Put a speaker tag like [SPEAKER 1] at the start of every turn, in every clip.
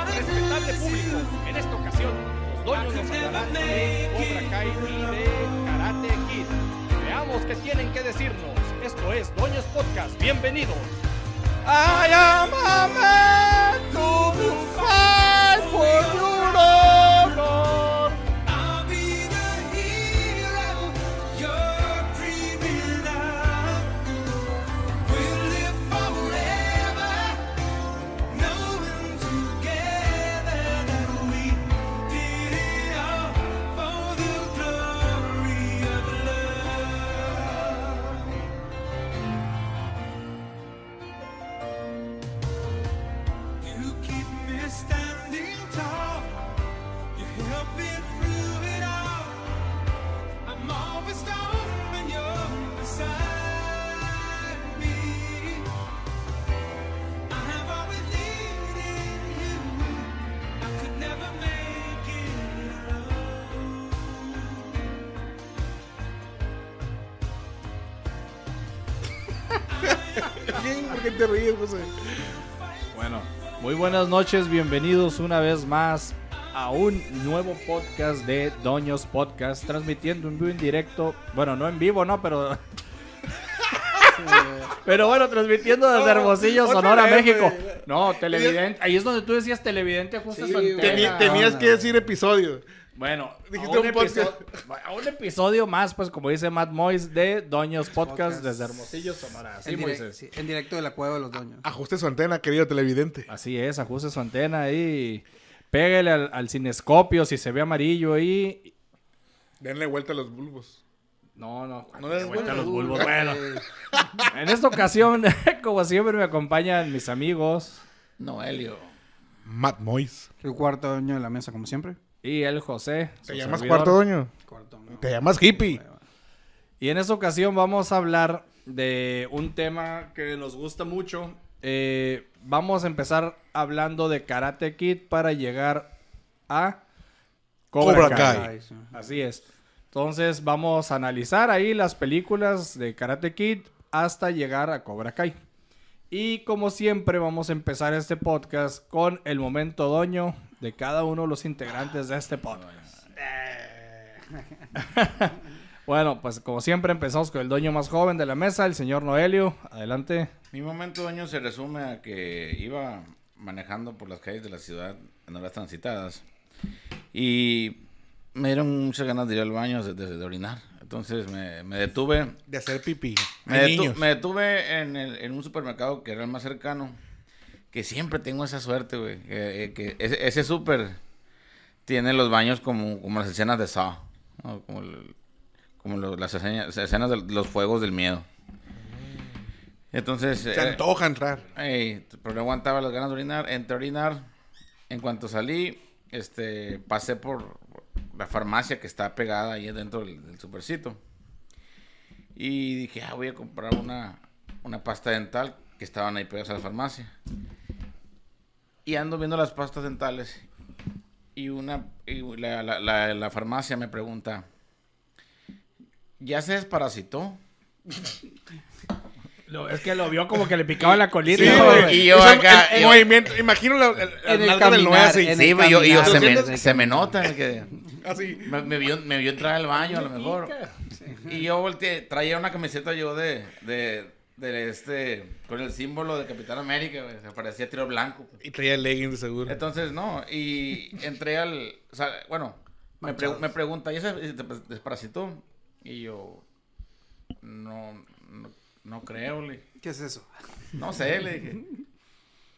[SPEAKER 1] amable público, en esta ocasión, los dueños nos hablarán de Cobra Kai y de Karate Kid. Veamos qué tienen que decirnos. Esto es Dueños Podcast. Bienvenidos.
[SPEAKER 2] I am a man to fight for your honor. I'll be the hero you're dreaming of. We'll live forever, knowing together that we did it all for the glory of love. You keep me standing tall. You help me through it all. I'm always strong when you're beside me. I have always needed you. I could never make it alone.
[SPEAKER 3] ¿Por qué te ríes, José?
[SPEAKER 4] Bueno, muy buenas noches, bienvenidos una vez más a un nuevo podcast de Doños Podcast, transmitiendo en vivo en directo, bueno, no en vivo, no, pero... Pero bueno, transmitiendo desde Hermosillo,
[SPEAKER 3] Otra
[SPEAKER 4] Sonora,
[SPEAKER 3] vez,
[SPEAKER 4] México.
[SPEAKER 3] güey.
[SPEAKER 4] No, televidente. Ahí es donde tú decías televidente, justo
[SPEAKER 3] Sí,
[SPEAKER 4] su
[SPEAKER 3] güey.
[SPEAKER 4] antena.
[SPEAKER 3] Teni-
[SPEAKER 4] Ah.
[SPEAKER 3] tenías que decir episodio.
[SPEAKER 4] Bueno,
[SPEAKER 3] Dijiste
[SPEAKER 4] a, un
[SPEAKER 3] un podcast.
[SPEAKER 4] episo- a un episodio más, pues como dice Matt Mois de Doños Podcast,
[SPEAKER 5] Podcast.
[SPEAKER 4] desde Hermosillo, Sonora. Así,
[SPEAKER 5] en, direc-
[SPEAKER 4] Moisés.
[SPEAKER 5] sí, en directo de la cueva de los dueños.
[SPEAKER 2] Ah,
[SPEAKER 3] Ajuste su antena, querido televidente.
[SPEAKER 4] Así es, ajuste su antena ahí. Pégale al, al cinescopio si se ve amarillo ahí.
[SPEAKER 3] Denle vuelta a los bulbos.
[SPEAKER 4] No, no,
[SPEAKER 3] No le des
[SPEAKER 4] vuelta a
[SPEAKER 3] vuelta
[SPEAKER 4] los
[SPEAKER 3] al
[SPEAKER 5] Uh,
[SPEAKER 4] bulbos. Bueno,
[SPEAKER 5] eh,
[SPEAKER 4] en esta ocasión, como siempre, me acompañan mis amigos
[SPEAKER 2] Noelio.
[SPEAKER 3] Matt Mois.
[SPEAKER 5] El cuarto dueño de la mesa, como siempre.
[SPEAKER 4] y el José. su
[SPEAKER 3] ¿Te llamas
[SPEAKER 4] servidor.
[SPEAKER 3] cuarto doño?
[SPEAKER 5] Cuarto,
[SPEAKER 3] ¿Te llamas hippie?
[SPEAKER 4] Y en esta ocasión vamos a hablar de un tema que nos gusta mucho. Eh, vamos a empezar hablando de Karate Kid para llegar a
[SPEAKER 3] Cobra Kai.
[SPEAKER 4] Así es. Entonces vamos a analizar ahí las películas de Karate Kid hasta llegar a Cobra Kai. Y como siempre vamos a empezar este podcast con el momento doño de cada uno de los integrantes de este podcast. bueno, pues como siempre empezamos con el doño más joven de la mesa, el señor Noelio. Adelante.
[SPEAKER 2] Mi momento dueño se resume a que iba manejando por las calles de la ciudad en horas transitadas y me dieron muchas ganas de ir al baño, de, de- de orinar. Entonces me, me detuve.
[SPEAKER 3] De hacer pipí.
[SPEAKER 2] Me,
[SPEAKER 3] Hay
[SPEAKER 2] detu-
[SPEAKER 3] niños.
[SPEAKER 2] me detuve en, el- en un supermercado que era el más cercano. Que siempre tengo esa suerte, güey. Que, eh, que ese, ese super tiene los baños como, como las escenas de Saw. ¿no? Como, el- como lo- las escenas, escenas de los fuegos del miedo. Entonces...
[SPEAKER 3] Se
[SPEAKER 2] eh,
[SPEAKER 3] antoja entrar.
[SPEAKER 2] Ey, pero no aguantaba las ganas de orinar. Entré a orinar. En cuanto salí, este, pasé por la farmacia que está pegada ahí dentro del, del supercito. Y dije, ah, voy a comprar una, una pasta dental que estaban ahí pegadas a la farmacia. Y ando viendo las pastas dentales. Y una y la, la- la- la farmacia me pregunta, ¿ya se desparasitó?
[SPEAKER 4] es que lo vio como que le picaba la colita.
[SPEAKER 2] Sí, güey. güey. Y yo
[SPEAKER 3] Esa-
[SPEAKER 2] acá-
[SPEAKER 3] el
[SPEAKER 2] yo-
[SPEAKER 3] movimiento, imagino la, el,
[SPEAKER 5] En el
[SPEAKER 3] nalga del Noé
[SPEAKER 5] caminar,
[SPEAKER 3] así.
[SPEAKER 5] en
[SPEAKER 2] Sí,
[SPEAKER 5] el
[SPEAKER 2] güey, yo, y yo
[SPEAKER 5] caminar,
[SPEAKER 2] se,
[SPEAKER 5] en
[SPEAKER 2] me,
[SPEAKER 5] el
[SPEAKER 2] se me nota que...
[SPEAKER 3] así.
[SPEAKER 2] Me, me vio, me vio entrar al baño a lo mejor. Y yo volteé, traía una camiseta yo de, de, de este, con el símbolo de Capitán América, güey, se parecía tiro blanco.
[SPEAKER 3] Y traía leggings de seguro.
[SPEAKER 2] Entonces, no, y entré al, o sea, bueno, me, pre- me pregunta, ¿y ese desparasitó? Y yo, no, no, no creo, le dije.
[SPEAKER 5] ¿Qué es eso?
[SPEAKER 2] no sé, le dije.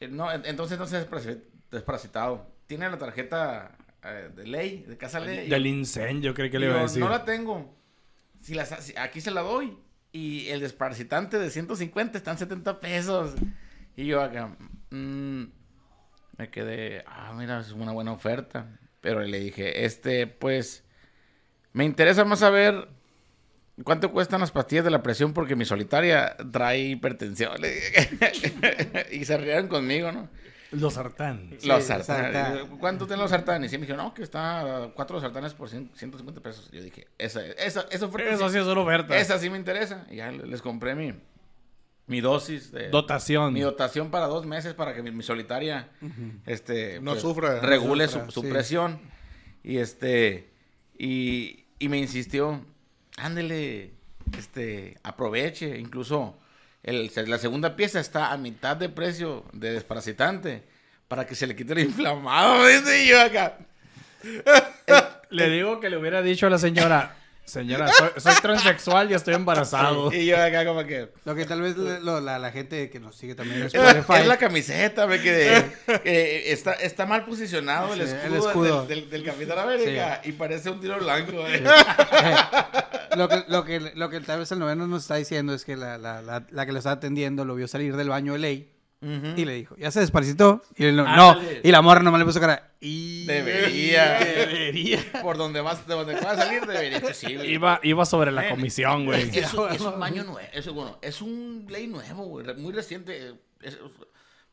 [SPEAKER 2] Eh, No, en- entonces no se ha desprasi- desparasitado. Tiene la tarjeta eh, de ley, de casa ley.
[SPEAKER 4] Del incendio, creo que le
[SPEAKER 2] Digo,
[SPEAKER 4] iba a decir.
[SPEAKER 2] No la tengo. Si las, si- aquí se la doy. Y el desparasitante de 150 están 70 pesos. Y yo acá. mm, me quedé. Ah, mira, es una buena oferta. Pero le dije, este, pues. Me interesa más saber cuánto cuestan las pastillas de la presión porque mi solitaria trae hipertensión. Le dije. y se rieron conmigo, ¿no?
[SPEAKER 4] Los sartán.
[SPEAKER 5] Sí,
[SPEAKER 2] los sartanes.
[SPEAKER 5] sartán.
[SPEAKER 2] ¿Cuánto tienen los sartanes? Y me dijo, no, que está a cuatro sartanes por cien- 150 pesos. Yo dije, esa, esa, esa oferta.
[SPEAKER 4] Eso sí es una oferta.
[SPEAKER 2] esa sí me interesa. Y ya le- les compré mi, mi dosis de...
[SPEAKER 4] Dotación.
[SPEAKER 2] mi dotación para dos meses para que mi, mi solitaria este,
[SPEAKER 3] No sufra.
[SPEAKER 2] regule
[SPEAKER 5] No sufra,
[SPEAKER 2] su, su
[SPEAKER 5] sí.
[SPEAKER 2] presión. Y este y, y me insistió, ándele, este, aproveche, incluso el- la segunda pieza está a mitad de precio de desparasitante para que se le quite el inflamado, dice y yo acá.
[SPEAKER 4] Le digo que le hubiera dicho a la señora, señora, soy, soy transexual y estoy embarazado.
[SPEAKER 2] Y yo acá como que
[SPEAKER 5] Lo que tal vez le- lo- la, la gente que nos sigue también en Spotify.
[SPEAKER 2] es la camiseta, ve que que está, está mal posicionado el
[SPEAKER 5] Sí,
[SPEAKER 2] escudo,
[SPEAKER 5] el escudo.
[SPEAKER 2] Del, del, del Capitán América y parece un tiro blanco. eh.
[SPEAKER 5] eh, lo, que, lo, que, lo que tal vez el noveno nos está diciendo es que la, la, la, la que lo está atendiendo lo vio salir del baño de ley y le dijo, ya se desparasitó. Y él no, no.
[SPEAKER 2] Ándale.
[SPEAKER 5] Y la morra nomás le puso cara. Y
[SPEAKER 2] Debería. Por donde vas, de donde vas a salir, debería. Pues sí, güey.
[SPEAKER 4] Iba, iba sobre la comisión, güey.
[SPEAKER 2] Es, un- es un baño nuevo. Es, bueno, es un ley nuevo, güey. re- Muy reciente. eh, es-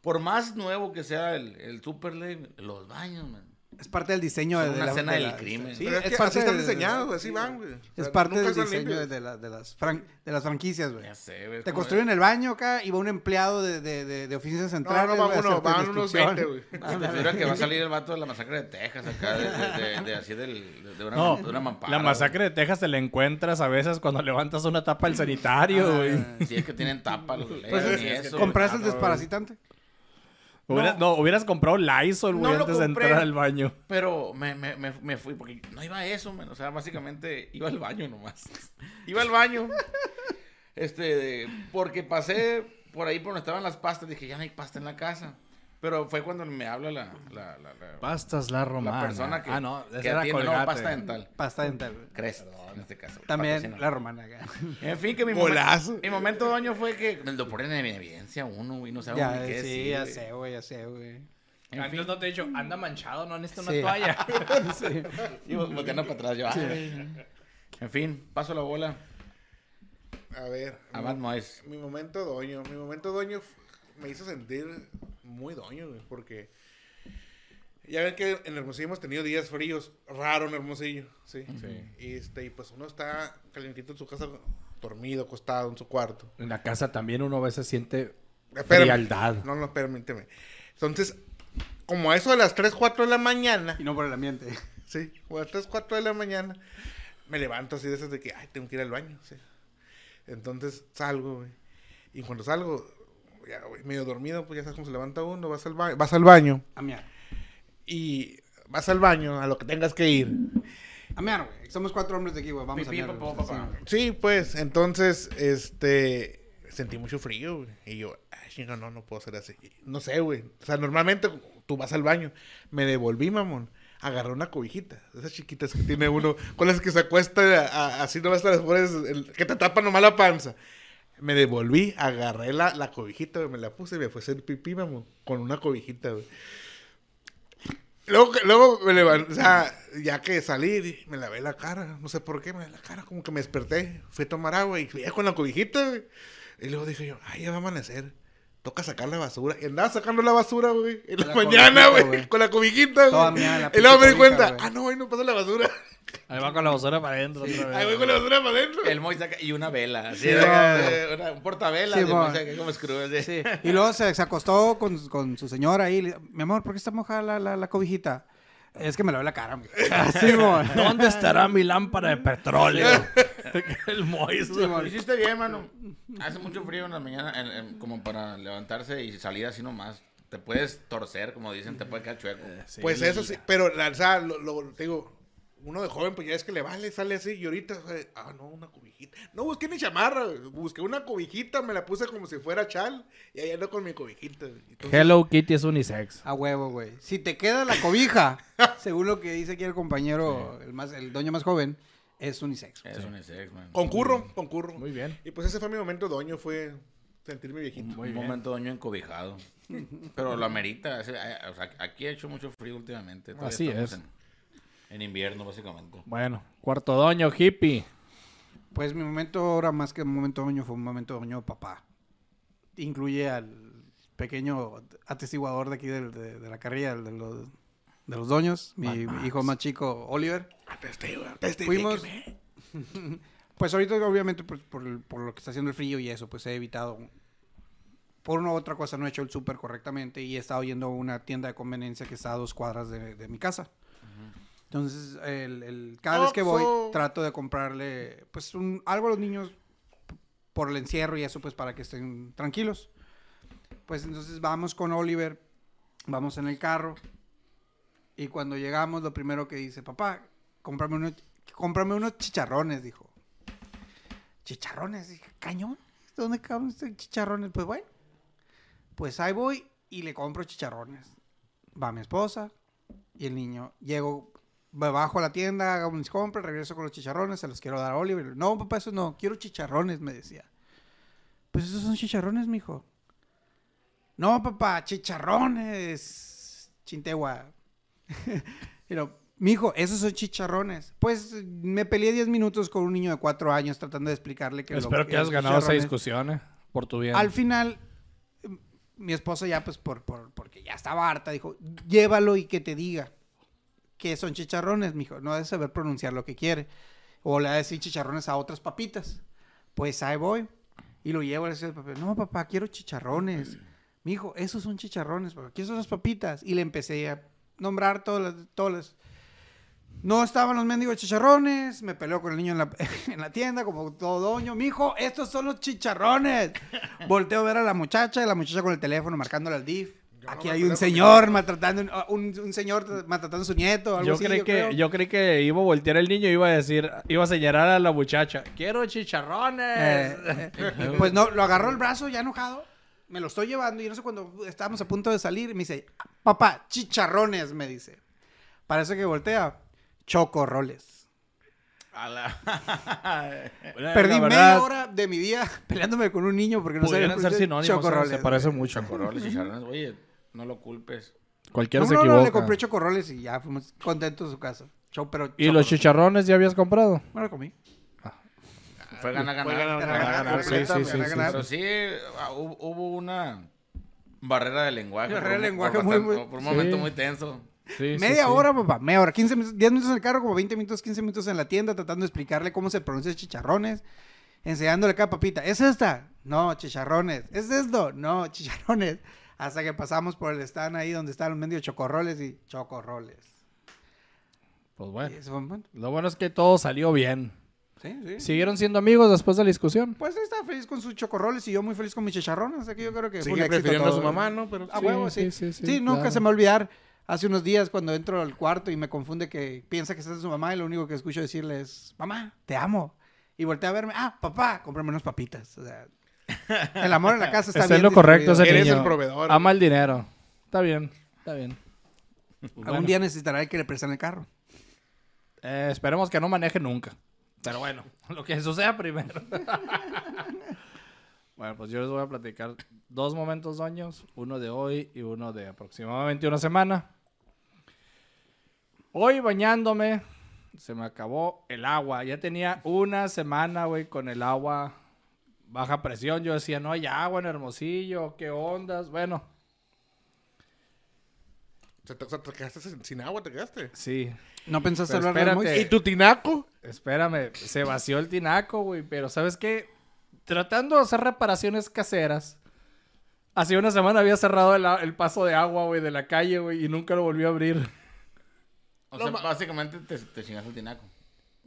[SPEAKER 2] por más nuevo que sea el, el Super Ley, los baños, man.
[SPEAKER 5] es parte del diseño
[SPEAKER 2] Son
[SPEAKER 5] de, de
[SPEAKER 2] una
[SPEAKER 5] la
[SPEAKER 2] escena
[SPEAKER 5] de
[SPEAKER 2] del
[SPEAKER 5] la-
[SPEAKER 2] crimen.
[SPEAKER 5] sí,
[SPEAKER 3] Pero es,
[SPEAKER 5] es
[SPEAKER 3] que
[SPEAKER 5] parte
[SPEAKER 3] así están
[SPEAKER 5] de-
[SPEAKER 3] diseñados, así van, güey. O
[SPEAKER 5] Es
[SPEAKER 3] sea,
[SPEAKER 5] parte
[SPEAKER 3] nunca
[SPEAKER 5] del
[SPEAKER 3] están
[SPEAKER 5] diseño
[SPEAKER 3] limpios.
[SPEAKER 5] de, la- de las fran- de las franquicias, güey.
[SPEAKER 2] Ya sé, güey,
[SPEAKER 5] Te
[SPEAKER 2] como-
[SPEAKER 5] construyen el baño acá y va un empleado de, de, de, de oficinas
[SPEAKER 3] No,
[SPEAKER 5] centrales.
[SPEAKER 3] no,
[SPEAKER 5] güey, a
[SPEAKER 3] van unos,
[SPEAKER 5] hacerte
[SPEAKER 3] van unos
[SPEAKER 5] instrucción.
[SPEAKER 3] 20, güey.
[SPEAKER 2] Se te figura que va a salir el vato de la masacre de Texas acá, de, de- de- de así del- de- de una,
[SPEAKER 4] No,
[SPEAKER 2] de una mampara.
[SPEAKER 4] la
[SPEAKER 2] güey.
[SPEAKER 4] masacre de Texas te la encuentras a veces cuando levantas una tapa del sanitario, güey.
[SPEAKER 2] Si es que tienen tapa, los lees,
[SPEAKER 5] Pues,
[SPEAKER 2] ni eso. güey.
[SPEAKER 5] ¿Compraste el desparasitante?
[SPEAKER 4] Hubieras- no. hubieras comprado Lysol, güey,
[SPEAKER 2] No lo
[SPEAKER 4] antes de
[SPEAKER 2] compré.
[SPEAKER 4] entrar al baño.
[SPEAKER 2] Pero me, me, me, me fui porque no iba a eso, man. O sea, básicamente iba al baño nomás. Iba al baño. Este, porque pasé por ahí por donde estaban las pastas. Dije, ya no hay pasta en la casa. Pero fue cuando me habla la, la, la, la-
[SPEAKER 4] Pastas la
[SPEAKER 2] la
[SPEAKER 4] romana.
[SPEAKER 2] persona que,
[SPEAKER 4] ah, no,
[SPEAKER 2] que
[SPEAKER 4] esa era
[SPEAKER 2] atiende, no,
[SPEAKER 4] Colgate.
[SPEAKER 2] pasta dental.
[SPEAKER 5] Pasta dental, güey.
[SPEAKER 2] Crest, en este caso.
[SPEAKER 5] También
[SPEAKER 2] patrocina.
[SPEAKER 5] la romana acá.
[SPEAKER 2] En fin, que mi,
[SPEAKER 3] Golazo.
[SPEAKER 2] momento- mi momento doño fue que lo ponen en evidencia uno, güey. No sabe
[SPEAKER 5] Ya,
[SPEAKER 2] ni qué
[SPEAKER 5] sí,
[SPEAKER 2] decir,
[SPEAKER 5] ya
[SPEAKER 2] güey.
[SPEAKER 5] sé, güey, ya sé, güey.
[SPEAKER 2] En
[SPEAKER 4] Antes
[SPEAKER 2] fin.
[SPEAKER 4] no te he dicho, anda manchado, no necesito
[SPEAKER 5] Sí.
[SPEAKER 4] una toalla.
[SPEAKER 5] Sí.
[SPEAKER 2] Y volteando para atrás yo, ay. En fin, paso la bola
[SPEAKER 3] A ver.
[SPEAKER 2] a Matt Moyes.
[SPEAKER 3] Mi momento doño. Mi momento doño f- me hizo sentir muy doño, güey, porque ya ven que en Hermosillo hemos tenido días fríos, raro en Hermosillo, ¿sí? Y, este, y pues uno está calientito en su casa, dormido, acostado en su cuarto.
[SPEAKER 4] En la casa también uno a veces siente
[SPEAKER 3] Espérame.
[SPEAKER 4] frialdad.
[SPEAKER 3] No, no, permíteme. Entonces, como a eso de las 3, 4 de la mañana,
[SPEAKER 5] Y no por el ambiente.
[SPEAKER 3] Sí, o a las 3, 4 de la mañana. Me levanto así de esas de que, ay, tengo que ir al baño. sí. Entonces salgo, güey. Y cuando salgo, ya, güey, medio dormido, pues ya sabes cómo se levanta uno, vas al, ba- vas al baño.
[SPEAKER 5] A mear.
[SPEAKER 3] Y vas al baño a lo que tengas que ir.
[SPEAKER 5] A mear, güey. Somos cuatro hombres de aquí, güey. Vamos
[SPEAKER 2] Pipí,
[SPEAKER 5] a mear.
[SPEAKER 2] popó,
[SPEAKER 5] güey.
[SPEAKER 2] papá.
[SPEAKER 3] Sí, pues, entonces, este, sentí mucho frío, güey. Y yo, ay, chinga, no, no puedo hacer así. No sé, güey. O sea, normalmente tú vas al baño. Me devolví, mamón. Agarré una cobijita. de Esas chiquitas que tiene uno, con las que se acuesta a- a- así nomás te las pones, el- que te tapan nomás la panza. Me devolví, agarré la, la cobijita, güey, me la puse y me fue a hacer pipí, mamón, con una cobijita, güey. Luego, que- luego me levanté, o sea, ya que salí, di- me lavé la cara, no sé por qué, me lavé la cara, como que me desperté, fui a tomar agua y fui ya con la cobijita, güey. Y luego dije yo, ay, ya va a amanecer, toca sacar la basura. Y andaba sacando la basura, güey, en la,
[SPEAKER 5] Con la
[SPEAKER 3] mañana,
[SPEAKER 5] cobijita,
[SPEAKER 3] güey,
[SPEAKER 5] güey.
[SPEAKER 3] con la cobijita,
[SPEAKER 5] Toda
[SPEAKER 3] güey.
[SPEAKER 5] meada la
[SPEAKER 3] Y luego me di
[SPEAKER 5] pinche cobija,
[SPEAKER 3] cuenta,
[SPEAKER 5] güey.
[SPEAKER 3] ah, no, güey, no pasa la basura.
[SPEAKER 4] Ahí va con la basura para adentro otra vez.
[SPEAKER 3] Ahí voy con la
[SPEAKER 5] Ah.
[SPEAKER 3] basura para adentro.
[SPEAKER 2] El Moyes acá- y una vela. así,
[SPEAKER 5] Sí,
[SPEAKER 2] acá,
[SPEAKER 5] no.
[SPEAKER 2] eh, una- un portavela.
[SPEAKER 5] Sí,
[SPEAKER 2] de
[SPEAKER 5] mo.
[SPEAKER 2] Moyes acá, como Scrooge, así.
[SPEAKER 5] Sí. Y luego se, se acostó con, con su señora ahí. y le- Mi amor, ¿por qué está mojada la, la, la cobijita? Es que me lavé la cara, güey. Así, güey.
[SPEAKER 4] ¿Dónde estará mi lámpara de petróleo? el Mois.
[SPEAKER 5] Sí,
[SPEAKER 2] Lo
[SPEAKER 5] güey.
[SPEAKER 2] hiciste bien, mano. Hace mucho frío en la mañana, en- en- como para levantarse y salir así nomás. Te puedes torcer, como dicen, te puede quedar chueco.
[SPEAKER 3] Pues eso sí, pero la, o sea, lo, lo- te digo, uno de joven, pues ya es que le vale, sale así, y ahorita, o sea, ah, no, una cobijita. No busqué ni chamarra, güey, busqué una cobijita, me la puse como si fuera chal, y ahí ando con mi cobijita. güey. Entonces,
[SPEAKER 4] Hello Kitty es unisex.
[SPEAKER 5] A huevo, güey. Si te queda la cobija, según lo que dice aquí el compañero, el, más, el doño más joven, es unisex. güey.
[SPEAKER 2] Es un sex, man.
[SPEAKER 3] concurro, concurro.
[SPEAKER 4] Muy bien.
[SPEAKER 3] Y pues ese fue mi momento doño, fue sentirme viejito.
[SPEAKER 2] un momento doño encobijado. Pero lo amerita. ese- eh, o sea, aquí ha hecho mucho frío últimamente. todavía
[SPEAKER 4] Así
[SPEAKER 2] estamos
[SPEAKER 4] es.
[SPEAKER 2] En, en invierno, básicamente.
[SPEAKER 4] Bueno, cuarto doño, hippie.
[SPEAKER 5] Pues mi momento ahora, más que un momento doño, fue un momento doño papá. Incluye al pequeño atestiguador de aquí del- de, de la carrilla, el de los, de los doños, mi hijo más chico, Oliver. Fuimos- Pues ahorita, obviamente, por, por el- por lo que está haciendo el frío y eso, pues he evitado por una u otra cosa no he hecho el súper correctamente y he estado yendo a una tienda de conveniencia que está a dos cuadras de, de mi casa. Entonces, el, el- cada vez que voy,
[SPEAKER 3] Oxxo.
[SPEAKER 5] trato de comprarle pues un, algo a los niños p- por el encierro y eso, pues para que estén tranquilos. Pues entonces vamos con Oliver, vamos en el carro y cuando llegamos, lo primero que dice, papá, cómprame unos, cómprame unos chicharrones, dijo. Chicharrones, dije, cañón. ¿Dónde caben estos chicharrones? Pues bueno, pues ahí voy y le compro chicharrones. Va mi esposa y el niño. Llego, me bajo a la tienda, hago mis compras, regreso con los chicharrones, se los quiero dar a Oliver. No, papá, eso no, quiero chicharrones, me decía. Pues esos son chicharrones, mijo. No, papá, chicharrones. Chintegua. Pero, mijo, esos son chicharrones. Pues me peleé 10 minutos con un niño de 4 años tratando de explicarle que lo-
[SPEAKER 4] Espero que
[SPEAKER 5] los
[SPEAKER 4] hayas ganado esa
[SPEAKER 5] chicharrones-
[SPEAKER 4] discusión eh, por tu bien.
[SPEAKER 5] al final, m- mi esposa ya, pues, por, por- porque ya estaba harta, dijo, llévalo y que te diga que son chicharrones, mijo. No ha de saber pronunciar lo que quiere. O le ha de decir chicharrones a otras papitas. Pues ahí voy. Y lo llevo y le digo, al papá, no, papá, quiero chicharrones. Mijo, esos son chicharrones, papá. ¿Qué son las papitas? Y le empecé a nombrar todas las... Todas las- no estaban los mendigos chicharrones, me peleó con el niño en la, en la tienda, como todo doño. Mijo, estos son los chicharrones. Volteo a ver a la muchacha, y la muchacha con el teléfono marcándole al DIF. Aquí hay un señor maltratando, un, un señor maltratando a su nieto, algo
[SPEAKER 4] yo,
[SPEAKER 5] así,
[SPEAKER 4] creí
[SPEAKER 5] yo
[SPEAKER 4] que,
[SPEAKER 5] creo.
[SPEAKER 4] yo creí que iba a voltear el niño y iba a decir, iba a señalar a la muchacha, quiero chicharrones.
[SPEAKER 5] Eh, eh, pues no, lo agarró el brazo ya enojado. Me lo estoy llevando y no sé cuando estábamos a punto de salir. Me dice, papá, chicharrones, me dice. Parece que voltea. Chocorroles.
[SPEAKER 2] A la...
[SPEAKER 4] Eh, La
[SPEAKER 5] Perdí
[SPEAKER 4] verdad,
[SPEAKER 5] media hora de mi día peleándome con un niño porque no sabía
[SPEAKER 4] Pudieran ser
[SPEAKER 5] pronunciar
[SPEAKER 4] sinónimos,
[SPEAKER 5] chocorroles.
[SPEAKER 4] se parecen mucho.
[SPEAKER 2] Chacoroles, chicharrones, oye, no lo culpes.
[SPEAKER 5] No,
[SPEAKER 4] Cualquiera
[SPEAKER 5] no,
[SPEAKER 4] se
[SPEAKER 5] no,
[SPEAKER 4] equivoca.
[SPEAKER 5] le compré chocorroles y ya fuimos contentos a su casa. Cho- pero
[SPEAKER 4] ¿Y los
[SPEAKER 5] chocorroles.
[SPEAKER 4] chicharrones ya habías comprado?
[SPEAKER 5] Bueno, comí.
[SPEAKER 2] Fue ganar, ganar.
[SPEAKER 5] ganar, ganar, sí,
[SPEAKER 2] Fue
[SPEAKER 5] sí, sí,
[SPEAKER 2] ganar, ganar.
[SPEAKER 5] sí.
[SPEAKER 2] Pero sí, ah, hu- hubo una barrera de lenguaje.
[SPEAKER 5] Barrera de
[SPEAKER 2] por un-
[SPEAKER 5] lenguaje
[SPEAKER 2] por
[SPEAKER 5] muy,
[SPEAKER 2] bastante-
[SPEAKER 5] muy-
[SPEAKER 2] Por un momento
[SPEAKER 4] Sí.
[SPEAKER 2] muy tenso.
[SPEAKER 5] media hora, papá, media hora. 15 minutos, 10 minutos en el carro, como 20 minutos, 15 minutos en la tienda, tratando de explicarle cómo se pronuncia chicharrones, enseñándole cada papita. ¿Es esta? No, chicharrones. ¿Es esto? No, chicharrones. Hasta que pasamos por el stand ahí donde están los mendios chocorroles y chocorroles.
[SPEAKER 4] Pues
[SPEAKER 5] Y
[SPEAKER 4] bueno.
[SPEAKER 5] eso fue un punto.
[SPEAKER 4] Lo bueno es que todo salió bien.
[SPEAKER 5] Sí, sí.
[SPEAKER 4] ¿Siguieron siendo amigos después de la discusión?
[SPEAKER 5] Pues él estaba feliz con sus chocorroles y yo muy feliz con mis chicharrones. Así que yo creo que fue un
[SPEAKER 3] Sigue
[SPEAKER 5] éxito
[SPEAKER 3] prefiriendo a su
[SPEAKER 5] todo.
[SPEAKER 3] mamá, ¿no? Pero
[SPEAKER 5] A
[SPEAKER 4] Sí,
[SPEAKER 5] huevo, sí.
[SPEAKER 4] sí,
[SPEAKER 5] Sí,
[SPEAKER 4] sí, sí,
[SPEAKER 5] nunca
[SPEAKER 4] claro.
[SPEAKER 5] se me va a olvidar. Hace unos días cuando entro al cuarto y me confunde que piensa que está su mamá y lo único que escucho decirle es, mamá, te amo. Y voltea a verme, ah, papá, cómprame unas papitas. O sea, el amor en la casa está
[SPEAKER 4] Está
[SPEAKER 5] bien
[SPEAKER 4] en lo correcto ese
[SPEAKER 5] distribuido.
[SPEAKER 3] Eres
[SPEAKER 4] niño.
[SPEAKER 3] el proveedor.
[SPEAKER 4] Ama el dinero. Está bien, está bien.
[SPEAKER 5] Algún día necesitará que le prestan el carro.
[SPEAKER 4] Eh, esperemos que no maneje nunca. Pero bueno, lo que suceda primero. bueno, pues yo les voy a platicar dos momentos doños, uno de hoy y uno de aproximadamente una semana. Hoy bañándome, se me acabó el agua. Ya tenía una semana, güey, con el agua baja presión. Yo decía, no hay agua en Hermosillo, qué ondas. Bueno,
[SPEAKER 3] Se te- O sea, te quedaste sin, sin agua, te quedaste.
[SPEAKER 4] sí,
[SPEAKER 5] ¿No pensaste
[SPEAKER 4] Pero
[SPEAKER 5] hablar de
[SPEAKER 4] espérate.
[SPEAKER 5] Mois?
[SPEAKER 3] ¿Y tu tinaco?
[SPEAKER 4] Espérame, se vació el tinaco, güey, pero ¿sabes qué? Tratando de hacer reparaciones caseras. Hace una semana había cerrado el, a- el paso de agua, güey, de la calle, güey, y nunca lo volvió a abrir.
[SPEAKER 2] O sea, básicamente te, te chingaste el tinaco.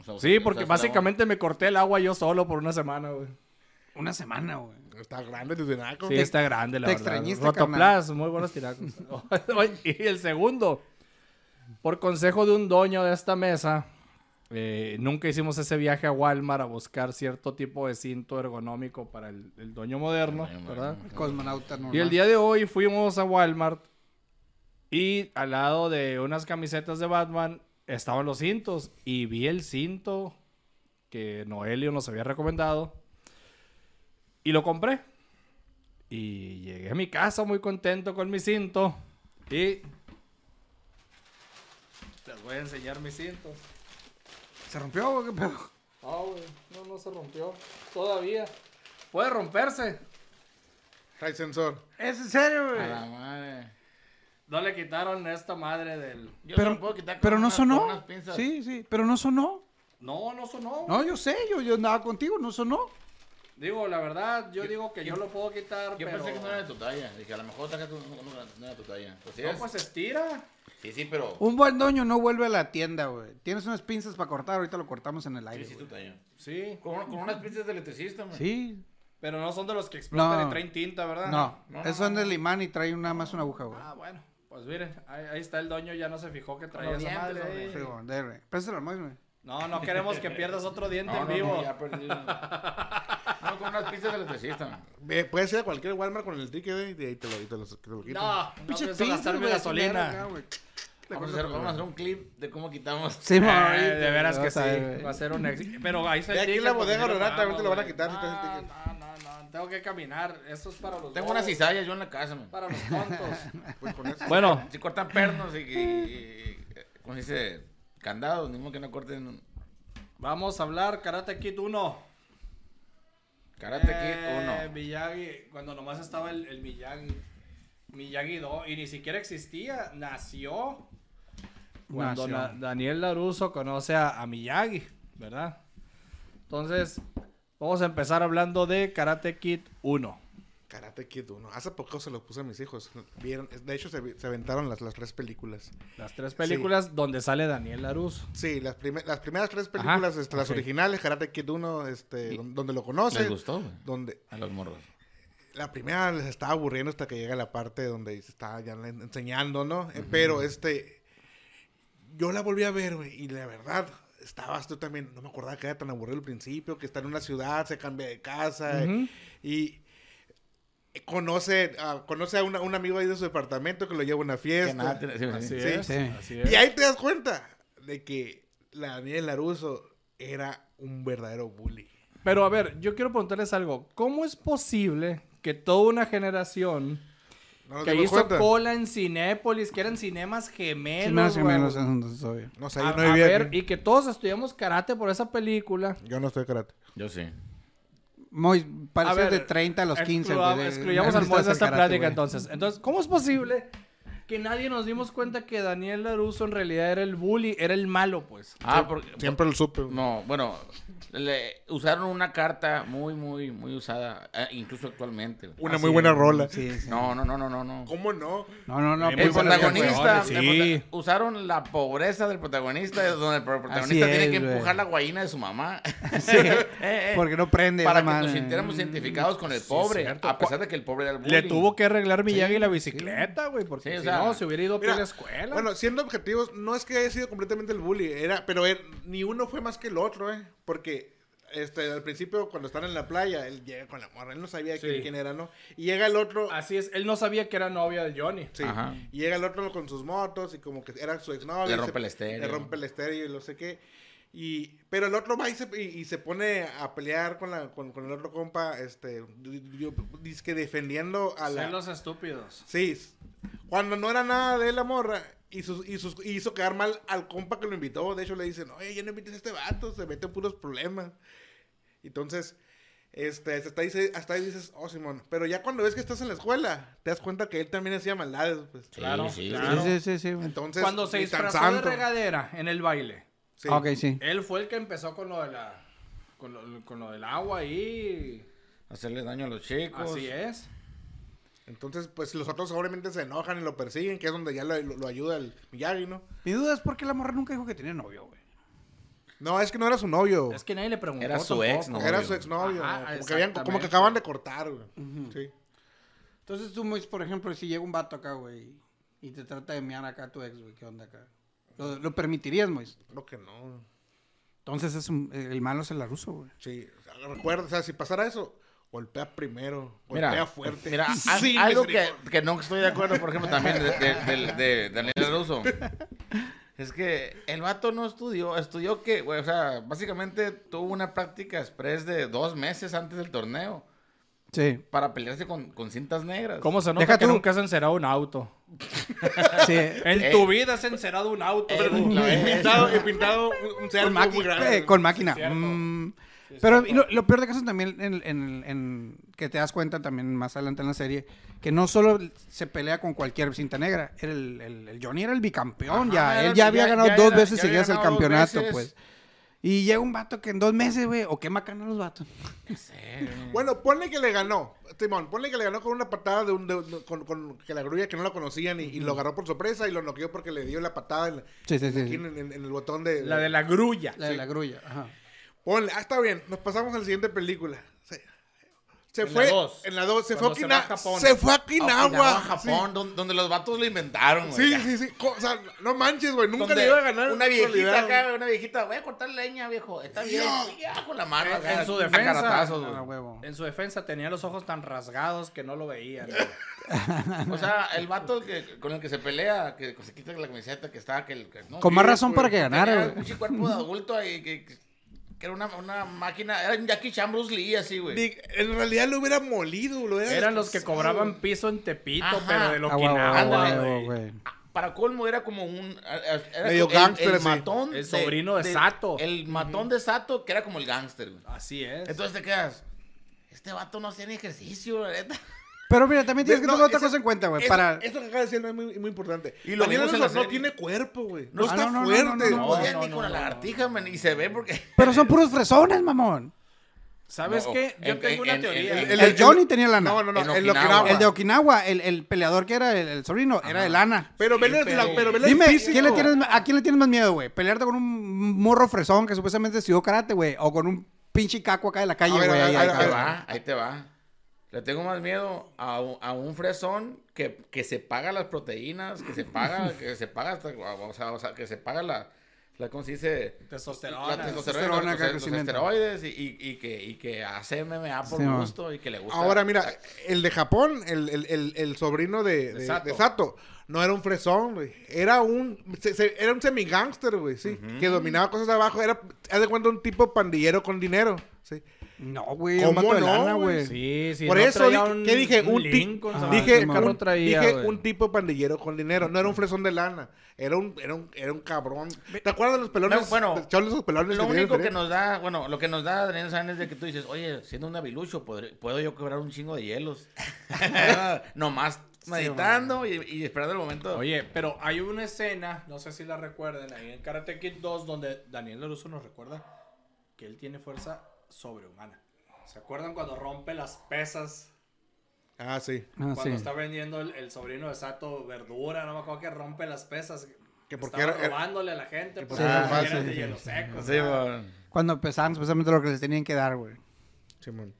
[SPEAKER 2] O sea,
[SPEAKER 4] Sí,
[SPEAKER 2] usaste-
[SPEAKER 4] porque
[SPEAKER 2] usaste el agua.
[SPEAKER 4] básicamente me corté el agua yo solo por una semana, güey.
[SPEAKER 5] Una semana, güey.
[SPEAKER 3] Está grande tu tinaco.
[SPEAKER 4] Sí, está grande, la
[SPEAKER 5] te
[SPEAKER 4] verdad.
[SPEAKER 5] extrañiste,
[SPEAKER 4] Rotoplas, muy buenos tinacos. y el segundo, por consejo de un dueño de esta mesa, eh, nunca hicimos ese viaje a Walmart a buscar cierto tipo de cinto ergonómico para el, el dueño moderno,
[SPEAKER 2] Ay,
[SPEAKER 4] ¿verdad?
[SPEAKER 2] madre.
[SPEAKER 5] Cosmonauta normal.
[SPEAKER 4] Y el día de hoy fuimos a Walmart y al lado de unas camisetas de Batman estaban los cintos y vi el cinto que Noelio nos había recomendado y lo compré. Y llegué a mi casa muy contento con mi cinto y les voy a enseñar mis cintos.
[SPEAKER 5] ¿Se rompió güey? ¿Qué pedo?
[SPEAKER 4] Ah, güey, no, no se rompió todavía. Puede romperse.
[SPEAKER 3] Trae sensor.
[SPEAKER 5] ¿Es en serio,
[SPEAKER 2] A
[SPEAKER 5] güey?
[SPEAKER 4] Ah,
[SPEAKER 2] la madre.
[SPEAKER 4] No le quitaron esta madre del...
[SPEAKER 2] Yo se lo
[SPEAKER 5] Pero,
[SPEAKER 2] puedo quitar con
[SPEAKER 5] pero no
[SPEAKER 2] unas-
[SPEAKER 5] sonó.
[SPEAKER 2] con unas pinzas.
[SPEAKER 5] Sí, sí, pero no sonó.
[SPEAKER 4] No, no sonó.
[SPEAKER 5] No, yo sé, yo, yo andaba contigo, no sonó.
[SPEAKER 4] Digo, la verdad, yo, digo que yo, lo puedo quitar,
[SPEAKER 2] Yo
[SPEAKER 4] pero...
[SPEAKER 2] pensé que no era de tu talla. Dije, a lo mejor sacaste uno uno que no era de tu talla. Pues sí,
[SPEAKER 4] No,
[SPEAKER 2] es.
[SPEAKER 4] pues estira.
[SPEAKER 2] sí, sí, pero.
[SPEAKER 5] Un buen doño no vuelve a la tienda, güey. Tienes unas pinzas para cortar, ahorita lo cortamos en el
[SPEAKER 2] Sí,
[SPEAKER 5] aire.
[SPEAKER 2] sí,
[SPEAKER 5] güey.
[SPEAKER 2] tu talla.
[SPEAKER 4] Sí.
[SPEAKER 2] Con, con unas pinzas de electricista, man.
[SPEAKER 5] Sí.
[SPEAKER 4] Pero no son de los que explotan
[SPEAKER 5] No.
[SPEAKER 4] y traen tinta, ¿verdad?
[SPEAKER 5] No,
[SPEAKER 2] no,
[SPEAKER 5] eso es del imán y trae nada más una aguja, güey.
[SPEAKER 4] Ah, bueno. Pues miren, ahí, ahí está el doño, ya no se fijó que traía
[SPEAKER 2] Con los
[SPEAKER 4] esa madre.
[SPEAKER 2] dientes,
[SPEAKER 4] ahí.
[SPEAKER 5] Sí, güey, de- güey. Préselo al Mois, güey.
[SPEAKER 4] No, no queremos que pierdas otro diente
[SPEAKER 2] No,
[SPEAKER 4] en
[SPEAKER 2] no,
[SPEAKER 4] vivo.
[SPEAKER 2] no, ya perdí. No, con unas pinzas de electricista, man.
[SPEAKER 3] Eh, puedes ir a cualquier Walmart con el ticket eh, y ahí te lo, y te lo, te lo quitan.
[SPEAKER 4] No, no
[SPEAKER 5] Pinche
[SPEAKER 4] pienso gastarme
[SPEAKER 5] güey, verga,
[SPEAKER 4] gasolina.
[SPEAKER 5] güey.
[SPEAKER 2] Vamos a, hacer, vamos a hacer un clip de cómo quitamos.
[SPEAKER 5] Sí,
[SPEAKER 4] Eh,
[SPEAKER 5] güey,
[SPEAKER 4] de veras que
[SPEAKER 5] vas
[SPEAKER 4] sí.
[SPEAKER 5] a ver, güey.
[SPEAKER 4] Va a ser un éxito. Pero ahí se
[SPEAKER 3] De aquí
[SPEAKER 4] ticket,
[SPEAKER 3] la
[SPEAKER 4] porque
[SPEAKER 3] bodega
[SPEAKER 4] sí lo
[SPEAKER 3] Aurora también te lo van a
[SPEAKER 4] pagamos,
[SPEAKER 3] quitar si
[SPEAKER 4] güey.
[SPEAKER 3] te haces
[SPEAKER 4] No, no, no. Tengo que caminar. Eso es para los
[SPEAKER 2] Tengo unas
[SPEAKER 4] bobos,
[SPEAKER 2] cizallas yo en la casa, man.
[SPEAKER 4] Para los tontos.
[SPEAKER 3] Pues con eso.
[SPEAKER 4] bueno,
[SPEAKER 2] Si cortan pernos y. y, y- ¿Cómo se dice? Candados, ni modo que no corten.
[SPEAKER 4] vamos a hablar Karate Kid 1.
[SPEAKER 2] Karate
[SPEAKER 4] Eh,
[SPEAKER 2] Kid 1.
[SPEAKER 4] Miyagi, cuando nomás estaba el, el Miyagi. Miyagi 2 y ni siquiera existía, nació cuando
[SPEAKER 5] Nació.
[SPEAKER 4] Na- Daniel Laruso conoce a, a Miyagi, ¿verdad? Entonces, vamos a empezar hablando de Karate Kid 1.
[SPEAKER 3] Karate Kid 1. Hace poco se lo puse a mis hijos. Vieron, de hecho, se, vi- se aventaron las, las tres películas.
[SPEAKER 4] Las tres películas donde sale Daniel Laruso.
[SPEAKER 3] Sí, las, prime- las primeras tres películas, este, las
[SPEAKER 4] ok.
[SPEAKER 3] originales, Karate Kid 1, este, don- donde lo conoce.
[SPEAKER 2] Les gustó, güey.
[SPEAKER 3] Donde
[SPEAKER 2] A los morros.
[SPEAKER 3] la primera les estaba aburriendo hasta que llega la parte donde se está ya le- enseñando, ¿no? Eh, Pero este, yo la volví a ver, güey, y la verdad, estabas tú también, no me acordaba que era tan aburrido al principio, que está en una ciudad, se cambia de casa, eh,
[SPEAKER 4] Ujú.
[SPEAKER 3] y eh, conoce, a- conoce a una- un amigo ahí de su departamento que lo lleva a una
[SPEAKER 2] Que
[SPEAKER 3] fiesta.
[SPEAKER 2] nada tiene- sí, sí.
[SPEAKER 4] Así
[SPEAKER 3] Sí,
[SPEAKER 4] es.
[SPEAKER 5] sí.
[SPEAKER 4] así es.
[SPEAKER 3] Y ahí te das cuenta de que la Daniel Laruso era un verdadero bully.
[SPEAKER 4] Pero a ver, yo quiero preguntarles algo. ¿Cómo es posible que toda una generación
[SPEAKER 3] ¿No nos
[SPEAKER 4] que
[SPEAKER 3] dimos
[SPEAKER 4] hizo
[SPEAKER 3] cuenta?
[SPEAKER 4] cola en Cinépolis, que eran cinemas gemelos,
[SPEAKER 5] Sí, menos que
[SPEAKER 4] güey.
[SPEAKER 5] menos, entonces, obvio.
[SPEAKER 3] No sé,
[SPEAKER 4] A,
[SPEAKER 3] yo no
[SPEAKER 4] a
[SPEAKER 3] vivía
[SPEAKER 4] ver,
[SPEAKER 3] aquí.
[SPEAKER 4] y que todos estudiamos karate por esa película.
[SPEAKER 3] Yo no estoy karate.
[SPEAKER 2] Yo sí.
[SPEAKER 5] Mois,
[SPEAKER 4] A
[SPEAKER 5] pareció
[SPEAKER 4] ver,
[SPEAKER 5] de 30 a los 15,
[SPEAKER 4] excluya-
[SPEAKER 5] güey. de-
[SPEAKER 4] Excluyamos
[SPEAKER 5] de-
[SPEAKER 4] al Mois de esta
[SPEAKER 5] karate,
[SPEAKER 4] plática
[SPEAKER 5] güey.
[SPEAKER 4] entonces. Entonces, ¿cómo es posible que nadie nos dimos cuenta que Daniel Laruso en realidad era el bully, era el malo, pues?
[SPEAKER 2] Ah, porque.
[SPEAKER 3] Siempre lo supe. güey.
[SPEAKER 2] No, bueno, le usaron una carta muy, muy, muy usada, eh, incluso actualmente. güey.
[SPEAKER 3] Una muy buena rola.
[SPEAKER 5] Sí, sí.
[SPEAKER 2] No, no, no, no, no, no.
[SPEAKER 3] ¿Cómo no?
[SPEAKER 5] No, no, no.
[SPEAKER 4] El
[SPEAKER 2] El
[SPEAKER 5] pues,
[SPEAKER 2] protagonista,
[SPEAKER 4] Sí.
[SPEAKER 2] la prota- usaron la pobreza del protagonista, es donde el protagonista
[SPEAKER 5] Así
[SPEAKER 2] tiene
[SPEAKER 5] es,
[SPEAKER 2] que
[SPEAKER 5] güey.
[SPEAKER 2] empujar la guayina de su mamá
[SPEAKER 5] porque-
[SPEAKER 2] Eh, eh,
[SPEAKER 5] Porque no prende.
[SPEAKER 4] Este,
[SPEAKER 2] para
[SPEAKER 5] la
[SPEAKER 2] que
[SPEAKER 5] madre.
[SPEAKER 2] nos sintiéramos identificados con el pobre,
[SPEAKER 4] Mm, cierto.
[SPEAKER 2] a pesar de que el pobre era el bullying.
[SPEAKER 4] Le tuvo que arreglar Miyagi la bicicleta, güey, porque
[SPEAKER 2] Sí, o
[SPEAKER 4] si
[SPEAKER 2] sea,
[SPEAKER 4] no, se hubiera ido a
[SPEAKER 3] Mira,
[SPEAKER 4] la escuela.
[SPEAKER 3] Bueno, siendo objetivos, no es que haya sido completamente el bully, era, pero él- ni uno fue más que el otro, ¿eh? Porque este, al principio, cuando están en la playa, él llega con la morra, él no sabía
[SPEAKER 4] Sí.
[SPEAKER 3] quién, quién era, ¿no? Y llega el otro,
[SPEAKER 4] Así es, él no sabía que era novia de Johnny.
[SPEAKER 3] sí,
[SPEAKER 2] Ajá.
[SPEAKER 3] y llega el otro con sus motos y como que era su exnovio.
[SPEAKER 2] Le
[SPEAKER 3] y se-
[SPEAKER 2] rompe el estéreo.
[SPEAKER 3] Le rompe el estéreo y no sé qué. Y, pero el otro va y se, y- y se pone a pelear con, la, con, con el otro compa, este, dice que defendiendo a la...
[SPEAKER 4] Son los estúpidos.
[SPEAKER 3] Sí, s- cuando no era nada de la morra y, sus, y, sus- y hizo quedar mal al compa que lo invitó. De hecho, le dicen, oye, ya no invites a este vato, se mete en puros problemas. Entonces, este, hasta, ahí, se- hasta ahí dices, oh, Simón. Pero ya cuando ves que estás en la escuela, te das cuenta que él también hacía maldades, pues.
[SPEAKER 2] Sí,
[SPEAKER 4] Claro,
[SPEAKER 2] sí,
[SPEAKER 4] claro.
[SPEAKER 5] Sí, sí, sí. sí, güey.
[SPEAKER 3] Entonces,
[SPEAKER 4] Cuando se
[SPEAKER 3] ni tan
[SPEAKER 4] disfrazó
[SPEAKER 3] santo.
[SPEAKER 4] de regadera en el baile,
[SPEAKER 3] Sí.
[SPEAKER 5] Ah, Ok, sí.
[SPEAKER 4] él fue el que empezó con lo de la con lo, con lo del agua ahí.
[SPEAKER 2] Hacerle daño a los chicos.
[SPEAKER 4] Así es.
[SPEAKER 3] Entonces, pues los otros obviamente se enojan y lo persiguen, que es donde ya lo, lo- lo ayuda el Miyagi, ¿no?
[SPEAKER 5] Mi duda es por qué la morra nunca dijo que tenía novio, güey.
[SPEAKER 3] No, es que no era su novio.
[SPEAKER 4] Es que nadie le preguntó.
[SPEAKER 2] Era su ex,
[SPEAKER 4] tampoco.
[SPEAKER 2] ¿no?
[SPEAKER 3] Era
[SPEAKER 2] novio.
[SPEAKER 3] su exnovio.
[SPEAKER 4] Ajá,
[SPEAKER 3] ¿no? como, que habían, como que
[SPEAKER 4] exactamente.
[SPEAKER 3] acaban de cortar, güey. Sí.
[SPEAKER 5] Entonces tú, Mois, por ejemplo, si llega un vato acá, güey, y te trata de mear acá a tu ex, güey, ¿qué onda acá? ¿Lo, lo permitirías, Mois?
[SPEAKER 3] Creo que no.
[SPEAKER 5] Entonces es un- el malo es el ruso, güey.
[SPEAKER 3] Sí, o sea, recuerda, o sea, si pasara eso, golpea primero, golpea
[SPEAKER 2] Mira,
[SPEAKER 3] fuerte.
[SPEAKER 2] mira, a-
[SPEAKER 3] Sin
[SPEAKER 2] algo que,
[SPEAKER 3] misericordia.
[SPEAKER 2] que no estoy de acuerdo, por ejemplo, también de, de- del- de Daniel Russo. Es que el vato no estudió, estudió que, güey, o sea, básicamente tuvo una práctica express de dos meses antes del torneo
[SPEAKER 5] Sí.
[SPEAKER 2] para pelearse con, con cintas negras.
[SPEAKER 4] ¿Cómo se nota
[SPEAKER 5] Deja
[SPEAKER 4] que
[SPEAKER 5] tú.
[SPEAKER 4] nunca has encerado un auto?
[SPEAKER 5] Sí.
[SPEAKER 4] En
[SPEAKER 2] Eh.
[SPEAKER 4] tu vida has encerado un auto.
[SPEAKER 2] Eh,
[SPEAKER 4] tú.
[SPEAKER 2] la-
[SPEAKER 3] He pintado, he pintado un- un cerco
[SPEAKER 5] con,
[SPEAKER 3] muy
[SPEAKER 5] maqui-
[SPEAKER 3] grande.
[SPEAKER 5] eh, con máquina.
[SPEAKER 4] cierto.
[SPEAKER 5] Mm, pero y lo, lo peor de caso es también en, en- en- que te das cuenta también más adelante en la serie, que no solo se pelea con cualquier cinta negra, era el, el- el Johnny era el bicampeón
[SPEAKER 2] Ajá,
[SPEAKER 5] ya,
[SPEAKER 2] era
[SPEAKER 5] él
[SPEAKER 2] el-
[SPEAKER 5] ya había
[SPEAKER 2] ya-
[SPEAKER 5] ganado
[SPEAKER 2] ya
[SPEAKER 5] dos
[SPEAKER 2] era-
[SPEAKER 5] veces
[SPEAKER 2] ya había
[SPEAKER 5] seguidas el
[SPEAKER 2] ganado dos
[SPEAKER 5] campeonato,
[SPEAKER 2] veces.
[SPEAKER 5] pues. Y llega un vato que en dos meses, güey, o qué macana los vatos.
[SPEAKER 3] Bueno, ponle que le ganó, Timón, ponle que le ganó con una patada de un de- de- con, con- que la grulla que no la conocían y, y lo agarró por sorpresa y lo noqueó porque le dio la patada en, la-
[SPEAKER 5] Sí, sí, sí.
[SPEAKER 3] aquí en, en- en el botón de...
[SPEAKER 4] La de la grulla.
[SPEAKER 5] La de la grulla. Ajá.
[SPEAKER 3] Ponle, ah, está bien, nos pasamos a la siguiente película. Se, se
[SPEAKER 4] En la
[SPEAKER 3] fue
[SPEAKER 4] dos.
[SPEAKER 3] en la 2, se fue a
[SPEAKER 4] Cuando se va a
[SPEAKER 3] Okina-
[SPEAKER 4] Japón.
[SPEAKER 3] se fue a
[SPEAKER 2] Okinawa,
[SPEAKER 3] Okinawa.
[SPEAKER 2] Japón, don- donde los vatos lo inventaron, güey.
[SPEAKER 3] Sí, sí, sí, sí. co- O sea, no manches, güey, nunca
[SPEAKER 2] Donde
[SPEAKER 3] le iba a ganar.
[SPEAKER 2] Una
[SPEAKER 3] en
[SPEAKER 2] viejita
[SPEAKER 3] realidad,
[SPEAKER 2] acá, una viejita. Voy a cortar leña, viejo. Está bien. Ya, con la mano.
[SPEAKER 4] En-
[SPEAKER 2] acá,
[SPEAKER 4] en su
[SPEAKER 2] a
[SPEAKER 4] defensa.
[SPEAKER 2] caratazos,
[SPEAKER 5] Ah,
[SPEAKER 2] güey.
[SPEAKER 5] huevo.
[SPEAKER 4] En su defensa tenía los ojos tan rasgados que no lo veían.
[SPEAKER 2] o sea, el vato que, con el que se pelea, que se quita la camiseta, que estaba. Que, que- no,
[SPEAKER 5] Con más
[SPEAKER 2] sí,
[SPEAKER 5] razón
[SPEAKER 2] güey.
[SPEAKER 5] para que
[SPEAKER 2] Tenía
[SPEAKER 5] ganara,
[SPEAKER 2] un
[SPEAKER 5] güey.
[SPEAKER 2] pinche cuerpo de adulto ahí que, que era una, una máquina. Era un Jackie Chan Bruce Lee, así, güey.
[SPEAKER 3] Dick, En realidad lo hubiera molido, lo
[SPEAKER 2] Eh,
[SPEAKER 3] hubiera
[SPEAKER 4] Eran los que
[SPEAKER 3] destrozado,
[SPEAKER 4] cobraban piso en Tepito,
[SPEAKER 2] Ajá.
[SPEAKER 4] pero de
[SPEAKER 5] Ah, huevo,
[SPEAKER 4] Okinawa,
[SPEAKER 5] huevo,
[SPEAKER 2] ándale,
[SPEAKER 5] huevo,
[SPEAKER 4] güey.
[SPEAKER 5] güey.
[SPEAKER 2] Para colmo era como un... Era
[SPEAKER 3] Medio
[SPEAKER 2] como el-
[SPEAKER 3] gángster,
[SPEAKER 2] el,
[SPEAKER 3] sí.
[SPEAKER 2] matón.
[SPEAKER 4] El sobrino de Sato.
[SPEAKER 2] El matón de Sato, que era como el gángster, güey.
[SPEAKER 4] Así es.
[SPEAKER 2] Entonces te quedas... Este vato no hace ni ejercicio, la neta.
[SPEAKER 5] Pero mira, también tienes que
[SPEAKER 3] No,
[SPEAKER 5] tomar otra
[SPEAKER 3] ese-
[SPEAKER 5] cosa en cuenta, güey.
[SPEAKER 3] Eso,
[SPEAKER 5] Para...
[SPEAKER 3] eso que acaba de decir no es muy, muy importante.
[SPEAKER 2] Y lo
[SPEAKER 3] Daniel
[SPEAKER 2] vimos en la
[SPEAKER 3] Alonso no
[SPEAKER 2] serie.
[SPEAKER 3] tiene cuerpo, güey. No
[SPEAKER 5] Ah,
[SPEAKER 3] está
[SPEAKER 5] no, no, no,
[SPEAKER 3] fuerte.
[SPEAKER 5] no,
[SPEAKER 2] No
[SPEAKER 5] no,
[SPEAKER 2] podía
[SPEAKER 4] no,
[SPEAKER 2] ni
[SPEAKER 4] no,
[SPEAKER 2] con la
[SPEAKER 4] no,
[SPEAKER 2] lagartija, man. Y se ve porque...
[SPEAKER 5] Pero son puros fresones, mamón.
[SPEAKER 4] ¿Sabes
[SPEAKER 2] No,
[SPEAKER 4] qué? Yo
[SPEAKER 2] en-
[SPEAKER 4] tengo una
[SPEAKER 2] en-
[SPEAKER 4] teoría.
[SPEAKER 5] El, Johnny tenía lana.
[SPEAKER 3] No, no, no.
[SPEAKER 2] En
[SPEAKER 3] en lo que
[SPEAKER 2] Okinawa.
[SPEAKER 3] graba.
[SPEAKER 5] El de Okinawa, el, el peleador que era el, el sobrino, era de lana.
[SPEAKER 3] Pero vele la- pero vele el
[SPEAKER 5] Dime,
[SPEAKER 3] físico.
[SPEAKER 5] ¿quién le tienes, ma- ¿a quién le tienes más miedo, güey? ¿Pelearte con un morro fresón que supuestamente estudió karate, güey? ¿O con un pinche caco acá de la calle,
[SPEAKER 3] A ver,
[SPEAKER 5] güey?
[SPEAKER 3] a ver,
[SPEAKER 5] ahí,
[SPEAKER 3] a
[SPEAKER 5] ahí,
[SPEAKER 3] ver,
[SPEAKER 2] Ahí
[SPEAKER 5] ahí?
[SPEAKER 2] te va, ahí te va. Le tengo más miedo a, un- a un fresón que, que se paga las proteínas, que se paga, que se paga hasta, o sea, o sea, que se paga la, la ¿cómo se dice?
[SPEAKER 4] Testosterona.
[SPEAKER 5] testosterona,
[SPEAKER 2] La testosterona, los-
[SPEAKER 5] acá,
[SPEAKER 2] los, los
[SPEAKER 5] crecimiento.
[SPEAKER 2] esteroides y, y- y que, y que hace MMA por
[SPEAKER 5] Sí, man.
[SPEAKER 2] gusto y que le gusta.
[SPEAKER 3] Ahora, mira, el de Japón, el, el, el, el sobrino de, de, de Sato.
[SPEAKER 4] Sato.
[SPEAKER 3] no era un fresón, güey. Era un, se- se- era un semi-gangster, güey, sí. Que dominaba cosas de abajo. Era, haz de cuenta, un tipo pandillero con dinero, sí.
[SPEAKER 5] No, güey, un
[SPEAKER 3] ¿Cómo
[SPEAKER 5] vato de
[SPEAKER 3] no,
[SPEAKER 5] lana,
[SPEAKER 3] güey?
[SPEAKER 5] güey.
[SPEAKER 4] Sí, sí.
[SPEAKER 3] Por
[SPEAKER 4] no
[SPEAKER 3] eso,
[SPEAKER 4] traía
[SPEAKER 3] dije, ¿qué dije? Un, ti-
[SPEAKER 4] Lincoln,
[SPEAKER 5] Ah,
[SPEAKER 4] ¿sabes?
[SPEAKER 3] dije,
[SPEAKER 4] ¿Qué
[SPEAKER 5] un-
[SPEAKER 4] carro
[SPEAKER 3] un,
[SPEAKER 4] traía,
[SPEAKER 3] dije
[SPEAKER 4] güey?
[SPEAKER 3] un tipo pandillero con dinero. No era un fresón de lana. Era un, era un, era un cabrón. ¿Te acuerdas de los pelones?
[SPEAKER 2] No, bueno,
[SPEAKER 3] de Charles, los pelones
[SPEAKER 2] Lo
[SPEAKER 3] tenían el
[SPEAKER 2] único que
[SPEAKER 3] derecho?
[SPEAKER 2] nos da, bueno, lo que nos da Daniel Sánchez es de que tú dices, oye, siendo un avilucho, podré- puedo yo quebrar un chingo de hielos. Nomás meditando y, y esperando el momento.
[SPEAKER 4] Oye, pero hay una escena, no sé si la recuerden, ahí en Karate Kid 2, donde Daniel LaRusso nos recuerda que él tiene fuerza sobrehumana. ¿Se acuerdan cuando rompe las pesas?
[SPEAKER 3] Ah, sí.
[SPEAKER 5] Ah,
[SPEAKER 4] cuando
[SPEAKER 5] sí.
[SPEAKER 4] está vendiendo el, el sobrino de Sato verdura, no me acuerdo que rompe las pesas.
[SPEAKER 3] Que
[SPEAKER 4] Que
[SPEAKER 3] porque
[SPEAKER 4] porque
[SPEAKER 3] era- era-
[SPEAKER 4] robándole a la gente. pues, porque
[SPEAKER 3] porque era
[SPEAKER 4] eran
[SPEAKER 3] fácil,
[SPEAKER 4] de
[SPEAKER 3] sí,
[SPEAKER 4] hielo seco, o
[SPEAKER 2] Sí,
[SPEAKER 4] sea.
[SPEAKER 2] bueno.
[SPEAKER 5] Cuando empezaban supuestamente lo que les tenían que dar, güey.
[SPEAKER 3] Simón.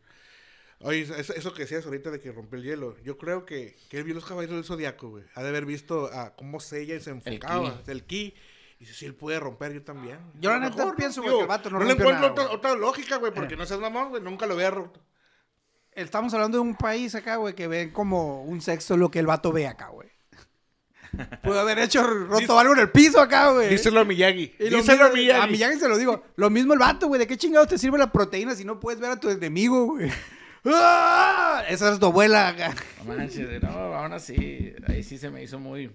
[SPEAKER 3] Oye, eso, eso que decías ahorita de que rompió el hielo, yo creo que, que él vio los caballeros del zodiaco, güey. Ha de haber visto a cómo Sella y se enfocaba, el ki. Y dice, si él puede romper, yo también.
[SPEAKER 5] Yo la
[SPEAKER 3] A lo
[SPEAKER 5] neta pienso, güey,
[SPEAKER 3] digo,
[SPEAKER 5] que el vato no
[SPEAKER 3] le
[SPEAKER 5] rompió
[SPEAKER 3] encuentro
[SPEAKER 5] nada,
[SPEAKER 3] otra,
[SPEAKER 5] güey. Eh.
[SPEAKER 3] otra lógica, güey, porque no seas mamón, güey, nunca lo había roto.
[SPEAKER 5] Estamos hablando de un país acá, güey, que ven como un sexo lo que el vato ve acá, güey. Pudo haber hecho roto algo en el piso acá, güey.
[SPEAKER 3] a Miyagi.
[SPEAKER 5] Y lo
[SPEAKER 3] Díselo a
[SPEAKER 5] mismo-
[SPEAKER 3] Miyagi.
[SPEAKER 5] A Miyagi se lo digo. Lo mismo el vato, güey. ¿De qué chingados te sirve la proteína si no puedes ver a tu enemigo, güey? ¡Ah! Esa es tu abuela. acá.
[SPEAKER 2] No manches, no, aún así, ahí sí se me hizo muy,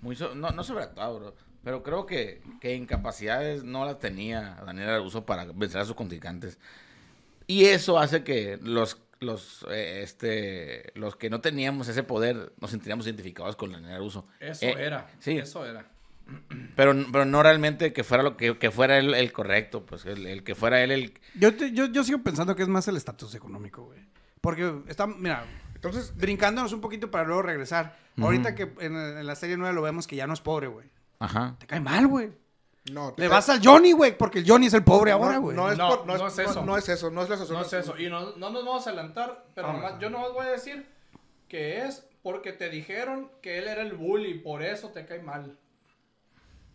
[SPEAKER 2] muy, so- no, no sobreactuado, bro, pero creo que, que incapacidades no las tenía Daniel Aruso para vencer a sus contrincantes. Y eso hace que los, los, eh, este, los que no teníamos ese poder nos sentiríamos identificados con Daniel Aruso.
[SPEAKER 4] Eso
[SPEAKER 2] Eh,
[SPEAKER 4] era.
[SPEAKER 2] Sí,
[SPEAKER 4] Eso era.
[SPEAKER 2] Pero, pero no realmente que fuera lo que, que fuera él el correcto, pues el, el que fuera él el...
[SPEAKER 5] Yo, te- yo, yo sigo pensando que es más el estatus económico, güey. Porque está, mira,
[SPEAKER 3] Entonces,
[SPEAKER 5] brincándonos un poquito para luego regresar. Ahorita que en, en la serie nueva lo vemos que ya no es pobre, güey.
[SPEAKER 2] Ajá.
[SPEAKER 5] Te cae mal, güey.
[SPEAKER 3] no.
[SPEAKER 5] Le vas al Johnny, güey, porque el Johnny es el pobre
[SPEAKER 3] no,
[SPEAKER 5] ahora, güey.
[SPEAKER 3] No, es
[SPEAKER 4] No,
[SPEAKER 3] por- no,
[SPEAKER 4] no
[SPEAKER 3] es
[SPEAKER 4] es eso.
[SPEAKER 3] No, no es eso, no es la asociación.
[SPEAKER 4] No es eso. Y no, no nos vamos a adelantar, pero nomás, yo nomás voy a decir que es porque te dijeron que él era el bully, por eso te cae mal.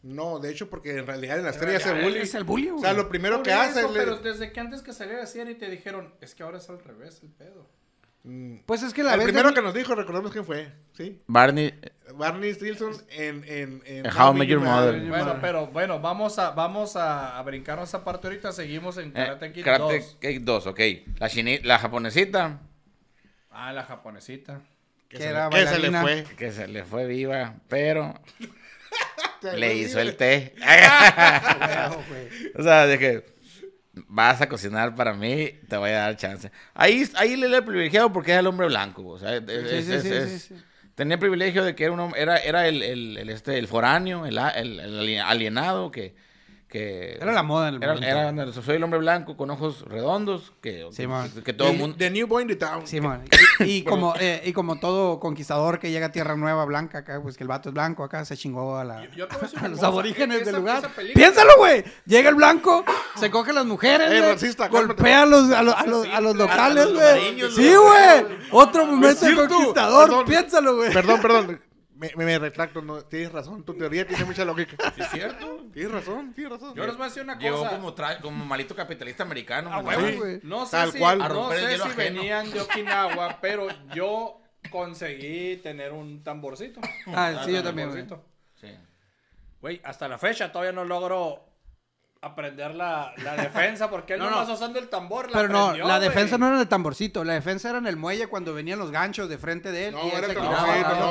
[SPEAKER 3] No, de hecho, porque en realidad en la serie
[SPEAKER 4] realidad
[SPEAKER 3] hace
[SPEAKER 4] él
[SPEAKER 3] bullying.
[SPEAKER 5] es el bully,
[SPEAKER 3] O
[SPEAKER 5] güey.
[SPEAKER 3] sea, lo primero
[SPEAKER 4] Por
[SPEAKER 3] que
[SPEAKER 4] eso,
[SPEAKER 3] hace es...
[SPEAKER 4] Pero desde que antes que saliera la serie te dijeron, es que ahora es al revés el pedo.
[SPEAKER 5] Pues es que la
[SPEAKER 3] El
[SPEAKER 5] vez
[SPEAKER 3] primero
[SPEAKER 5] Dani-
[SPEAKER 3] que nos dijo, recordemos quién fue, ¿sí?
[SPEAKER 2] Barney,
[SPEAKER 3] Barney Stinson en, en, en
[SPEAKER 2] En How I Met Your Mother.
[SPEAKER 4] Bueno, pero bueno, vamos a, vamos a, a brincarnos esa parte ahorita, seguimos en
[SPEAKER 2] Eh,
[SPEAKER 4] Karate Kid
[SPEAKER 2] Karate
[SPEAKER 4] 2.
[SPEAKER 2] Kid 2, ok. La, chini- la japonesita,
[SPEAKER 4] Ah, la japonesita.
[SPEAKER 5] que era
[SPEAKER 3] que se le
[SPEAKER 5] bailarina.
[SPEAKER 3] fue.
[SPEAKER 2] que se le fue viva, pero le
[SPEAKER 3] Ay,
[SPEAKER 2] hizo
[SPEAKER 3] mira.
[SPEAKER 2] el té.
[SPEAKER 5] Claro, Ah, güey.
[SPEAKER 2] o sea, de que vas a cocinar para mí, te voy a dar chance. Ahí, ahí le era privilegiado porque era el hombre blanco. O sea, es- es-
[SPEAKER 5] sí,
[SPEAKER 2] es-
[SPEAKER 5] sí,
[SPEAKER 2] es-
[SPEAKER 5] sí, sí.
[SPEAKER 2] Tenía el privilegio de que era, un hom- era, era el, el- el este, el foráneo, el, a- el- el ali- alienado que, que...
[SPEAKER 5] Era la moda en el
[SPEAKER 2] Era,
[SPEAKER 5] momento.
[SPEAKER 2] era- no, soy el hombre blanco con ojos redondos, que,
[SPEAKER 5] Sí, man.
[SPEAKER 2] que, que todo el mundo...
[SPEAKER 3] The New Boy in the Town.
[SPEAKER 5] Sí, man. Y, y como, eh, y como todo conquistador que llega a Tierra Nueva blanca acá, pues que el vato es blanco acá, se chingó a, la,
[SPEAKER 4] yo te voy a decir
[SPEAKER 5] a
[SPEAKER 4] una
[SPEAKER 5] los
[SPEAKER 4] cosa,
[SPEAKER 5] aborígenes
[SPEAKER 4] esa-
[SPEAKER 5] del lugar.
[SPEAKER 4] esa película-
[SPEAKER 5] Piénsalo, güey. Llega el blanco, se coge a las mujeres,
[SPEAKER 3] Ey,
[SPEAKER 5] güey,
[SPEAKER 3] Eh, racista, cálmate.
[SPEAKER 5] golpea a los, a los, a los, a los locales,
[SPEAKER 2] los
[SPEAKER 5] güey.
[SPEAKER 2] mariños,
[SPEAKER 5] Sí, güey. Otro momento
[SPEAKER 3] cierto.
[SPEAKER 5] conquistador.
[SPEAKER 3] Perdón.
[SPEAKER 5] Piénsalo, güey.
[SPEAKER 3] Perdón, perdón. Me, me- me retracto, no, tienes razón, tu teoría tiene mucha lógica.
[SPEAKER 2] ¿Sí ¿Es cierto?
[SPEAKER 3] Tienes razón, tienes razón.
[SPEAKER 4] Yo les voy a decir una
[SPEAKER 2] Llegó
[SPEAKER 4] cosa.
[SPEAKER 2] como, tra- como malito capitalista americano.
[SPEAKER 4] A
[SPEAKER 2] ¿no?
[SPEAKER 4] huevo,
[SPEAKER 3] Sí.
[SPEAKER 4] güey. No sé
[SPEAKER 3] Tal
[SPEAKER 4] si,
[SPEAKER 3] cual.
[SPEAKER 2] A
[SPEAKER 4] no
[SPEAKER 2] romper el
[SPEAKER 4] sé
[SPEAKER 2] hielo
[SPEAKER 4] si
[SPEAKER 2] ajeno.
[SPEAKER 4] venían de Okinawa, pero yo conseguí tener un tamborcito.
[SPEAKER 5] Ah, sí, yo
[SPEAKER 4] Un
[SPEAKER 5] también, güey.
[SPEAKER 4] tamborcito.
[SPEAKER 2] Sí.
[SPEAKER 4] Güey, hasta la fecha todavía no logro aprender la, la defensa porque él
[SPEAKER 5] No, no.
[SPEAKER 4] nomás usando el tambor la
[SPEAKER 5] Pero no,
[SPEAKER 4] aprendió,
[SPEAKER 5] la
[SPEAKER 4] güey.
[SPEAKER 5] defensa no era en el tamborcito, la defensa era en el muelle cuando venían los ganchos de frente de él.
[SPEAKER 3] No,
[SPEAKER 5] y él
[SPEAKER 3] era
[SPEAKER 5] se
[SPEAKER 3] el
[SPEAKER 5] quitaba.
[SPEAKER 3] tamborcito,
[SPEAKER 4] no,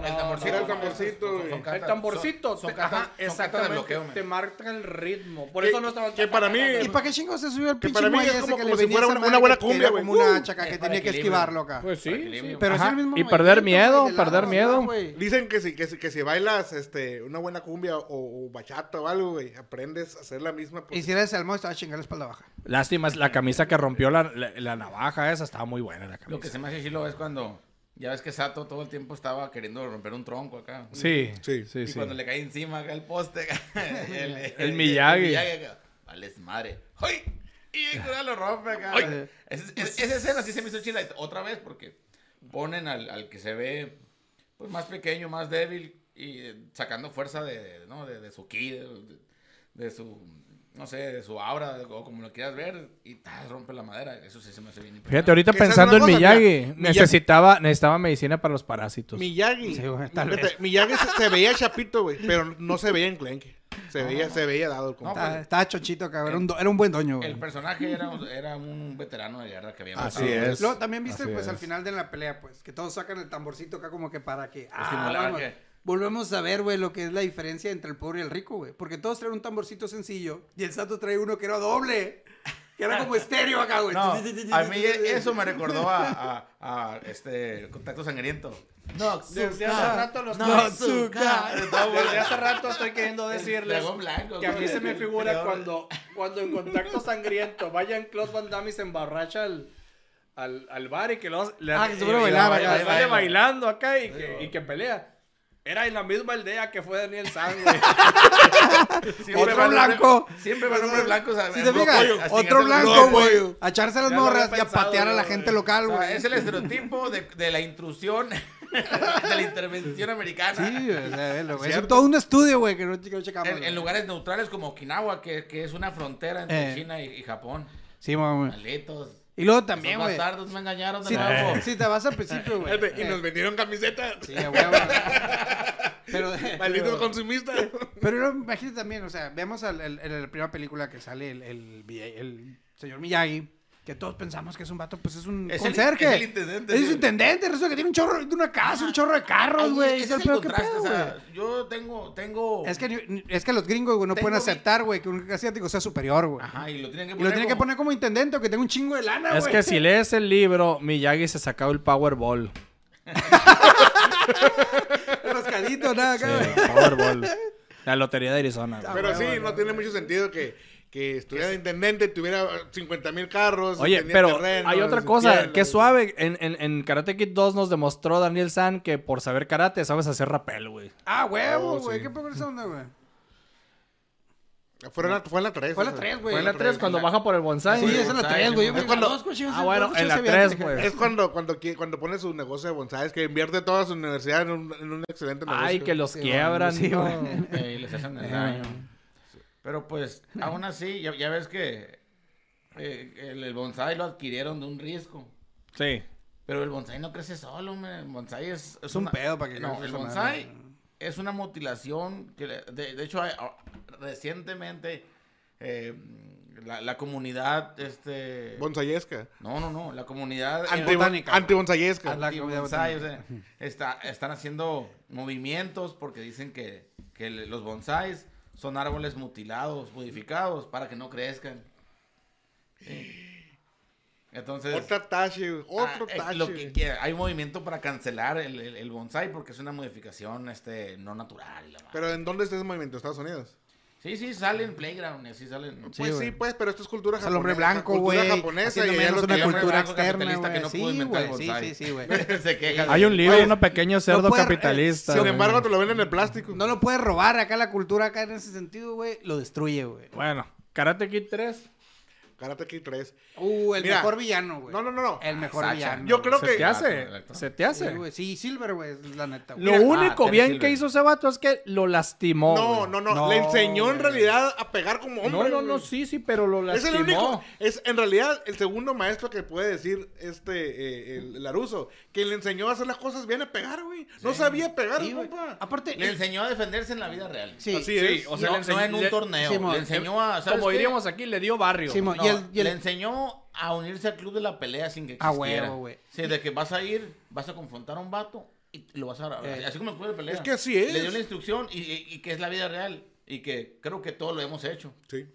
[SPEAKER 4] no, no,
[SPEAKER 3] Era
[SPEAKER 2] el tamborcito.
[SPEAKER 3] el tamborcito,
[SPEAKER 2] son-
[SPEAKER 3] güey.
[SPEAKER 2] son cartas-
[SPEAKER 4] El tamborcito,
[SPEAKER 2] son- son
[SPEAKER 4] te-
[SPEAKER 2] cartas-
[SPEAKER 4] ajá,
[SPEAKER 2] son cartas de
[SPEAKER 4] exactamente,
[SPEAKER 2] bloqueo, man.
[SPEAKER 4] te marca el ritmo. Por
[SPEAKER 3] Que-
[SPEAKER 4] eso no estaba
[SPEAKER 3] que para mí-
[SPEAKER 5] ¿Y para qué chingo se subió el
[SPEAKER 3] Que
[SPEAKER 5] pinche
[SPEAKER 3] para mí
[SPEAKER 5] muelle
[SPEAKER 3] es
[SPEAKER 5] ese
[SPEAKER 3] como-
[SPEAKER 5] que
[SPEAKER 3] como
[SPEAKER 5] le
[SPEAKER 3] si
[SPEAKER 5] venía
[SPEAKER 3] fuera
[SPEAKER 5] esa
[SPEAKER 3] una-
[SPEAKER 5] madre
[SPEAKER 3] una buena
[SPEAKER 5] que era
[SPEAKER 3] cumbia, güey.
[SPEAKER 5] como una
[SPEAKER 3] ¡Uh!
[SPEAKER 5] hacha acá
[SPEAKER 2] Es
[SPEAKER 5] que
[SPEAKER 2] para
[SPEAKER 5] tenía que
[SPEAKER 2] equilibrio.
[SPEAKER 5] esquivarlo acá.
[SPEAKER 4] Pues sí,
[SPEAKER 2] Para
[SPEAKER 4] sí,
[SPEAKER 2] equilibrio.
[SPEAKER 5] Pero es
[SPEAKER 4] Ajá,
[SPEAKER 5] el mismo
[SPEAKER 4] y perder
[SPEAKER 5] movimiento, güey,
[SPEAKER 4] miedo,
[SPEAKER 5] de
[SPEAKER 4] perder
[SPEAKER 5] lado,
[SPEAKER 4] miedo.
[SPEAKER 5] güey.
[SPEAKER 3] Dicen que si, que si, que si bailas este, una buena cumbia o, o bachata o algo, güey, aprendes a hacer la misma.
[SPEAKER 5] Y
[SPEAKER 3] posición.
[SPEAKER 5] si eres el estaba chingando la espalda baja.
[SPEAKER 4] Lástima, es la camisa que rompió la, la- la navaja esa, estaba muy buena la
[SPEAKER 2] Lo que
[SPEAKER 4] camisa.
[SPEAKER 2] se me hace chilo es cuando... Ya ves que Sato todo el tiempo estaba queriendo romper un tronco acá.
[SPEAKER 4] Sí,
[SPEAKER 3] Sí.
[SPEAKER 4] sí, sí.
[SPEAKER 2] Y cuando le cae encima acá el poste. el,
[SPEAKER 4] Miyagi.
[SPEAKER 2] acá, Vale, es madre. ¡Ay! Y el cura lo rompe acá. Es- es- esa escena sí se me hizo chila otra vez porque ponen al, al que se ve pues, más pequeño, más débil y eh, sacando fuerza de, ¿no? de, de su ki, de, de- de su, no sé, de su aura o como lo quieras ver y ta, rompe la madera. Eso sí se me hace bien
[SPEAKER 4] Fíjate, ahorita
[SPEAKER 3] Que esa es
[SPEAKER 4] pensando en
[SPEAKER 3] una cosa,
[SPEAKER 4] Miyagi,
[SPEAKER 3] mira, Miyagi-
[SPEAKER 4] necesitaba, necesitaba medicina para los parásitos.
[SPEAKER 3] Miyagi.
[SPEAKER 5] Sí, güey, tal
[SPEAKER 3] Fíjate, Miyagi se, se veía chapito, güey, pero no se veía enclenque. Se
[SPEAKER 5] Ah.
[SPEAKER 3] veía, se veía dado el compa.
[SPEAKER 5] Estaba, estaba chochito, cabrón. Era un, do- era un buen doño, güey.
[SPEAKER 2] El personaje era, era un veterano de guerra que había
[SPEAKER 4] Así
[SPEAKER 2] matado.
[SPEAKER 4] es.
[SPEAKER 5] Luego también viste,
[SPEAKER 4] Así
[SPEAKER 5] pues
[SPEAKER 4] es.
[SPEAKER 5] al final de la pelea, pues, que todos sacan el tamborcito acá como que para que. ah,
[SPEAKER 2] Estimular
[SPEAKER 5] vamos.
[SPEAKER 2] que-
[SPEAKER 5] Volvemos a ver, güey, lo que es la diferencia entre el pobre y el rico, güey. Porque todos traen un tamborcito sencillo y el Sato trae uno que era doble. Que era como estéreo acá, güey.
[SPEAKER 2] No, a mí eso me recordó a, a, a, este contacto sangriento. No,
[SPEAKER 4] Desde hace rato los
[SPEAKER 2] no,
[SPEAKER 4] Desde hace rato estoy queriendo decirles
[SPEAKER 2] dragón blanco,
[SPEAKER 4] que a mí
[SPEAKER 2] güey.
[SPEAKER 4] se me figura
[SPEAKER 2] Dragón-
[SPEAKER 4] cuando, cuando en contacto sangriento vayan Claude Van Damme y se embarracha al, al, al bar y que los, le
[SPEAKER 5] Ah, que se
[SPEAKER 4] y-
[SPEAKER 5] pone a
[SPEAKER 4] y
[SPEAKER 5] bailar
[SPEAKER 4] la-
[SPEAKER 5] acá.
[SPEAKER 4] y sale bailando acá y que, y que pelea. Era en la misma aldea que fue Daniel San, güey.
[SPEAKER 2] Siempre
[SPEAKER 5] Otro
[SPEAKER 2] va el hombre-
[SPEAKER 5] blanco.
[SPEAKER 2] Siempre va el hombre blanco. o sea,
[SPEAKER 5] Si
[SPEAKER 2] el
[SPEAKER 5] te
[SPEAKER 2] blanco,
[SPEAKER 5] fijas,
[SPEAKER 2] a chingarse
[SPEAKER 5] otro
[SPEAKER 2] el
[SPEAKER 5] blanco,
[SPEAKER 2] blanco,
[SPEAKER 5] güey. A echarse las
[SPEAKER 4] Ya lo había
[SPEAKER 5] morras y a
[SPEAKER 4] pensado,
[SPEAKER 5] patear a la
[SPEAKER 4] güey.
[SPEAKER 5] gente local,
[SPEAKER 2] O sea,
[SPEAKER 5] güey.
[SPEAKER 2] es el estereotipo de, de la intrusión, de la intervención americana.
[SPEAKER 5] Sí, güey, o sea, velo, güey. Es
[SPEAKER 2] Cierto.
[SPEAKER 5] todo un estudio, güey, que no, que no checamos.
[SPEAKER 2] En, en
[SPEAKER 5] güey.
[SPEAKER 2] lugares neutrales como Okinawa, que, que es una frontera entre
[SPEAKER 5] Eh.
[SPEAKER 2] China y, y Japón.
[SPEAKER 5] Sí, mamá. güey.
[SPEAKER 2] Malditos.
[SPEAKER 5] Y luego
[SPEAKER 2] Esos
[SPEAKER 5] también, güey.
[SPEAKER 2] bastardos me engañaron de
[SPEAKER 5] Si,
[SPEAKER 2] nuevo.
[SPEAKER 5] si te vas al principio, güey.
[SPEAKER 3] Y
[SPEAKER 5] eh,
[SPEAKER 3] nos vendieron camisetas.
[SPEAKER 5] Sí, a huevo, güey. Pero,
[SPEAKER 3] Malditos
[SPEAKER 5] pero-
[SPEAKER 3] consumistas.
[SPEAKER 5] pero luego imagínate también, o sea, vemos al- el- en la primera película que sale el, el, Miyagi- el señor Miyagi, que todos pensamos que es un vato, pues es un
[SPEAKER 2] Es el-
[SPEAKER 5] conserje.
[SPEAKER 2] es el intendente,
[SPEAKER 5] Es
[SPEAKER 2] sí.
[SPEAKER 5] el intendente, resulta que tiene un chorro de una casa, un chorro de carros,
[SPEAKER 2] Ahí,
[SPEAKER 5] güey.
[SPEAKER 2] ese es el
[SPEAKER 5] Pero qué
[SPEAKER 2] contraste,
[SPEAKER 5] pedo,
[SPEAKER 2] o sea,
[SPEAKER 5] güey.
[SPEAKER 2] yo tengo, tengo...
[SPEAKER 5] Es que, ni- es que los gringos, güey, no
[SPEAKER 2] Tengo
[SPEAKER 5] pueden
[SPEAKER 2] mi-
[SPEAKER 5] aceptar, güey, que un asiático sea superior, güey.
[SPEAKER 2] Ajá, y lo tienen que
[SPEAKER 5] Y
[SPEAKER 2] poner
[SPEAKER 5] lo tiene que
[SPEAKER 2] como-
[SPEAKER 5] poner como intendente, o que tenga un chingo de lana, güey.
[SPEAKER 4] Es que si lees el libro, Miyagi se sacaba el Powerball.
[SPEAKER 5] Rascadito, nada, acá, güey. Ah,
[SPEAKER 4] Powerball. La lotería de Arizona. güey.
[SPEAKER 3] Pero sí,
[SPEAKER 5] huevo,
[SPEAKER 3] no tiene mucho sentido que, que estuviera de intendente, tuviera 50 mil carros.
[SPEAKER 4] Oye,
[SPEAKER 3] tenía
[SPEAKER 4] pero
[SPEAKER 3] terreno,
[SPEAKER 4] hay otra
[SPEAKER 3] su
[SPEAKER 4] cosa,
[SPEAKER 3] tierra,
[SPEAKER 4] que
[SPEAKER 3] güey.
[SPEAKER 4] suave. En, en, en Karate Kid 2 nos demostró Daniel San que por saber karate sabes hacer rappel, güey.
[SPEAKER 5] Ah, huevo, güey.
[SPEAKER 3] sí.
[SPEAKER 5] Qué poca onda, güey.
[SPEAKER 3] Fueron a- fue en la 3.
[SPEAKER 5] Fue en la tres, güey.
[SPEAKER 4] Fue en la 3 cuando baja por el bonsai.
[SPEAKER 5] Sí, es en la
[SPEAKER 2] Bonsai,
[SPEAKER 5] 3, güey. Yo
[SPEAKER 2] es
[SPEAKER 5] me
[SPEAKER 3] cuando-
[SPEAKER 5] conozco, chicos,
[SPEAKER 4] Ah, bueno,
[SPEAKER 5] chicos,
[SPEAKER 4] en la
[SPEAKER 5] sabía,
[SPEAKER 4] tres,
[SPEAKER 5] dije,
[SPEAKER 4] güey.
[SPEAKER 3] Es cuando, cuando, qui- cuando pone su negocio de bonsai, que invierte toda su universidad en un, en un excelente negocio.
[SPEAKER 4] Ay, que los
[SPEAKER 5] Sí,
[SPEAKER 4] quiebran.
[SPEAKER 5] sí,
[SPEAKER 4] ¿no?
[SPEAKER 5] güey.
[SPEAKER 2] Eh, y les hacen el daño. Pero pues, aún así, ya, ya ves que eh, el, el bonsai lo adquirieron de un riesgo.
[SPEAKER 4] Sí.
[SPEAKER 2] Pero el bonsai no crece solo, hombre. El bonsai es...
[SPEAKER 5] Es un pedo para que
[SPEAKER 2] No,
[SPEAKER 5] crezca
[SPEAKER 2] el
[SPEAKER 5] esa
[SPEAKER 2] bonsai
[SPEAKER 5] madre.
[SPEAKER 2] es una mutilación. Que le- de, de hecho, hay- ah, recientemente eh, la, la comunidad, este...
[SPEAKER 3] Bonsayesca.
[SPEAKER 2] no, no, no. La comunidad... eh,
[SPEAKER 3] Anti-
[SPEAKER 5] botánica.
[SPEAKER 3] Antibonsayesca.
[SPEAKER 5] A la-
[SPEAKER 2] Anti-
[SPEAKER 5] comida
[SPEAKER 2] bonsai, o sea, está, están haciendo movimientos porque dicen que, que le- los bonsais son árboles mutilados, modificados, para que no crezcan. Sí. Entonces,
[SPEAKER 3] Otra tache, güey,
[SPEAKER 2] ah,
[SPEAKER 3] otro
[SPEAKER 2] eh,
[SPEAKER 3] tache.
[SPEAKER 2] lo
[SPEAKER 3] güey.
[SPEAKER 2] que quiera. hay movimiento para cancelar el, el, el bonsai porque es una modificación este, no natural. y la madre.
[SPEAKER 3] Pero ¿en dónde está ese movimiento? ¿Estados Unidos?
[SPEAKER 2] Sí, Sí, sí, salen Playground, sí salen.
[SPEAKER 5] Sí,
[SPEAKER 3] pues
[SPEAKER 5] güey.
[SPEAKER 3] sí, pues, pero esto es cultura
[SPEAKER 5] Es el hombre
[SPEAKER 3] japonesa,
[SPEAKER 5] blanco,
[SPEAKER 3] cultura
[SPEAKER 5] güey.
[SPEAKER 3] japonesa
[SPEAKER 5] haciendo
[SPEAKER 3] y
[SPEAKER 5] menos
[SPEAKER 3] es
[SPEAKER 5] una cultura
[SPEAKER 2] blanco
[SPEAKER 5] externa,
[SPEAKER 2] capitalista que
[SPEAKER 5] güey.
[SPEAKER 2] no pudo
[SPEAKER 5] sí,
[SPEAKER 2] inventar el
[SPEAKER 5] güey. Sí, sí,
[SPEAKER 2] bonsai.
[SPEAKER 5] sí, güey.
[SPEAKER 2] Se quejan.
[SPEAKER 4] Hay un libro,
[SPEAKER 3] Oye,
[SPEAKER 4] uno pequeño cerdo
[SPEAKER 5] puede- eh,
[SPEAKER 4] capitalista.
[SPEAKER 3] Sin
[SPEAKER 4] güey.
[SPEAKER 3] embargo, te lo venden en el plástico.
[SPEAKER 5] No lo puedes robar acá la cultura acá en ese sentido, güey. Lo destruye, güey.
[SPEAKER 4] Bueno, Karate Kid 3.
[SPEAKER 3] Karate Kid 3.
[SPEAKER 5] Uh, el
[SPEAKER 3] Mira.
[SPEAKER 5] mejor villano, güey.
[SPEAKER 3] No, no, no, no.
[SPEAKER 5] El mejor
[SPEAKER 2] Sacha.
[SPEAKER 5] villano.
[SPEAKER 3] Yo creo
[SPEAKER 4] se
[SPEAKER 3] que
[SPEAKER 4] te hace.
[SPEAKER 2] Exacto.
[SPEAKER 4] Se te hace.
[SPEAKER 5] Sí, güey. Sí, Silver, güey, es la neta, güey.
[SPEAKER 4] Lo único
[SPEAKER 2] Ah,
[SPEAKER 4] bien
[SPEAKER 2] Terry
[SPEAKER 4] que
[SPEAKER 2] Silver.
[SPEAKER 4] hizo ese vato es que lo lastimó.
[SPEAKER 3] No,
[SPEAKER 4] güey.
[SPEAKER 3] no, no,
[SPEAKER 5] No,
[SPEAKER 3] Le enseñó en
[SPEAKER 5] güey.
[SPEAKER 3] realidad a pegar como hombre.
[SPEAKER 4] no, no, no,
[SPEAKER 3] güey.
[SPEAKER 4] sí, sí, pero lo
[SPEAKER 3] Es
[SPEAKER 4] lastimó.
[SPEAKER 3] el único, es en realidad el segundo maestro que puede decir este eh, el Laruso, que le enseñó a hacer las cosas bien a pegar, güey. No sabía pegar,
[SPEAKER 5] Sí, güey.
[SPEAKER 3] compa.
[SPEAKER 5] Aparte,
[SPEAKER 2] Le enseñó a defenderse en la vida real.
[SPEAKER 5] sí,
[SPEAKER 3] Así es.
[SPEAKER 4] o sea,
[SPEAKER 2] no,
[SPEAKER 4] le enseñó-
[SPEAKER 2] no en un
[SPEAKER 4] le-
[SPEAKER 2] torneo.
[SPEAKER 5] Simón.
[SPEAKER 2] le enseñó
[SPEAKER 3] Em,
[SPEAKER 2] a. ¿sabes
[SPEAKER 4] Como
[SPEAKER 2] qué?
[SPEAKER 4] diríamos aquí, le dio barrio.
[SPEAKER 5] Simón.
[SPEAKER 2] No,
[SPEAKER 5] Y el- y el-
[SPEAKER 2] Le enseñó a unirse al club de la pelea sin que
[SPEAKER 5] A
[SPEAKER 2] existiera.
[SPEAKER 5] huevo, güey.
[SPEAKER 2] Sí, de que vas a ir, vas a confrontar a un vato y lo vas a...
[SPEAKER 5] Eh.
[SPEAKER 2] así como el club de pelea.
[SPEAKER 3] Es que así es.
[SPEAKER 2] Le dio la instrucción y, y- y que es la vida real. Y que creo que todos lo hemos hecho.
[SPEAKER 3] Sí.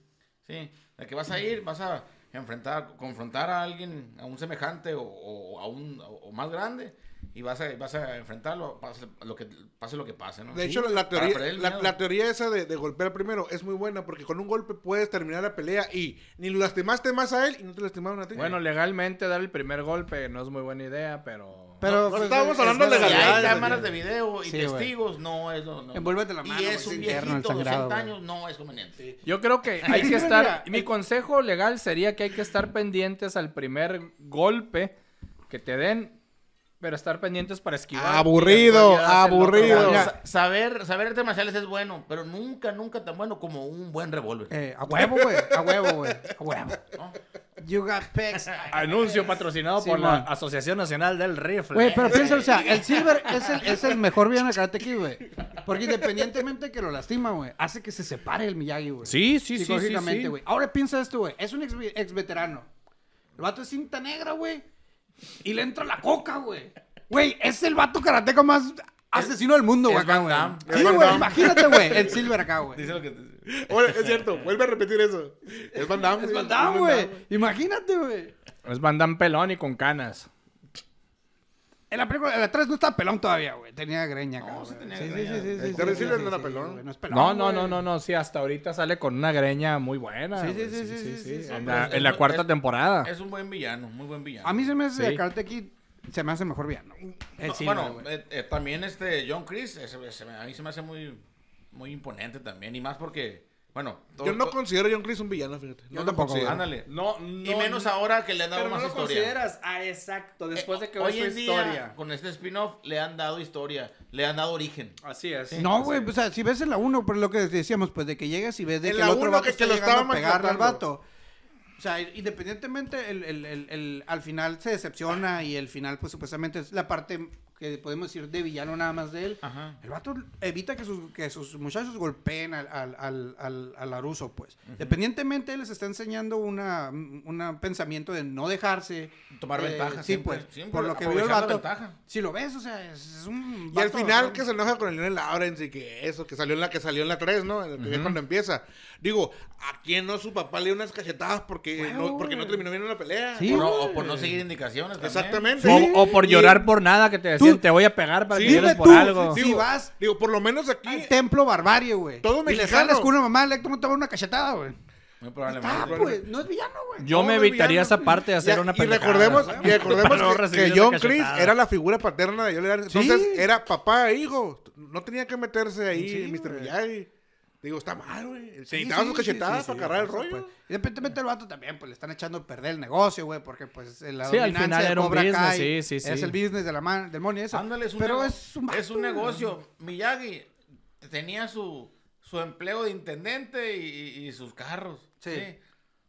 [SPEAKER 2] Sí. De que vas a ir, vas a enfrentar, confrontar a alguien, a un semejante o, o a un o- o más grande. Y vas a, vas a enfrentarlo, pase lo que, pase lo que pase, ¿no?
[SPEAKER 3] De
[SPEAKER 2] Sí.
[SPEAKER 3] hecho, la- la
[SPEAKER 2] Para
[SPEAKER 3] teoría,
[SPEAKER 2] perder el
[SPEAKER 3] la,
[SPEAKER 2] miedo.
[SPEAKER 3] la teoría esa de, de golpear primero es muy buena porque con un golpe puedes terminar la pelea y ni lo lastimaste más a él y no te lastimaron a ti.
[SPEAKER 4] Bueno, legalmente dar el primer golpe no es muy buena idea, pero...
[SPEAKER 5] pero
[SPEAKER 3] no
[SPEAKER 5] pues,
[SPEAKER 3] estábamos
[SPEAKER 5] es-
[SPEAKER 3] hablando
[SPEAKER 5] es
[SPEAKER 3] de
[SPEAKER 5] verdad,
[SPEAKER 2] Si
[SPEAKER 3] legalidad.
[SPEAKER 2] hay
[SPEAKER 5] güey.
[SPEAKER 2] cámaras de video y
[SPEAKER 5] pues, Sí, güey.
[SPEAKER 2] testigos, no es lo. No,
[SPEAKER 5] Envuélvete la mano,
[SPEAKER 2] Y
[SPEAKER 5] güey,
[SPEAKER 2] es
[SPEAKER 5] es
[SPEAKER 2] un
[SPEAKER 5] interno,
[SPEAKER 2] viejito de
[SPEAKER 5] el sangrado,
[SPEAKER 2] 80
[SPEAKER 5] güey.
[SPEAKER 2] años, no es conveniente.
[SPEAKER 4] Yo creo que hay que
[SPEAKER 5] Mira,
[SPEAKER 4] estar...
[SPEAKER 5] mira, eh.
[SPEAKER 4] mi
[SPEAKER 5] el-
[SPEAKER 4] consejo legal sería que hay que estar pendientes al primer golpe que te den, pero estar pendientes para
[SPEAKER 5] Ah,
[SPEAKER 4] esquivar.
[SPEAKER 3] Aburrido,
[SPEAKER 4] Y después ya hacer el otro
[SPEAKER 3] aburrido.
[SPEAKER 4] golpe.
[SPEAKER 3] Mira,
[SPEAKER 2] Sa- Saber, saber artes marciales es bueno, pero nunca, nunca tan bueno como un buen revólver.
[SPEAKER 5] Eh, a huevo, güey. A huevo, güey. A huevo.
[SPEAKER 2] ¿no?
[SPEAKER 5] You got pecs.
[SPEAKER 4] Anuncio patrocinado por la
[SPEAKER 5] Simón.
[SPEAKER 4] Asociación Nacional del Rifle.
[SPEAKER 5] Güey, pero piensa, o sea, el Silver es el, es el mejor villano de Karate Kid, güey. Porque independientemente de que lo lastima, güey, hace que se separe el Miyagi, güey.
[SPEAKER 4] Sí, sí, sí, sí,
[SPEAKER 5] Psicológicamente,
[SPEAKER 4] sí.
[SPEAKER 5] güey. Ahora piensa esto, güey. Es un ex, ex veterano. El vato es cinta negra, güey. Y le entra la coca, güey. Güey, es el vato karateca más asesino del mundo,
[SPEAKER 2] es
[SPEAKER 5] güey. acá,
[SPEAKER 2] Van
[SPEAKER 5] güey.
[SPEAKER 2] Damme.
[SPEAKER 5] Sí, güey, imagínate, güey. El Silver acá, güey.
[SPEAKER 2] Dice lo que.
[SPEAKER 3] Oye, es cierto, vuelve a repetir eso. Es Van Damme.
[SPEAKER 5] Es
[SPEAKER 3] güey,
[SPEAKER 5] Van Damme,
[SPEAKER 3] Van
[SPEAKER 5] güey.
[SPEAKER 3] Damme.
[SPEAKER 5] Imagínate, güey.
[SPEAKER 4] Es bandan pelón y con canas.
[SPEAKER 5] En la película, en la 3 no estaba pelón todavía, güey. Tenía greña, acá,
[SPEAKER 2] No, sí
[SPEAKER 5] güey.
[SPEAKER 2] tenía
[SPEAKER 5] sí,
[SPEAKER 2] greña.
[SPEAKER 5] Sí, sí, sí.
[SPEAKER 3] El
[SPEAKER 5] sí,
[SPEAKER 3] Terry
[SPEAKER 5] sí,
[SPEAKER 3] Silver
[SPEAKER 5] sí,
[SPEAKER 3] no era
[SPEAKER 5] sí,
[SPEAKER 3] pelón.
[SPEAKER 5] güey, No es pelón.
[SPEAKER 4] No, no,
[SPEAKER 5] güey.
[SPEAKER 4] no, no, no, sí, hasta ahorita sale con una greña muy buena.
[SPEAKER 5] Sí, sí,
[SPEAKER 4] güey,
[SPEAKER 5] sí, sí, sí, sí, sí.
[SPEAKER 4] En la,
[SPEAKER 2] Hombre,
[SPEAKER 4] en la
[SPEAKER 2] es-
[SPEAKER 4] cuarta
[SPEAKER 2] es-
[SPEAKER 4] temporada.
[SPEAKER 2] Es un buen villano, muy buen villano.
[SPEAKER 5] A mí se me hace
[SPEAKER 4] Sí.
[SPEAKER 5] Karate Kid, se me hace mejor villano. El
[SPEAKER 2] No,
[SPEAKER 5] Silver,
[SPEAKER 2] bueno,
[SPEAKER 5] güey.
[SPEAKER 2] eh, eh, también este John Chris, ese- se me- a mí se me hace muy, muy imponente también. Y más porque, bueno. todo-
[SPEAKER 3] Yo no
[SPEAKER 2] todo-
[SPEAKER 3] considero a John Chris un villano, fíjate. No
[SPEAKER 5] Yo
[SPEAKER 3] lo
[SPEAKER 5] tampoco,
[SPEAKER 3] considero.
[SPEAKER 5] güey.
[SPEAKER 2] Ándale.
[SPEAKER 4] no, no.
[SPEAKER 2] y menos ahora que le han dado
[SPEAKER 4] Pero no
[SPEAKER 2] más
[SPEAKER 4] lo
[SPEAKER 2] historia.
[SPEAKER 4] consideras. Ah, exacto. Después
[SPEAKER 2] Eh,
[SPEAKER 4] de que ves su
[SPEAKER 2] en día,
[SPEAKER 4] historia.
[SPEAKER 2] con este spin-off le han dado historia, le han dado origen.
[SPEAKER 4] Así es.
[SPEAKER 3] pues
[SPEAKER 5] No, güey, o sea, si ves en la 1, por lo que decíamos, pues de que llegas y ves de
[SPEAKER 3] En
[SPEAKER 5] que
[SPEAKER 3] la
[SPEAKER 5] el otro
[SPEAKER 3] uno
[SPEAKER 5] vato
[SPEAKER 3] que-
[SPEAKER 5] está
[SPEAKER 3] que lo
[SPEAKER 5] llegando
[SPEAKER 3] estaba
[SPEAKER 5] a pegarle al
[SPEAKER 3] maltratando.
[SPEAKER 5] vato. O sea, independientemente, el, el- el- el- al final se decepciona y el final, pues supuestamente es la parte que podemos decir de villano nada más de él.
[SPEAKER 2] Ajá.
[SPEAKER 5] El vato evita que sus, que sus muchachos golpeen al, al, al, al, al Laruso, pues. Independientemente, él les está enseñando una, un pensamiento de no dejarse.
[SPEAKER 2] Tomar
[SPEAKER 5] eh,
[SPEAKER 2] ventaja,
[SPEAKER 5] Sí,
[SPEAKER 2] siempre,
[SPEAKER 5] pues.
[SPEAKER 2] siempre
[SPEAKER 5] por lo que vio el
[SPEAKER 2] aprovechando
[SPEAKER 5] vato.
[SPEAKER 2] ventaja.
[SPEAKER 5] Si lo ves, o sea, es, es un.
[SPEAKER 3] Y al
[SPEAKER 5] vato,
[SPEAKER 3] final
[SPEAKER 5] ¿no?
[SPEAKER 3] que se enoja con el Leonel Lawrence y que eso, que salió en la que salió en la 3, ¿no? En la que es cuando empieza. Digo, ¿a quién no su papá le dio unas cachetadas porque, no, porque no terminó bien una pelea?
[SPEAKER 5] Sí.
[SPEAKER 2] Por no- o por no seguir indicaciones. también.
[SPEAKER 3] Exactamente.
[SPEAKER 4] O, o por
[SPEAKER 3] Y-
[SPEAKER 4] llorar por nada que te decían,
[SPEAKER 5] Tú-
[SPEAKER 4] te voy a pegar para
[SPEAKER 3] Sí.
[SPEAKER 4] que llores
[SPEAKER 5] Dime
[SPEAKER 4] por
[SPEAKER 5] tú,
[SPEAKER 4] algo.
[SPEAKER 5] sí.
[SPEAKER 3] Digo,
[SPEAKER 5] Si vas-
[SPEAKER 3] digo, por lo menos aquí.
[SPEAKER 5] Al templo barbarie, güey.
[SPEAKER 3] Todo
[SPEAKER 5] Y le
[SPEAKER 3] mexicano.
[SPEAKER 5] sales con una mamá, le no te va a dar una cachetada, güey.
[SPEAKER 2] Muy
[SPEAKER 5] Ah,
[SPEAKER 2] probablemente.
[SPEAKER 5] pues, no es villano, güey.
[SPEAKER 4] Yo
[SPEAKER 3] No,
[SPEAKER 4] me
[SPEAKER 3] no,
[SPEAKER 4] evitaría
[SPEAKER 3] ya
[SPEAKER 4] esa
[SPEAKER 3] no.
[SPEAKER 4] parte de hacer
[SPEAKER 3] Ya,
[SPEAKER 4] una
[SPEAKER 3] y
[SPEAKER 4] pendejada.
[SPEAKER 3] recordemos, y
[SPEAKER 4] Para no
[SPEAKER 3] recordemos que-
[SPEAKER 4] recibir
[SPEAKER 3] que,
[SPEAKER 4] esa
[SPEAKER 3] John Chris
[SPEAKER 4] cachetada.
[SPEAKER 3] era la figura paterna de John Lennon. Entonces
[SPEAKER 5] Sí.
[SPEAKER 3] era papá e hijo. No tenía que meterse ahí,
[SPEAKER 5] Sí,
[SPEAKER 3] Mr.
[SPEAKER 5] güey.
[SPEAKER 3] Miyagi. Digo, está mal, güey. Se
[SPEAKER 5] Sí,
[SPEAKER 3] necesitaban
[SPEAKER 5] sí,
[SPEAKER 3] sus
[SPEAKER 5] sí,
[SPEAKER 3] cachetadas
[SPEAKER 5] sí,
[SPEAKER 3] para
[SPEAKER 5] sí,
[SPEAKER 3] agarrar el
[SPEAKER 5] por
[SPEAKER 3] rollo.
[SPEAKER 5] supuesto. Y de repente el vato también, pues le están echando a perder el negocio, güey, porque pues la
[SPEAKER 4] Sí, al
[SPEAKER 5] dominancia
[SPEAKER 4] final
[SPEAKER 5] de
[SPEAKER 4] era un
[SPEAKER 5] Cobra
[SPEAKER 4] business,
[SPEAKER 5] Kai
[SPEAKER 4] sí, sí,
[SPEAKER 5] Es
[SPEAKER 4] sí.
[SPEAKER 5] el business de la man, del money, eso.
[SPEAKER 2] Ándale, es un,
[SPEAKER 5] Pero
[SPEAKER 2] nego-
[SPEAKER 5] es un, vato,
[SPEAKER 2] es un
[SPEAKER 5] güey.
[SPEAKER 2] negocio. Miyagi tenía su, su empleo de intendente y, y- y sus carros.
[SPEAKER 5] Sí.
[SPEAKER 2] Sí.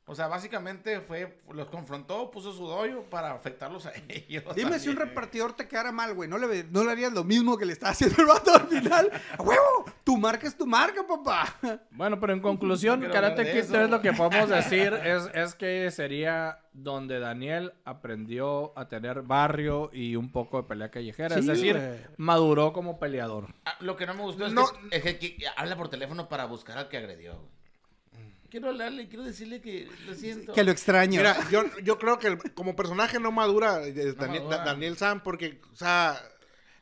[SPEAKER 2] O sea, básicamente fue, los confrontó, puso su doyo para afectarlos a ellos.
[SPEAKER 5] Dime si un
[SPEAKER 2] también.
[SPEAKER 5] repartidor te quedara mal, güey. ¿No le, no le harías lo mismo que le está haciendo el vato al final. ¡A huevo! Tu marca es tu marca, papá.
[SPEAKER 4] Bueno, pero en conclusión,
[SPEAKER 2] quiero
[SPEAKER 4] Karate
[SPEAKER 2] hablar de
[SPEAKER 4] Kid
[SPEAKER 2] eso.
[SPEAKER 4] 3 lo que podemos decir es, es que sería donde Daniel aprendió a tener barrio y un poco de pelea callejera. es
[SPEAKER 5] Sí,
[SPEAKER 4] decir,
[SPEAKER 5] güey.
[SPEAKER 4] maduró como peleador.
[SPEAKER 2] Ah, Lo que no me gustó es,
[SPEAKER 3] No.
[SPEAKER 2] que, es que- que habla por teléfono para buscar al que agredió. güey. Quiero hablarle, quiero decirle que lo siento.
[SPEAKER 5] Que lo extraño.
[SPEAKER 3] Mira, yo, yo creo que el- como personaje no madura, eh, Daniel,
[SPEAKER 2] madura.
[SPEAKER 3] Da- Daniel Sam, porque, o sea,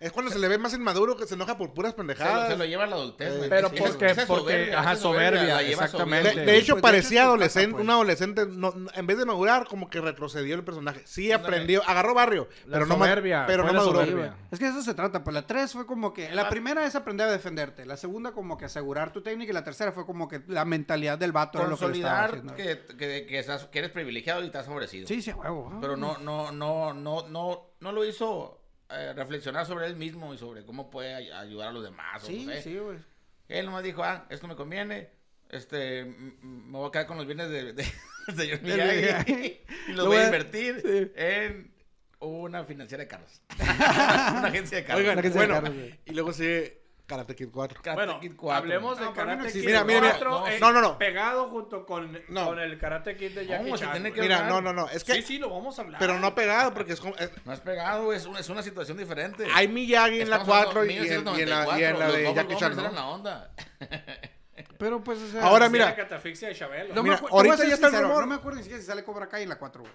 [SPEAKER 3] Es cuando se le ve más inmaduro que se enoja por puras
[SPEAKER 2] Se lo,
[SPEAKER 3] pendejadas.
[SPEAKER 2] se lo lleva la
[SPEAKER 5] Eh,
[SPEAKER 2] adultez, güey.
[SPEAKER 4] Pero
[SPEAKER 2] Sí,
[SPEAKER 4] ¿por
[SPEAKER 2] esa-
[SPEAKER 4] qué?
[SPEAKER 2] esa
[SPEAKER 4] Porque- ajá,
[SPEAKER 2] esa
[SPEAKER 4] soberbia,
[SPEAKER 2] la lleva
[SPEAKER 4] exactamente.
[SPEAKER 3] De,
[SPEAKER 2] soberbia.
[SPEAKER 4] Sí.
[SPEAKER 3] de hecho,
[SPEAKER 5] Pues, de
[SPEAKER 3] parecía
[SPEAKER 5] hecho, sí
[SPEAKER 3] adolescente,
[SPEAKER 5] pasa, pues.
[SPEAKER 3] un adolescente, no, no, en vez de madurar, como que retrocedió el personaje. Sí
[SPEAKER 2] Ándale.
[SPEAKER 3] aprendió, agarró barrio,
[SPEAKER 4] La
[SPEAKER 3] pero no, ma-
[SPEAKER 4] soberbia,
[SPEAKER 3] pero
[SPEAKER 4] fue
[SPEAKER 3] no
[SPEAKER 4] la
[SPEAKER 3] maduró.
[SPEAKER 4] soberbia.
[SPEAKER 5] Es que de eso se trata, pues la tres fue como que, la primera es aprender a defenderte, la segunda como que asegurar tu técnica y la tercera fue como que la mentalidad del vato era lo que le estaba
[SPEAKER 2] Consolidar
[SPEAKER 5] haciendo.
[SPEAKER 2] que, que, que, estás- que eres privilegiado y estás favorecido.
[SPEAKER 5] Sí, sí, a huevo. a huevo.
[SPEAKER 2] Pero no, no, no, no, no, no lo hizo eh, reflexionar sobre él mismo y sobre cómo puede ay- ayudar a los demás. o
[SPEAKER 5] Sí,
[SPEAKER 2] no sé.
[SPEAKER 5] sí, güey.
[SPEAKER 2] Él nomás dijo, ah, esto me conviene, este, m- m- me voy a quedar con los bienes de, de del señor Miyagi
[SPEAKER 5] Miyagi.
[SPEAKER 2] y
[SPEAKER 5] Lo
[SPEAKER 2] los
[SPEAKER 5] voy
[SPEAKER 2] voy a
[SPEAKER 5] a-
[SPEAKER 2] invertir
[SPEAKER 5] sí.
[SPEAKER 2] en una financiera de carros. una agencia de carros.
[SPEAKER 3] Oigan,
[SPEAKER 5] La que se
[SPEAKER 3] bueno,
[SPEAKER 5] agarra, güey.
[SPEAKER 3] y luego sigue Karate Kid 4.
[SPEAKER 2] Karate
[SPEAKER 4] Bueno,
[SPEAKER 2] Kid 4.
[SPEAKER 4] hablemos de
[SPEAKER 5] No, para mí no
[SPEAKER 4] Karate Kid
[SPEAKER 5] existe.
[SPEAKER 3] Mira, mira, mira.
[SPEAKER 4] 4
[SPEAKER 2] No,
[SPEAKER 4] eh,
[SPEAKER 3] no, no, no.
[SPEAKER 4] pegado junto con,
[SPEAKER 3] No.
[SPEAKER 4] con el Karate Kid de Jackie
[SPEAKER 2] Vamos a
[SPEAKER 4] Chan.
[SPEAKER 2] tener
[SPEAKER 4] güey.
[SPEAKER 2] que-
[SPEAKER 3] Mira,
[SPEAKER 2] hablar.
[SPEAKER 3] no, no, no, es que,
[SPEAKER 4] Sí, sí, lo vamos a hablar.
[SPEAKER 3] pero no pegado, porque es como, es-
[SPEAKER 2] No has pegado, es una, es una situación diferente.
[SPEAKER 3] hay Miyagi en la
[SPEAKER 2] Estamos
[SPEAKER 3] 4 y,
[SPEAKER 2] hablando
[SPEAKER 3] en,
[SPEAKER 2] de
[SPEAKER 3] y en la, y en la
[SPEAKER 2] 1994,
[SPEAKER 3] de
[SPEAKER 2] los
[SPEAKER 3] Jackie
[SPEAKER 2] Bubble
[SPEAKER 3] Chan,
[SPEAKER 2] Bombers eran
[SPEAKER 3] ¿no?
[SPEAKER 2] la onda.
[SPEAKER 5] Pero pues, o sea,
[SPEAKER 3] Ahora,
[SPEAKER 4] Sí,
[SPEAKER 3] mira.
[SPEAKER 4] la catafixia de Chabelo.
[SPEAKER 5] No
[SPEAKER 3] Mira,
[SPEAKER 5] me acu- te
[SPEAKER 3] ahorita
[SPEAKER 5] voy a ser
[SPEAKER 3] ya está el
[SPEAKER 5] sincero,
[SPEAKER 3] rumor.
[SPEAKER 5] No me acuerdo ni siquiera si sale Cobra Kai en la 4, güey.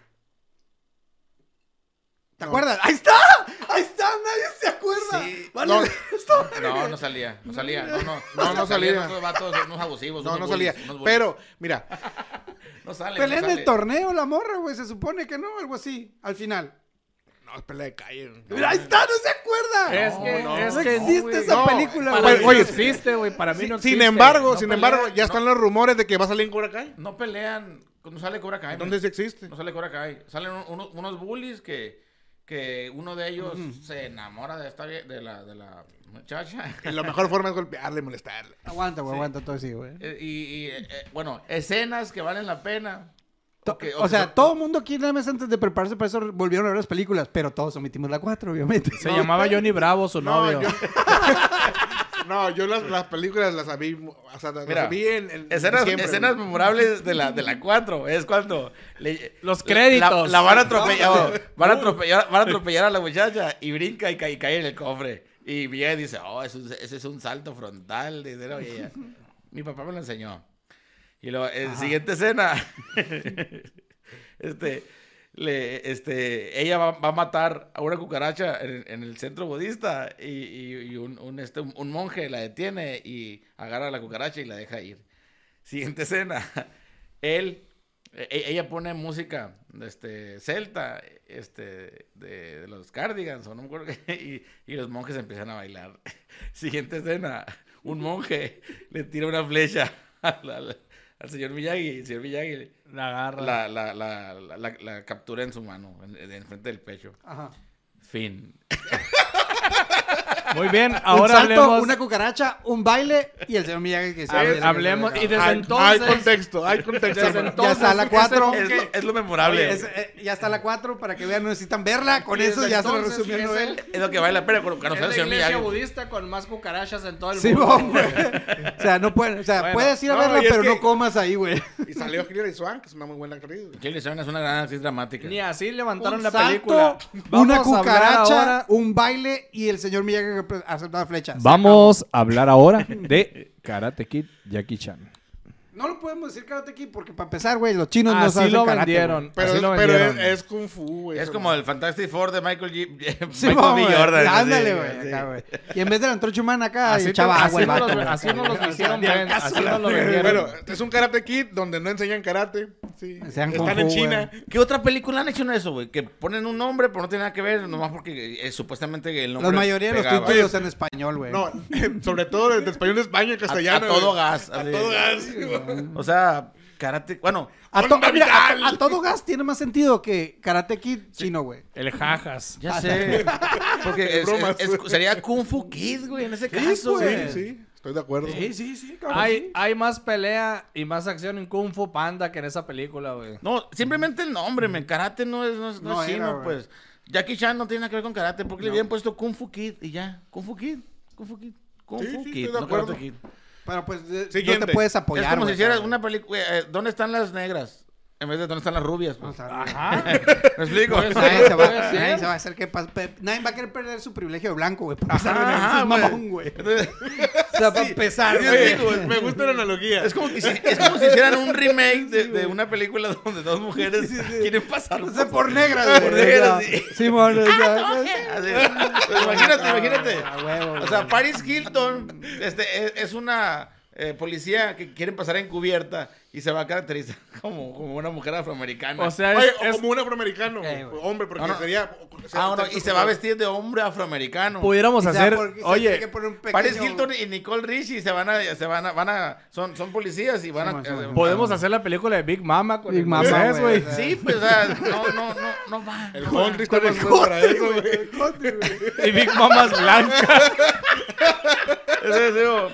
[SPEAKER 5] ¿Te
[SPEAKER 3] No.
[SPEAKER 5] acuerdas? ¡Ahí está! ¡Ahí está! ¡Nadie se acuerda!
[SPEAKER 2] Sí.
[SPEAKER 5] Vale,
[SPEAKER 3] No.
[SPEAKER 5] esto.
[SPEAKER 2] No, no salía, no salía. No, no,
[SPEAKER 3] No, no salía.
[SPEAKER 2] Unos vatos, unos abusivos.
[SPEAKER 3] No,
[SPEAKER 2] unos
[SPEAKER 3] no
[SPEAKER 2] bullies,
[SPEAKER 3] salía.
[SPEAKER 2] unos bullies.
[SPEAKER 3] Pero, mira,
[SPEAKER 2] No sale.
[SPEAKER 5] Pelea
[SPEAKER 2] no
[SPEAKER 5] en
[SPEAKER 2] sale.
[SPEAKER 5] el torneo la morra, güey. Se supone que no, algo así. Al final.
[SPEAKER 3] no, es pelea de calle. ¿no?
[SPEAKER 5] Mira, ¡Ahí está! ¡No se acuerda!
[SPEAKER 4] Es que,
[SPEAKER 2] no,
[SPEAKER 4] es
[SPEAKER 5] no
[SPEAKER 4] que
[SPEAKER 5] existe
[SPEAKER 4] güey.
[SPEAKER 5] esa
[SPEAKER 3] No,
[SPEAKER 5] película,
[SPEAKER 3] para
[SPEAKER 5] güey.
[SPEAKER 3] mí Oye,
[SPEAKER 4] no existe, güey. Para mí no existe.
[SPEAKER 3] Sin embargo,
[SPEAKER 2] no
[SPEAKER 3] sin
[SPEAKER 2] pelea,
[SPEAKER 3] embargo, ya
[SPEAKER 2] no.
[SPEAKER 3] están los rumores de que va a salir en Cobra Kai.
[SPEAKER 2] No pelean. No sale Cobra Kai.
[SPEAKER 3] ¿Dónde sí existe?
[SPEAKER 2] No sale Cobra Kai. Salen un- unos, unos bullies que, que uno de ellos se enamora de, esta, vie- de, la, de la muchacha.
[SPEAKER 3] Y La mejor forma es golpearle y molestarle.
[SPEAKER 5] Aguanta, güey, aguanta todo así, güey.
[SPEAKER 2] Eh, y, y, eh, eh, bueno, escenas que valen la pena.
[SPEAKER 5] To-
[SPEAKER 2] que-
[SPEAKER 5] o
[SPEAKER 2] que
[SPEAKER 5] sea,
[SPEAKER 2] son-
[SPEAKER 5] todo el mundo aquí nada más antes de prepararse para eso volvieron a ver las películas, pero todos omitimos la 4, obviamente.
[SPEAKER 4] Se llamaba Johnny Bravo, su
[SPEAKER 3] No,
[SPEAKER 4] novio.
[SPEAKER 3] yo, no, yo las, las películas las vi, o sea, las
[SPEAKER 2] Mira,
[SPEAKER 3] vi en, en
[SPEAKER 2] Escenas,
[SPEAKER 3] diciembre,
[SPEAKER 2] escenas
[SPEAKER 3] güey.
[SPEAKER 2] memorables de la, de la 4. Es cuando. le-
[SPEAKER 4] Los
[SPEAKER 2] la- La,
[SPEAKER 4] créditos.
[SPEAKER 2] la van a atropellar. Van a atropellar, van a atropellar a la muchacha y brinca y, ca- y cae en el cofre. Y viene y dice: Oh, es un- ese es un salto frontal. Dice, "No, y ella, Mi papá me lo enseñó. Y luego, en la siguiente escena. este. Le, este, ella va, va a matar a una cucaracha en, en el centro budista y, y- y un, un, este, un monje la detiene y agarra a la cucaracha y la deja ir. Siguiente escena. Él, e- ella pone música este, celta, este, de, de los Cardigans, o no me acuerdo qué, y, y los monjes empiezan a bailar. Siguiente escena. Un monje le tira una flecha al, al- al señor Miyagi, y el señor Miyagi
[SPEAKER 4] La agarra.
[SPEAKER 2] la, la, la, la- la- la captura en su mano, en, en frente del pecho.
[SPEAKER 5] Ajá.
[SPEAKER 2] Fin.
[SPEAKER 4] Muy bien,
[SPEAKER 5] Ahora
[SPEAKER 4] ahora
[SPEAKER 5] un salto,
[SPEAKER 4] hablemos.
[SPEAKER 5] una cucaracha, un baile y el señor Miyagi que se
[SPEAKER 4] Hable-
[SPEAKER 5] que se-
[SPEAKER 4] hablemos- y desde
[SPEAKER 3] Hay,
[SPEAKER 4] entonces-
[SPEAKER 3] hay contexto, hay contexto.
[SPEAKER 4] Desde
[SPEAKER 3] hermano.
[SPEAKER 4] entonces,
[SPEAKER 5] está la
[SPEAKER 4] ese
[SPEAKER 5] cuatro.
[SPEAKER 4] monje-
[SPEAKER 2] Es lo, es lo
[SPEAKER 5] Oye,
[SPEAKER 2] memorable.
[SPEAKER 5] es- eh, ya está la 4 para que vean, no necesitan verla. Con
[SPEAKER 4] Y
[SPEAKER 5] eso
[SPEAKER 4] desde
[SPEAKER 5] ya se lo
[SPEAKER 4] entonces
[SPEAKER 5] resumió
[SPEAKER 4] es
[SPEAKER 5] Noel.
[SPEAKER 4] el-
[SPEAKER 2] Es lo que vale la pena con- conocer
[SPEAKER 4] Es
[SPEAKER 2] al
[SPEAKER 4] la
[SPEAKER 2] señor
[SPEAKER 4] iglesia
[SPEAKER 2] Miyagi.
[SPEAKER 4] budista con más cucarachas en todo el
[SPEAKER 5] Sí,
[SPEAKER 4] mundo.
[SPEAKER 5] vamos, güey. O sea, no pueden, o sea,
[SPEAKER 4] Bueno,
[SPEAKER 5] puedes ir a
[SPEAKER 3] no,
[SPEAKER 5] verla,
[SPEAKER 3] y es
[SPEAKER 5] pero
[SPEAKER 3] que-
[SPEAKER 5] no comas ahí, güey.
[SPEAKER 3] Y salió Hilary Swank, que es una muy buena actriz. güey.
[SPEAKER 2] Kelly Swan es una gran actriz dramática.
[SPEAKER 4] Ni así levantaron
[SPEAKER 5] Un
[SPEAKER 4] la
[SPEAKER 5] salto,
[SPEAKER 4] película.
[SPEAKER 5] una
[SPEAKER 4] Vamos a hablar
[SPEAKER 5] cucaracha,
[SPEAKER 4] ahora-
[SPEAKER 5] un baile y el señor Miyagi que pre- acepta la flecha. Se
[SPEAKER 4] Vamos a hablar ahora de Karate Kid Jackie Chan.
[SPEAKER 5] acabó. No lo podemos decir Karate Kid porque para empezar, güey, los chinos no
[SPEAKER 4] Así
[SPEAKER 5] saben
[SPEAKER 4] lo
[SPEAKER 5] karate,
[SPEAKER 4] vendieron.
[SPEAKER 3] Pero,
[SPEAKER 4] así
[SPEAKER 3] es,
[SPEAKER 4] lo
[SPEAKER 3] pero
[SPEAKER 4] vendieron.
[SPEAKER 3] es, es Kung Fu, güey.
[SPEAKER 2] eh. Es
[SPEAKER 3] eso,
[SPEAKER 2] como
[SPEAKER 3] ¿no?
[SPEAKER 2] el Fantastic Four de Michael, G- Michael
[SPEAKER 5] Sí,
[SPEAKER 2] B.
[SPEAKER 5] vamos, güey.
[SPEAKER 2] Jordan. así,
[SPEAKER 5] Ándale, güey,
[SPEAKER 2] así.
[SPEAKER 5] acá, güey. Y en vez de la antorcha humana acá,
[SPEAKER 4] Así,
[SPEAKER 5] echaba
[SPEAKER 4] te-
[SPEAKER 5] agua. el
[SPEAKER 4] así no
[SPEAKER 5] vato,
[SPEAKER 4] los,
[SPEAKER 5] güey,
[SPEAKER 4] así
[SPEAKER 5] acá,
[SPEAKER 4] no los
[SPEAKER 5] güey.
[SPEAKER 4] hicieron ven, así no los
[SPEAKER 3] Eh,
[SPEAKER 4] vendieron.
[SPEAKER 3] Bueno, es un Karate Kid donde no enseñan karate. Sí.
[SPEAKER 5] Sean Kung
[SPEAKER 3] Están
[SPEAKER 5] Fu,
[SPEAKER 3] en
[SPEAKER 5] güey.
[SPEAKER 3] China.
[SPEAKER 2] ¿Qué otra película han hecho en eso, güey? Que ponen un nombre, pero no tiene nada que ver, nomás porque eh, supuestamente el nombre.
[SPEAKER 5] La mayoría de los
[SPEAKER 2] pegaba.
[SPEAKER 5] títulos en español, güey.
[SPEAKER 3] No, sobre todo de, de español de España y
[SPEAKER 2] A, a
[SPEAKER 3] castellano.
[SPEAKER 2] todo
[SPEAKER 3] güey.
[SPEAKER 2] gas.
[SPEAKER 3] A
[SPEAKER 2] así.
[SPEAKER 3] todo gas. güey.
[SPEAKER 2] O sea, karate. Bueno,
[SPEAKER 5] A, to-
[SPEAKER 3] ¡Onda
[SPEAKER 5] mira, a-
[SPEAKER 3] vital!
[SPEAKER 5] a todo gas tiene más sentido que Karate Kid chino, güey.
[SPEAKER 4] El jajas.
[SPEAKER 5] Ah,
[SPEAKER 2] ya sé. Porque es-
[SPEAKER 3] Bromas.
[SPEAKER 2] es- es- sería Kung Fu Kid, güey, en ese caso,
[SPEAKER 3] Sí,
[SPEAKER 2] güey.
[SPEAKER 3] sí, estoy de acuerdo.
[SPEAKER 5] sí, sí,
[SPEAKER 4] Hay, hay más pelea y más acción en Kung Fu Panda que en esa película, güey.
[SPEAKER 2] No, simplemente el nombre, men. Karate no es, no es, no
[SPEAKER 5] No
[SPEAKER 2] es
[SPEAKER 5] era,
[SPEAKER 2] chino,
[SPEAKER 5] güey.
[SPEAKER 2] pues. Jackie Chan no tiene nada que ver con karate, porque le habían puesto Kung Fu Kid y ya. Kung Fu Kid. Kung Fu Kid. Kung
[SPEAKER 3] Sí,
[SPEAKER 2] Fu
[SPEAKER 3] sí,
[SPEAKER 2] Kid,
[SPEAKER 3] estoy de
[SPEAKER 2] no Karate
[SPEAKER 3] acuerdo.
[SPEAKER 2] Kid.
[SPEAKER 5] Pero pues de- no
[SPEAKER 3] Siguiente.
[SPEAKER 5] te puedes apoyar.
[SPEAKER 2] es como si
[SPEAKER 5] güey,
[SPEAKER 2] hicieras
[SPEAKER 5] cabrón.
[SPEAKER 2] una película. eh, ¿Dónde están las negras? En vez de ¿dónde están las rubias? pues.
[SPEAKER 5] O sea,
[SPEAKER 2] ¿Me explico?
[SPEAKER 4] Puede ser.
[SPEAKER 5] nadie, se va,
[SPEAKER 4] puede ser.
[SPEAKER 2] ¿eh?
[SPEAKER 5] nadie se va a hacer que pas- pe- Nadie va a querer perder su privilegio de blanco, güey. Por
[SPEAKER 2] Ajá,
[SPEAKER 5] pasar de
[SPEAKER 2] ajá,
[SPEAKER 5] mamón, güey.
[SPEAKER 2] Entonces,
[SPEAKER 5] sea, para empezar,
[SPEAKER 3] Yo
[SPEAKER 5] güey.
[SPEAKER 3] digo, me gusta la analogía.
[SPEAKER 2] Es como, que si, es como si hicieran un remake de, de una película donde dos mujeres quieren pasar
[SPEAKER 5] O sea, por negras,
[SPEAKER 2] Por
[SPEAKER 5] güey.
[SPEAKER 2] negras,
[SPEAKER 5] Ya.
[SPEAKER 2] sí.
[SPEAKER 5] Simón, ya.
[SPEAKER 2] Así. Pues imagínate, imagínate.
[SPEAKER 5] Ah, A huevo,
[SPEAKER 2] O
[SPEAKER 5] güey.
[SPEAKER 2] sea, Paris Hilton este, es, es una eh, policía que quiere pasar encubierta y se va a caracterizar como, como una mujer afroamericana.
[SPEAKER 4] O sea,
[SPEAKER 3] Oye,
[SPEAKER 4] es,
[SPEAKER 3] o
[SPEAKER 4] es-
[SPEAKER 3] como un afroamericano, güey.
[SPEAKER 5] Eh, güey.
[SPEAKER 3] hombre, porque
[SPEAKER 2] No, no.
[SPEAKER 3] sería...
[SPEAKER 2] Ah, bueno, y se va a vestir de hombre afroamericano.
[SPEAKER 4] pudiéramos
[SPEAKER 5] O sea,
[SPEAKER 4] hacer.
[SPEAKER 5] porque se tiene que
[SPEAKER 4] Oye,
[SPEAKER 5] poner un pequeño-
[SPEAKER 2] Paris Hilton y Nicole Richie se van a, se van a, van a, son, son policías y van a. eh,
[SPEAKER 5] Sí, man, sí, man.
[SPEAKER 4] podemos hacer la película de Big Mama con
[SPEAKER 5] Big
[SPEAKER 4] el
[SPEAKER 5] Mama,
[SPEAKER 4] Moisés,
[SPEAKER 5] güey.
[SPEAKER 4] güey.
[SPEAKER 2] Sí, pues, o sea, no, no, no, no va.
[SPEAKER 3] El Henry está más bueno para eso, güey.
[SPEAKER 4] Y Big Mama es blanca.
[SPEAKER 2] Ese- ese, digo,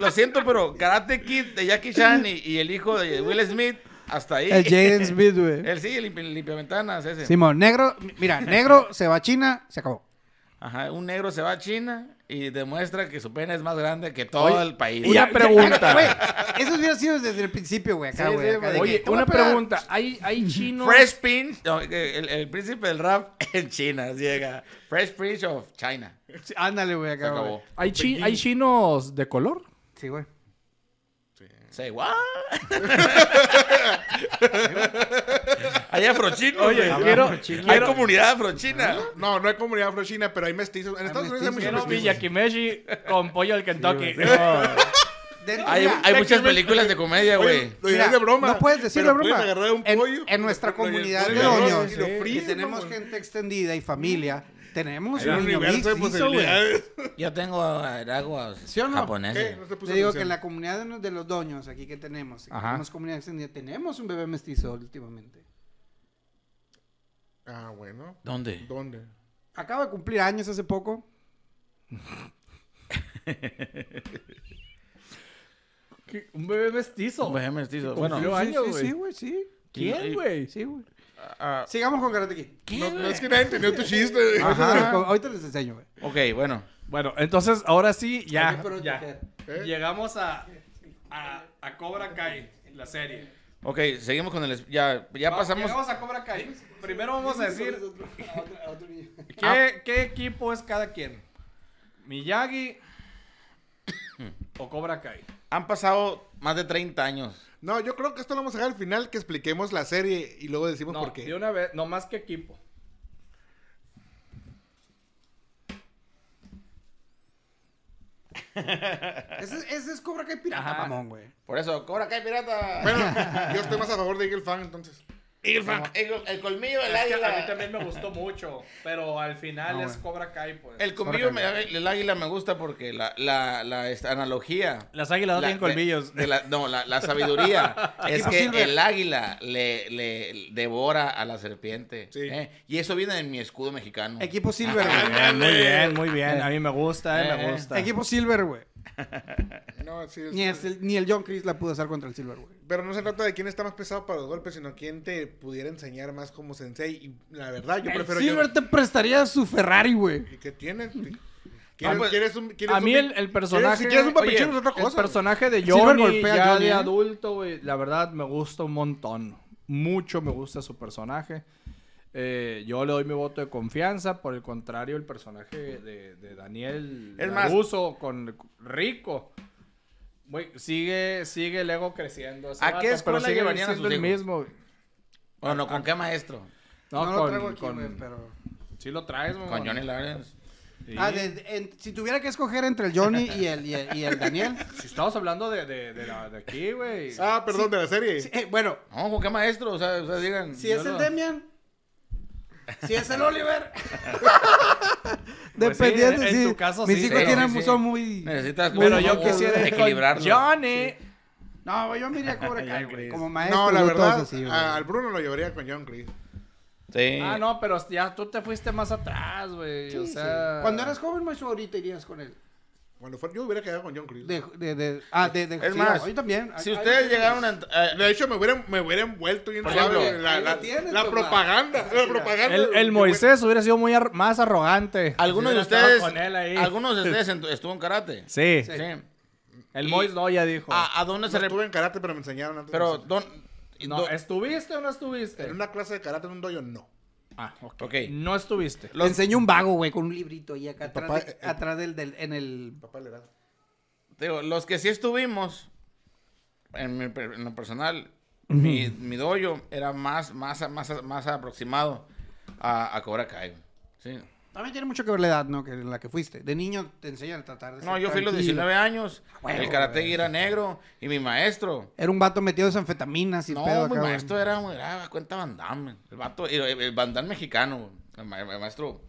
[SPEAKER 2] lo siento, pero Karate Kid de Jackie Chan y, y el hijo de Will Smith, hasta ahí.
[SPEAKER 5] El Jaden Smith, güey.
[SPEAKER 2] El sí, Eh, el limpi- limpiaventanas ese.
[SPEAKER 5] Simón, negro, mira, negro se va a China, se acabó.
[SPEAKER 2] Ajá, un negro se va a China y demuestra que su pene es más grande que todo el país.
[SPEAKER 4] y ya
[SPEAKER 2] Una-
[SPEAKER 4] pregunta.
[SPEAKER 5] Güey, eso hubiera sido desde el principio, güey, acá,
[SPEAKER 2] Sí,
[SPEAKER 5] güey.
[SPEAKER 2] sí,
[SPEAKER 5] acá de que,
[SPEAKER 4] Oye,
[SPEAKER 5] te voy a
[SPEAKER 4] una
[SPEAKER 5] pegar.
[SPEAKER 4] pregunta. ¿Hay, hay chinos?
[SPEAKER 2] Fresh Prince, no, que el, el príncipe del rap en China, llega. Fresh Prince of China.
[SPEAKER 5] Sí, Ándale, güey,
[SPEAKER 2] Se
[SPEAKER 5] acá, güey.
[SPEAKER 2] acabó.
[SPEAKER 4] ¿Hay, chi- ¿Hay chinos de color?
[SPEAKER 5] Sí, güey.
[SPEAKER 2] Say what? Hay afrochinos.
[SPEAKER 4] Oye,
[SPEAKER 2] güey.
[SPEAKER 4] quiero-
[SPEAKER 2] Hay
[SPEAKER 4] quiero-
[SPEAKER 2] comunidad afrochina.
[SPEAKER 3] No, no hay comunidad afrochina, pero hay mestizos. En Estados Unidos hay muchos
[SPEAKER 5] mestizos.
[SPEAKER 4] Quiero mi
[SPEAKER 3] mestizos.
[SPEAKER 4] yakimeshi con pollo al Kentucky.
[SPEAKER 5] Dentro-
[SPEAKER 2] Hay,
[SPEAKER 5] mira,
[SPEAKER 2] hay muchas películas de comedia, güey.
[SPEAKER 3] Oye, Lo dirás
[SPEAKER 5] Mira,
[SPEAKER 3] de broma.
[SPEAKER 5] no puedes decir
[SPEAKER 3] pero
[SPEAKER 5] de broma.
[SPEAKER 3] puedes agarrar un
[SPEAKER 5] En-
[SPEAKER 3] pollo.
[SPEAKER 5] en nuestra
[SPEAKER 3] lo- lo- lo- lo-
[SPEAKER 5] comunidad de
[SPEAKER 3] lo-
[SPEAKER 5] doños,
[SPEAKER 3] y lo
[SPEAKER 4] sí,
[SPEAKER 5] que
[SPEAKER 3] fríes,
[SPEAKER 5] tenemos
[SPEAKER 3] mamón.
[SPEAKER 5] gente extendida y familia, tenemos
[SPEAKER 3] Hay un
[SPEAKER 5] un niño
[SPEAKER 3] universo de
[SPEAKER 5] mix,
[SPEAKER 3] posibilidades.
[SPEAKER 2] Yo tengo aguas
[SPEAKER 5] ¿Sí o no?
[SPEAKER 3] ¿Qué?
[SPEAKER 2] japoneses.
[SPEAKER 3] No te
[SPEAKER 5] Te
[SPEAKER 3] puse
[SPEAKER 5] digo
[SPEAKER 3] atención.
[SPEAKER 5] que en la comunidad de, los- de los doños aquí que tenemos, que
[SPEAKER 2] Ajá.
[SPEAKER 5] tenemos comunidad extendida, tenemos un bebé mestizo últimamente.
[SPEAKER 3] Ah, bueno.
[SPEAKER 2] ¿Dónde?
[SPEAKER 3] ¿Dónde?
[SPEAKER 5] Acaba de cumplir años hace poco.
[SPEAKER 4] Un bebé mestizo.
[SPEAKER 2] Un bebé mestizo. Bueno,
[SPEAKER 4] Cumplió
[SPEAKER 5] sí,
[SPEAKER 4] años,
[SPEAKER 5] sí,
[SPEAKER 4] güey.
[SPEAKER 5] sí, güey, sí.
[SPEAKER 4] ¿Quién, güey?
[SPEAKER 5] Sí, güey.
[SPEAKER 2] ah,
[SPEAKER 5] Sigamos con Karate Kid.
[SPEAKER 3] No, no es que nadie entendió tu chiste. güey.
[SPEAKER 5] Ahorita les- Ahorita les enseño, güey.
[SPEAKER 2] ok, bueno.
[SPEAKER 4] Bueno, entonces ahora sí, ya.
[SPEAKER 5] Ok, pero-
[SPEAKER 4] ya.
[SPEAKER 3] ¿Eh?
[SPEAKER 4] Llegamos a, a, a Cobra Kai, la serie.
[SPEAKER 2] Ok, seguimos con el... es- Ya, ya
[SPEAKER 4] Va-
[SPEAKER 2] pasamos...
[SPEAKER 4] Llegamos a Cobra Kai. Primero vamos a decir
[SPEAKER 5] A otro- a otro niño. Ah.
[SPEAKER 4] qué, qué equipo es cada quien. Miyagi o Cobra Kai.
[SPEAKER 2] Han pasado más de 30 años.
[SPEAKER 3] No, yo creo que esto lo vamos a dejar al final, que expliquemos la serie y luego decimos
[SPEAKER 4] No,
[SPEAKER 3] por qué.
[SPEAKER 4] de una vez, no más que equipo.
[SPEAKER 5] Ese, ese es Cobra Kai pirata,
[SPEAKER 4] Ajá.
[SPEAKER 5] mamón, güey.
[SPEAKER 2] Por eso, Cobra Kai Pirata.
[SPEAKER 3] Bueno, yo estoy más a favor de Eagle Fan, entonces.
[SPEAKER 2] Eagle Fan, Eagle- el colmillo
[SPEAKER 4] Es
[SPEAKER 2] del
[SPEAKER 4] que a mí
[SPEAKER 2] águila.
[SPEAKER 4] también me gustó mucho, pero al final
[SPEAKER 5] No,
[SPEAKER 4] es
[SPEAKER 5] güey.
[SPEAKER 4] Cobra Kai, pues.
[SPEAKER 2] El colmillo me- del águila me gusta porque la, la, la esta- analogía...
[SPEAKER 4] Las águilas no
[SPEAKER 2] la-
[SPEAKER 4] tienen
[SPEAKER 2] de-
[SPEAKER 4] colmillos.
[SPEAKER 2] de la- no, la, la sabiduría es
[SPEAKER 5] Equipo
[SPEAKER 2] que
[SPEAKER 5] Silver.
[SPEAKER 2] el águila le, le devora a la serpiente.
[SPEAKER 3] Sí.
[SPEAKER 2] ¿eh? Y eso viene en mi escudo mexicano.
[SPEAKER 5] Equipo Silver,
[SPEAKER 4] Muy
[SPEAKER 5] güey.
[SPEAKER 4] bien, muy bien, muy bien. A mí me gusta, eh, me
[SPEAKER 2] Eh,
[SPEAKER 4] gusta.
[SPEAKER 5] Equipo Silver, güey.
[SPEAKER 3] No, sí, este es-
[SPEAKER 5] Ni, es el- ni el John Chris la pudo hacer contra el Silver, güey.
[SPEAKER 3] Pero no se trata de quién está más pesado para los golpes, sino quién te pudiera enseñar más como sensei. Y la verdad, yo
[SPEAKER 5] El
[SPEAKER 3] prefiero
[SPEAKER 5] Silver
[SPEAKER 3] yo.
[SPEAKER 5] te prestaría su Ferrari, güey.
[SPEAKER 3] ¿Y qué tienes? ¿Quieres,
[SPEAKER 2] Ah, pues,
[SPEAKER 3] quieres un, quieres
[SPEAKER 4] A
[SPEAKER 3] un
[SPEAKER 4] mí
[SPEAKER 3] vi-
[SPEAKER 4] el, el personaje.
[SPEAKER 3] si quieres un papichino,
[SPEAKER 4] Oye,
[SPEAKER 3] es otra
[SPEAKER 4] El
[SPEAKER 3] cosa.
[SPEAKER 4] personaje de
[SPEAKER 5] Silver
[SPEAKER 4] Johnny,
[SPEAKER 5] golpea a
[SPEAKER 4] ya
[SPEAKER 5] Johnny,
[SPEAKER 4] de
[SPEAKER 5] ¿eh?
[SPEAKER 4] adulto, güey. La verdad me gusta un montón. Mucho me gusta su personaje. Eh, yo le doy mi voto de confianza. Por el contrario, el personaje de, de Daniel
[SPEAKER 2] Es más-
[SPEAKER 4] Larusso con Rico. Güey, sigue, sigue el ego creciendo. ese
[SPEAKER 2] ¿A qué
[SPEAKER 4] vato, pero
[SPEAKER 2] escuela
[SPEAKER 4] sigue
[SPEAKER 2] llevarían a
[SPEAKER 4] siendo
[SPEAKER 2] sus
[SPEAKER 4] el
[SPEAKER 2] hijos?
[SPEAKER 4] mismo. güey.
[SPEAKER 2] Bueno, ¿con qué maestro?
[SPEAKER 4] No,
[SPEAKER 5] No,
[SPEAKER 4] con,
[SPEAKER 5] lo traigo aquí,
[SPEAKER 4] con-
[SPEAKER 5] güey, pero...
[SPEAKER 4] Sí lo traes, mamá.
[SPEAKER 2] Con Johnny Lawrence.
[SPEAKER 4] Sí.
[SPEAKER 5] Ah, de- de- en- si tuviera que escoger entre el Johnny y el, y el, y el Daniel...
[SPEAKER 4] Si estamos hablando de, de, de la- de aquí, güey.
[SPEAKER 3] Ah, perdón, de la serie.
[SPEAKER 5] Sí, eh, bueno,
[SPEAKER 2] No, ¿con qué maestro? O sea, o sea, digan.
[SPEAKER 5] si
[SPEAKER 2] yo
[SPEAKER 5] es el
[SPEAKER 2] no-
[SPEAKER 5] Demian... Si es el Oliver...
[SPEAKER 4] Pues sí,
[SPEAKER 5] Dependiendo,
[SPEAKER 4] en-
[SPEAKER 5] sí.
[SPEAKER 4] en tu caso,
[SPEAKER 5] Mis
[SPEAKER 4] sí, Eh.
[SPEAKER 5] hijos
[SPEAKER 2] sí,
[SPEAKER 5] tienen,
[SPEAKER 2] sí.
[SPEAKER 5] son muy...
[SPEAKER 2] Necesitas
[SPEAKER 4] Pero
[SPEAKER 2] como
[SPEAKER 4] yo
[SPEAKER 5] que sí
[SPEAKER 4] quisiera
[SPEAKER 2] equilibrarlo.
[SPEAKER 4] Johnny.
[SPEAKER 5] No, güey, yo me iría a Cobra Kai, güey. Como maestro.
[SPEAKER 3] no, la
[SPEAKER 5] güey, todos
[SPEAKER 3] verdad,
[SPEAKER 5] así, güey.
[SPEAKER 3] a- al Bruno lo llevaría con John Chris.
[SPEAKER 2] Sí.
[SPEAKER 4] Ah, no, pero ya tú te fuiste más atrás, güey.
[SPEAKER 5] Sí,
[SPEAKER 4] o
[SPEAKER 5] sí.
[SPEAKER 4] sea.
[SPEAKER 5] Cuando eras joven, macho, ahorita irías con él.
[SPEAKER 3] Cuando fuera, yo hubiera quedado con John Chris.
[SPEAKER 5] De,
[SPEAKER 3] De,
[SPEAKER 5] de, de, ah, de, de,
[SPEAKER 2] Es
[SPEAKER 5] sí,
[SPEAKER 2] más,
[SPEAKER 5] yo también.
[SPEAKER 2] Si
[SPEAKER 5] Ahí-
[SPEAKER 2] ustedes
[SPEAKER 5] ahí-
[SPEAKER 2] llegaron a. a-
[SPEAKER 3] eh, hecho, me hubiera, me hubiera envuelto bien
[SPEAKER 2] Por
[SPEAKER 3] suave
[SPEAKER 2] ejemplo,
[SPEAKER 3] la,
[SPEAKER 5] ahí
[SPEAKER 3] la,
[SPEAKER 5] lo tienes,
[SPEAKER 3] la
[SPEAKER 5] papá.
[SPEAKER 3] propaganda. La propaganda.
[SPEAKER 4] El, el Moisés hubiera sido muy ar- más arrogante.
[SPEAKER 2] algunos de
[SPEAKER 4] Si hubiera estado
[SPEAKER 2] ustedes.
[SPEAKER 4] con él ahí.
[SPEAKER 2] Algunos de ustedes en- estuvo en karate.
[SPEAKER 4] Sí.
[SPEAKER 2] Sí.
[SPEAKER 4] El
[SPEAKER 2] Y-
[SPEAKER 4] Mois no, ya dijo.
[SPEAKER 2] ¿A, a dónde se
[SPEAKER 3] No
[SPEAKER 4] pues,
[SPEAKER 2] le.?
[SPEAKER 3] estuve en karate, pero me enseñaron antes. de
[SPEAKER 2] Pero,
[SPEAKER 3] hacer.
[SPEAKER 2] don,
[SPEAKER 4] no,
[SPEAKER 2] don-
[SPEAKER 4] ¿Estuviste o no estuviste?
[SPEAKER 3] en una clase de karate en un dojo, no.
[SPEAKER 4] Ah, ok.
[SPEAKER 2] Ok.
[SPEAKER 4] No estuviste.
[SPEAKER 5] Le enseñó un vago, güey, con un librito ahí acá atrás,
[SPEAKER 3] papá,
[SPEAKER 5] de-
[SPEAKER 3] eh,
[SPEAKER 5] atrás del, del- en el
[SPEAKER 3] Papá le da.
[SPEAKER 2] te digo, los que sí estuvimos, en, mi per- en lo personal, mi, mi dojo era más, más, más, más aproximado a, a Cobra Kai. güey. Sí.
[SPEAKER 5] También tiene mucho que ver la edad, ¿no? Que en la que fuiste. De niño te enseñan a tratar de
[SPEAKER 2] No,
[SPEAKER 5] ser
[SPEAKER 2] yo fui a los
[SPEAKER 5] Pues tranquilo.
[SPEAKER 2] 19 años,
[SPEAKER 5] Huevo,
[SPEAKER 2] el karate era negro y mi maestro
[SPEAKER 5] Era un vato metido en anfetaminas y el
[SPEAKER 2] No,
[SPEAKER 5] pedo
[SPEAKER 2] mi
[SPEAKER 5] acá, güey.
[SPEAKER 2] maestro era, era cuenta Van Damme. El vato, el, el- el Van Damme mexicano, güey. el, ma- el maestro,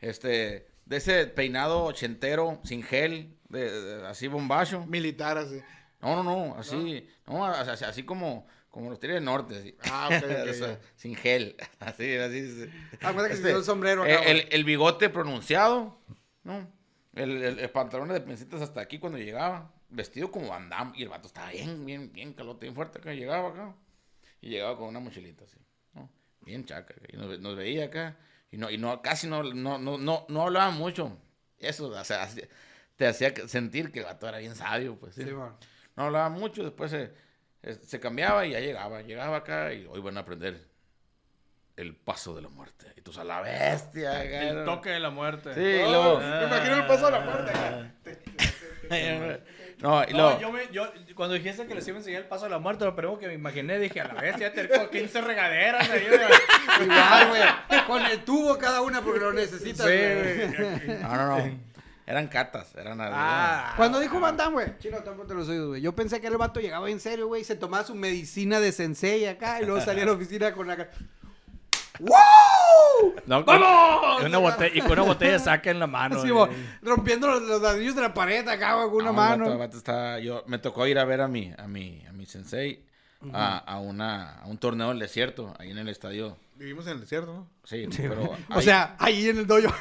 [SPEAKER 2] este, de ese peinado ochentero, sin gel, de, de- así bombacho.
[SPEAKER 3] Militar así.
[SPEAKER 2] No, no, no, así, no, a- a- así, como, como los tigres del norte, así.
[SPEAKER 3] Ah, ok, ok,
[SPEAKER 2] O sea,
[SPEAKER 3] ok.
[SPEAKER 2] sin gel, así, así. así.
[SPEAKER 5] Ah, cuenta que se dio el sombrero acá,
[SPEAKER 2] eh,
[SPEAKER 5] güey.
[SPEAKER 2] el, el bigote pronunciado, ¿no? El, el, el pantalón de pincitas hasta aquí cuando llegaba, vestido como Van Damme, y el vato estaba bien, bien, bien calote, bien fuerte acá, llegaba acá, y llegaba con una mochilita así, ¿no? Bien chaca, y nos, ve- nos veía acá, y no, y no, casi no, no, no, no, no hablaba mucho, eso, o sea, hacía- te hacía que- sentir que el vato era bien sabio, pues, sí.
[SPEAKER 5] Sí, bueno.
[SPEAKER 2] No hablaba mucho, después se, es- se cambiaba y ya llegaba. Llegaba acá y hoy van a aprender el paso de la muerte. Y tú a la bestia,
[SPEAKER 4] El
[SPEAKER 2] cara.
[SPEAKER 4] toque de la muerte.
[SPEAKER 2] Sí, y luego.
[SPEAKER 4] Ah.
[SPEAKER 3] Me imagino el paso a la puerta. acá.
[SPEAKER 2] No,
[SPEAKER 4] No,
[SPEAKER 2] y luego.
[SPEAKER 4] yo, me- yo- cuando dijiste que les iba a enseñar el paso de la muerte, lo primero que me imaginé, dije, a la vez ya te 15 regaderas. ahí, güey.
[SPEAKER 5] Igual, güey. Con el tubo cada una porque lo necesitas, güey.
[SPEAKER 2] No, no, no. Eran catas, eran.
[SPEAKER 4] Ah.
[SPEAKER 5] Cuando dijo Van Damme, güey. Chino, tampoco los oídos, güey. Yo pensé que el vato llegaba en serio, güey. Se tomaba su medicina de sensei acá y luego salía a la oficina con la cara. ¡Wow!
[SPEAKER 4] No, con-
[SPEAKER 5] ¡Vamos!
[SPEAKER 4] y una bote- y con una botella saca en la
[SPEAKER 2] Ah,
[SPEAKER 4] mano.
[SPEAKER 5] Así,
[SPEAKER 4] güey.
[SPEAKER 5] güey, rompiendo los, los ladrillos de la pared acá, güey, con una
[SPEAKER 2] No, el
[SPEAKER 5] mano.
[SPEAKER 2] Ah, vato- el vato estaba- yo, me tocó ir a ver a mi, a mi, a mi sensei a, a una, a un torneo del desierto, ahí en el estadio.
[SPEAKER 3] Vivimos en el desierto, ¿no?
[SPEAKER 2] Sí, pero.
[SPEAKER 5] O
[SPEAKER 2] hay-
[SPEAKER 5] sea, ahí en el dojo.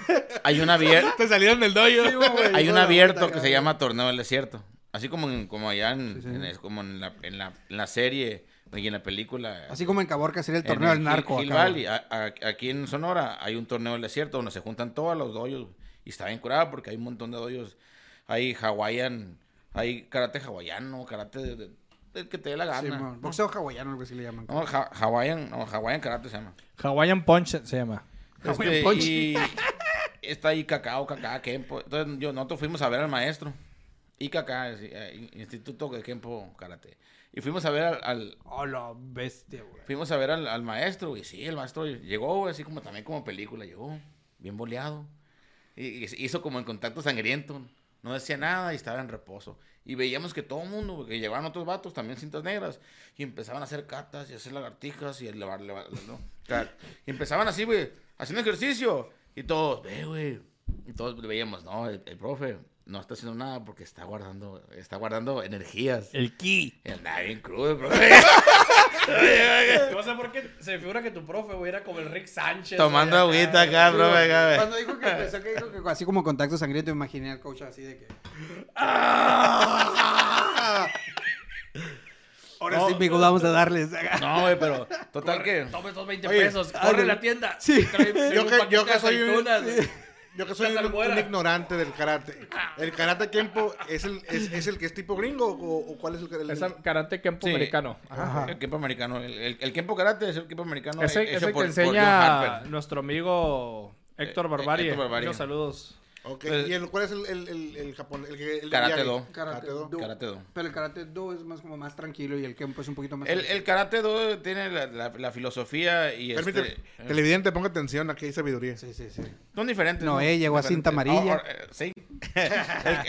[SPEAKER 2] hay una abier-
[SPEAKER 3] Te salieron del doyo.
[SPEAKER 5] Sí, güey, hijo
[SPEAKER 2] Hay un
[SPEAKER 5] de la
[SPEAKER 2] abierto
[SPEAKER 5] puta,
[SPEAKER 2] que se
[SPEAKER 5] cabrón.
[SPEAKER 2] llama Torneo del Desierto. Así como, en- como allá en, en- es como en la, en la, en la serie y en la película.
[SPEAKER 5] Así como en Caborca sería el
[SPEAKER 2] en
[SPEAKER 5] torneo
[SPEAKER 2] el
[SPEAKER 5] del
[SPEAKER 2] Hill-
[SPEAKER 5] narco.
[SPEAKER 2] Hill
[SPEAKER 5] acá, güey.
[SPEAKER 2] Valley. A- a- aquí en Sonora hay un torneo del desierto donde se juntan todos los doyos. Y está bien curado porque hay un montón de doyos. Hay hawaiian, hay karate hawaiano, karate de- de- del que te dé la
[SPEAKER 5] Sí,
[SPEAKER 2] gana.
[SPEAKER 5] mon. boxeo hawaiano, algo así le llaman.
[SPEAKER 2] no, ha- hawaiian, no, hawaiian karate se llama.
[SPEAKER 4] Hawaiian Punch se llama.
[SPEAKER 5] Hawaiian
[SPEAKER 2] Este,
[SPEAKER 5] Punch.
[SPEAKER 2] y está ahí Cacao, Cacá, Kempo. Entonces yo, nosotros fuimos a ver al maestro. Y Cacá, es- eh, Instituto de Kempo Karate. Y fuimos a ver al, al-
[SPEAKER 5] Oh, la bestia, güey.
[SPEAKER 2] fuimos a ver al, al maestro, y sí, el maestro llegó, güey, así como también como película, llegó, bien boleado. Y, y se hizo como en contacto sangriento. No decía nada y estaba en reposo. Y veíamos que todo el mundo, güey, que llevaban otros vatos, también cintas negras, y empezaban a hacer catas y a hacer lagartijas y a levar, levar- ¿no? Ca- Y empezaban así, güey, haciendo ejercicio. Y todos, ve, güey. Y todos veíamos, no, el, el profe no está haciendo nada porque está guardando, está guardando energías.
[SPEAKER 4] El ki.
[SPEAKER 2] Y andaba bien crudo, el profe.
[SPEAKER 4] No sé por qué se me figura que tu profe güey, era como el Rick Sánchez.
[SPEAKER 2] Tomando
[SPEAKER 4] güey,
[SPEAKER 2] agüita acá,
[SPEAKER 5] Sí,
[SPEAKER 2] profe,
[SPEAKER 5] güey.
[SPEAKER 2] acá, güey.
[SPEAKER 5] Cuando dijo que empezó, que dijo que así como contacto sangriento, imaginé al coach así de que. Ahora sí, amigos, vamos a darles.
[SPEAKER 2] No, güey, pero total que.
[SPEAKER 4] Tome estos 20
[SPEAKER 3] Oye,
[SPEAKER 4] pesos, corre a la tienda.
[SPEAKER 5] Sí.
[SPEAKER 4] Trae- trae
[SPEAKER 3] Yo
[SPEAKER 4] un
[SPEAKER 3] que, yo
[SPEAKER 4] paquete de
[SPEAKER 3] que soy un,
[SPEAKER 4] aceitunas, güey.
[SPEAKER 3] yo que soy
[SPEAKER 4] Las
[SPEAKER 3] un,
[SPEAKER 4] albueras.
[SPEAKER 3] un ignorante del karate. ¿El karate Kempo es el, es, es el que es tipo gringo o, o cuál es el, el-
[SPEAKER 4] Es el karate campo
[SPEAKER 2] Sí.
[SPEAKER 4] americano.
[SPEAKER 2] El Kempo americano. El, el, el Kempo Karate es el Kempo americano.
[SPEAKER 4] Ese,
[SPEAKER 2] he-
[SPEAKER 4] ese
[SPEAKER 2] hecho
[SPEAKER 4] que
[SPEAKER 2] por- por John
[SPEAKER 4] enseña
[SPEAKER 2] Harper.
[SPEAKER 4] nuestro amigo Héctor
[SPEAKER 2] Eh,
[SPEAKER 4] Barbarie.
[SPEAKER 2] Héctor Barbarie.
[SPEAKER 4] Muchos saludos.
[SPEAKER 3] Ok,
[SPEAKER 2] el-
[SPEAKER 3] ¿Y el, cuál es el, el, el, el japonés? El, que- el
[SPEAKER 2] Karate
[SPEAKER 3] Miyagi?
[SPEAKER 2] Do.
[SPEAKER 3] Karate Do.
[SPEAKER 5] do.
[SPEAKER 2] Karate do.
[SPEAKER 5] Pero el karate do es más como más tranquilo y el kempo es un poquito más.
[SPEAKER 2] El, el Karate Do tiene la, la, la filosofía y.
[SPEAKER 3] Permíteme,
[SPEAKER 2] Este, eh,
[SPEAKER 3] televidente, ponga atención, aquí hay sabiduría.
[SPEAKER 5] Sí, sí, sí.
[SPEAKER 2] son diferentes.
[SPEAKER 5] No, eh, llegó a cinta
[SPEAKER 2] Diferentes.
[SPEAKER 5] amarilla.
[SPEAKER 2] Ah, ah, eh, sí.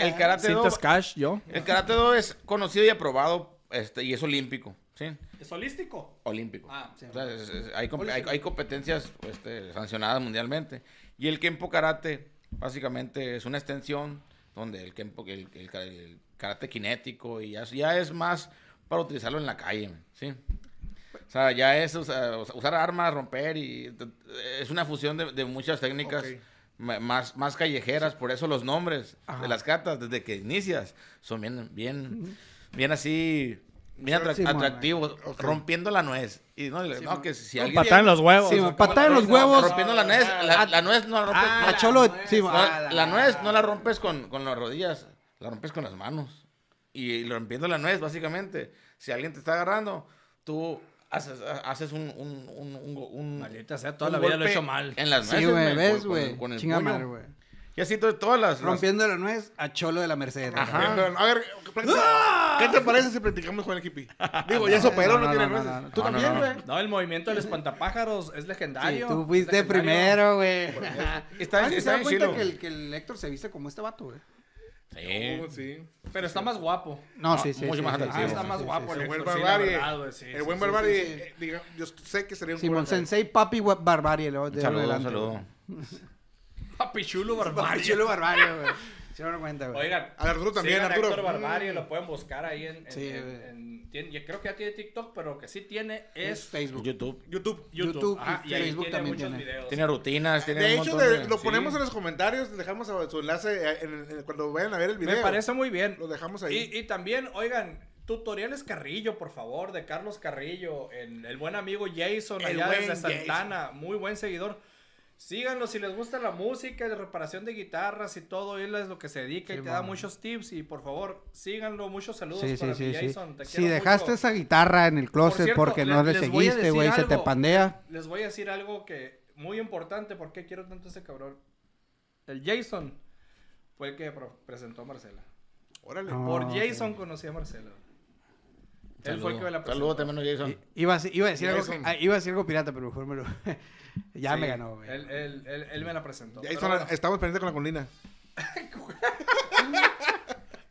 [SPEAKER 2] el, el Karate Do.
[SPEAKER 4] Cintas Cash, yo.
[SPEAKER 2] El Karate Do es conocido y aprobado este, y es olímpico. ¿Sí?
[SPEAKER 4] ¿Es holístico?
[SPEAKER 2] Olímpico.
[SPEAKER 4] Ah, sí.
[SPEAKER 2] O sea, es- es- hay, comp- hay- hay competencias este, sancionadas mundialmente. Y el Kempo Karate, básicamente, es una extensión donde el Kempo, el, el ka- el karate kinético, y ya, es- ya es más para utilizarlo en la calle, ¿sí? O sea, ya es o sea, us- usar armas, romper, y t- t- es una fusión de, de muchas técnicas.
[SPEAKER 3] Ok.
[SPEAKER 2] ma- Más, más callejeras, por eso los nombres de las catas desde que inicias son bien, bien, bien así, bien atra-
[SPEAKER 5] Sí, mon.
[SPEAKER 2] atractivos, rompiendo la nuez. Y no, y le- no, que si si alguien.
[SPEAKER 4] Patada en los huevos.
[SPEAKER 5] Sí,
[SPEAKER 4] Acá,
[SPEAKER 5] me patada en los
[SPEAKER 2] No,
[SPEAKER 5] huevos.
[SPEAKER 2] Rompiendo la nuez. La, la nuez no la rompes.
[SPEAKER 5] A
[SPEAKER 2] la,
[SPEAKER 5] Cholo. Sí,
[SPEAKER 2] no,
[SPEAKER 5] ah,
[SPEAKER 2] la nuez no la rompes con, con las rodillas. La rompes con las manos. Y rompiendo la nuez, básicamente. Si alguien te está agarrando, tú haces, haces un. un, un, un, un
[SPEAKER 4] Maldita sea, toda
[SPEAKER 2] un
[SPEAKER 4] la vida lo he
[SPEAKER 2] golpe
[SPEAKER 4] hecho mal.
[SPEAKER 2] En las nueces.
[SPEAKER 5] Sí, güey,
[SPEAKER 2] güey,
[SPEAKER 5] ves,
[SPEAKER 2] con-
[SPEAKER 5] güey.
[SPEAKER 2] Con, con el
[SPEAKER 5] Chinga
[SPEAKER 2] puño.
[SPEAKER 5] madre, güey.
[SPEAKER 2] Y Y así to- todas las... las-
[SPEAKER 5] Rompiendo la nuez a Cholo de la Merced.
[SPEAKER 2] Ajá.
[SPEAKER 3] Entonces, A ver, platica- ¿qué te parece si platicamos con el hippie? Digo, ya superó, no,
[SPEAKER 5] no,
[SPEAKER 3] tiene
[SPEAKER 5] no,
[SPEAKER 3] nueces.
[SPEAKER 5] no, no.
[SPEAKER 3] Tú
[SPEAKER 2] No, no,
[SPEAKER 3] también,
[SPEAKER 2] no.
[SPEAKER 3] güey.
[SPEAKER 4] No, el movimiento del espantapájaros es
[SPEAKER 5] Sí,
[SPEAKER 4] legendario.
[SPEAKER 5] tú
[SPEAKER 4] es
[SPEAKER 5] fuiste
[SPEAKER 4] legendario.
[SPEAKER 5] primero, güey.
[SPEAKER 2] Está-
[SPEAKER 5] Ah, ¿sí
[SPEAKER 2] está
[SPEAKER 5] se da
[SPEAKER 2] en
[SPEAKER 5] cuenta
[SPEAKER 2] chilo.
[SPEAKER 5] que el, que el Héctor se viste como este vato, güey?
[SPEAKER 2] Sí.
[SPEAKER 3] Oh, sí.
[SPEAKER 4] Pero está más guapo.
[SPEAKER 5] No,
[SPEAKER 2] Ah,
[SPEAKER 5] sí, sí.
[SPEAKER 2] mucho
[SPEAKER 5] sí,
[SPEAKER 2] más
[SPEAKER 5] sí,
[SPEAKER 2] atractivo.
[SPEAKER 5] sí,
[SPEAKER 4] está
[SPEAKER 5] sí,
[SPEAKER 4] más
[SPEAKER 5] sí,
[SPEAKER 4] guapo
[SPEAKER 3] El
[SPEAKER 4] el
[SPEAKER 3] buen
[SPEAKER 4] Héctor, sí, la
[SPEAKER 3] barbarie.
[SPEAKER 4] verdad, güey, sí,
[SPEAKER 3] el
[SPEAKER 4] sí,
[SPEAKER 3] buen
[SPEAKER 4] sí,
[SPEAKER 3] barbarie.
[SPEAKER 5] sí, sí.
[SPEAKER 3] eh, diga, yo sé que sería un
[SPEAKER 5] Simón
[SPEAKER 3] buen-
[SPEAKER 5] Sensei, papi Wa- barbarie. Lo,
[SPEAKER 2] Un saludo, un saludo.
[SPEAKER 4] sí. Papi chulo
[SPEAKER 5] Barbarie.
[SPEAKER 4] barbario.
[SPEAKER 5] Chulo barbarie, güey. Se me cuenta, güey.
[SPEAKER 4] Oigan,
[SPEAKER 3] Al Arturo también,
[SPEAKER 4] sigan a
[SPEAKER 3] Arturo.
[SPEAKER 4] Héctor Barbario, lo pueden buscar ahí en. en-
[SPEAKER 5] Sí,
[SPEAKER 4] en-
[SPEAKER 5] güey.
[SPEAKER 4] en- tiene- yo creo que ya tiene TikTok, pero lo que sí tiene
[SPEAKER 5] es
[SPEAKER 4] es
[SPEAKER 5] Facebook.
[SPEAKER 2] YouTube.
[SPEAKER 4] YouTube.
[SPEAKER 5] Este, YouTube
[SPEAKER 4] Ajá,
[SPEAKER 5] y
[SPEAKER 4] ahí
[SPEAKER 5] Facebook
[SPEAKER 4] tiene
[SPEAKER 5] también
[SPEAKER 4] muchos
[SPEAKER 5] tiene.
[SPEAKER 4] videos.
[SPEAKER 2] Tiene rutinas, tiene
[SPEAKER 3] De
[SPEAKER 2] un
[SPEAKER 3] hecho,
[SPEAKER 2] montón
[SPEAKER 3] de- lo
[SPEAKER 2] sí.
[SPEAKER 3] ponemos en los comentarios, dejamos a- su enlace eh, en- en- cuando vayan a ver el video.
[SPEAKER 4] Me parece muy bien.
[SPEAKER 3] Lo dejamos ahí.
[SPEAKER 4] Y, y también, oigan, tutoriales Carrillo, por favor, de Carlos Carrillo, en el buen amigo Jason,
[SPEAKER 3] El
[SPEAKER 4] allá
[SPEAKER 3] buen
[SPEAKER 4] desde Santana, muy buen seguidor. Síganlo si les gusta la música y la reparación de guitarras y todo, él es lo que se dedica y
[SPEAKER 5] Sí,
[SPEAKER 4] te da
[SPEAKER 5] mamá.
[SPEAKER 4] muchos tips y por favor, síganlo, muchos saludos
[SPEAKER 5] Sí,
[SPEAKER 4] para
[SPEAKER 5] sí,
[SPEAKER 4] mi
[SPEAKER 5] sí, sí.
[SPEAKER 4] Jason. te
[SPEAKER 5] Si
[SPEAKER 4] quiero
[SPEAKER 5] dejaste
[SPEAKER 4] mucho.
[SPEAKER 5] esa guitarra en el closet
[SPEAKER 4] Por cierto,
[SPEAKER 5] porque no
[SPEAKER 4] le-
[SPEAKER 5] le
[SPEAKER 4] les voy a
[SPEAKER 5] seguiste,
[SPEAKER 4] decir
[SPEAKER 5] güey, se te
[SPEAKER 4] algo.
[SPEAKER 5] pandea.
[SPEAKER 4] Les voy a decir algo que muy importante, porque quiero tanto a ese cabrón. El Jason fue el que pro- presentó a Marcela.
[SPEAKER 3] Órale.
[SPEAKER 5] No.
[SPEAKER 4] Por
[SPEAKER 5] Ah, ok.
[SPEAKER 4] Jason conocí a Marcela. Él fue el que me la presentó.
[SPEAKER 2] Saludo también a Jason.
[SPEAKER 5] Iba a, decir- iba a decir
[SPEAKER 3] Ya
[SPEAKER 5] algo,
[SPEAKER 3] es un-
[SPEAKER 5] ah, iba a decir algo pirata, pero mejor me lo... ya
[SPEAKER 4] Sí,
[SPEAKER 5] me ganó, güey.
[SPEAKER 4] Él, él- él- él me la presentó.
[SPEAKER 3] Ya ahí
[SPEAKER 4] Pero
[SPEAKER 3] son la-
[SPEAKER 4] bueno,
[SPEAKER 3] estamos pendientes con la colina.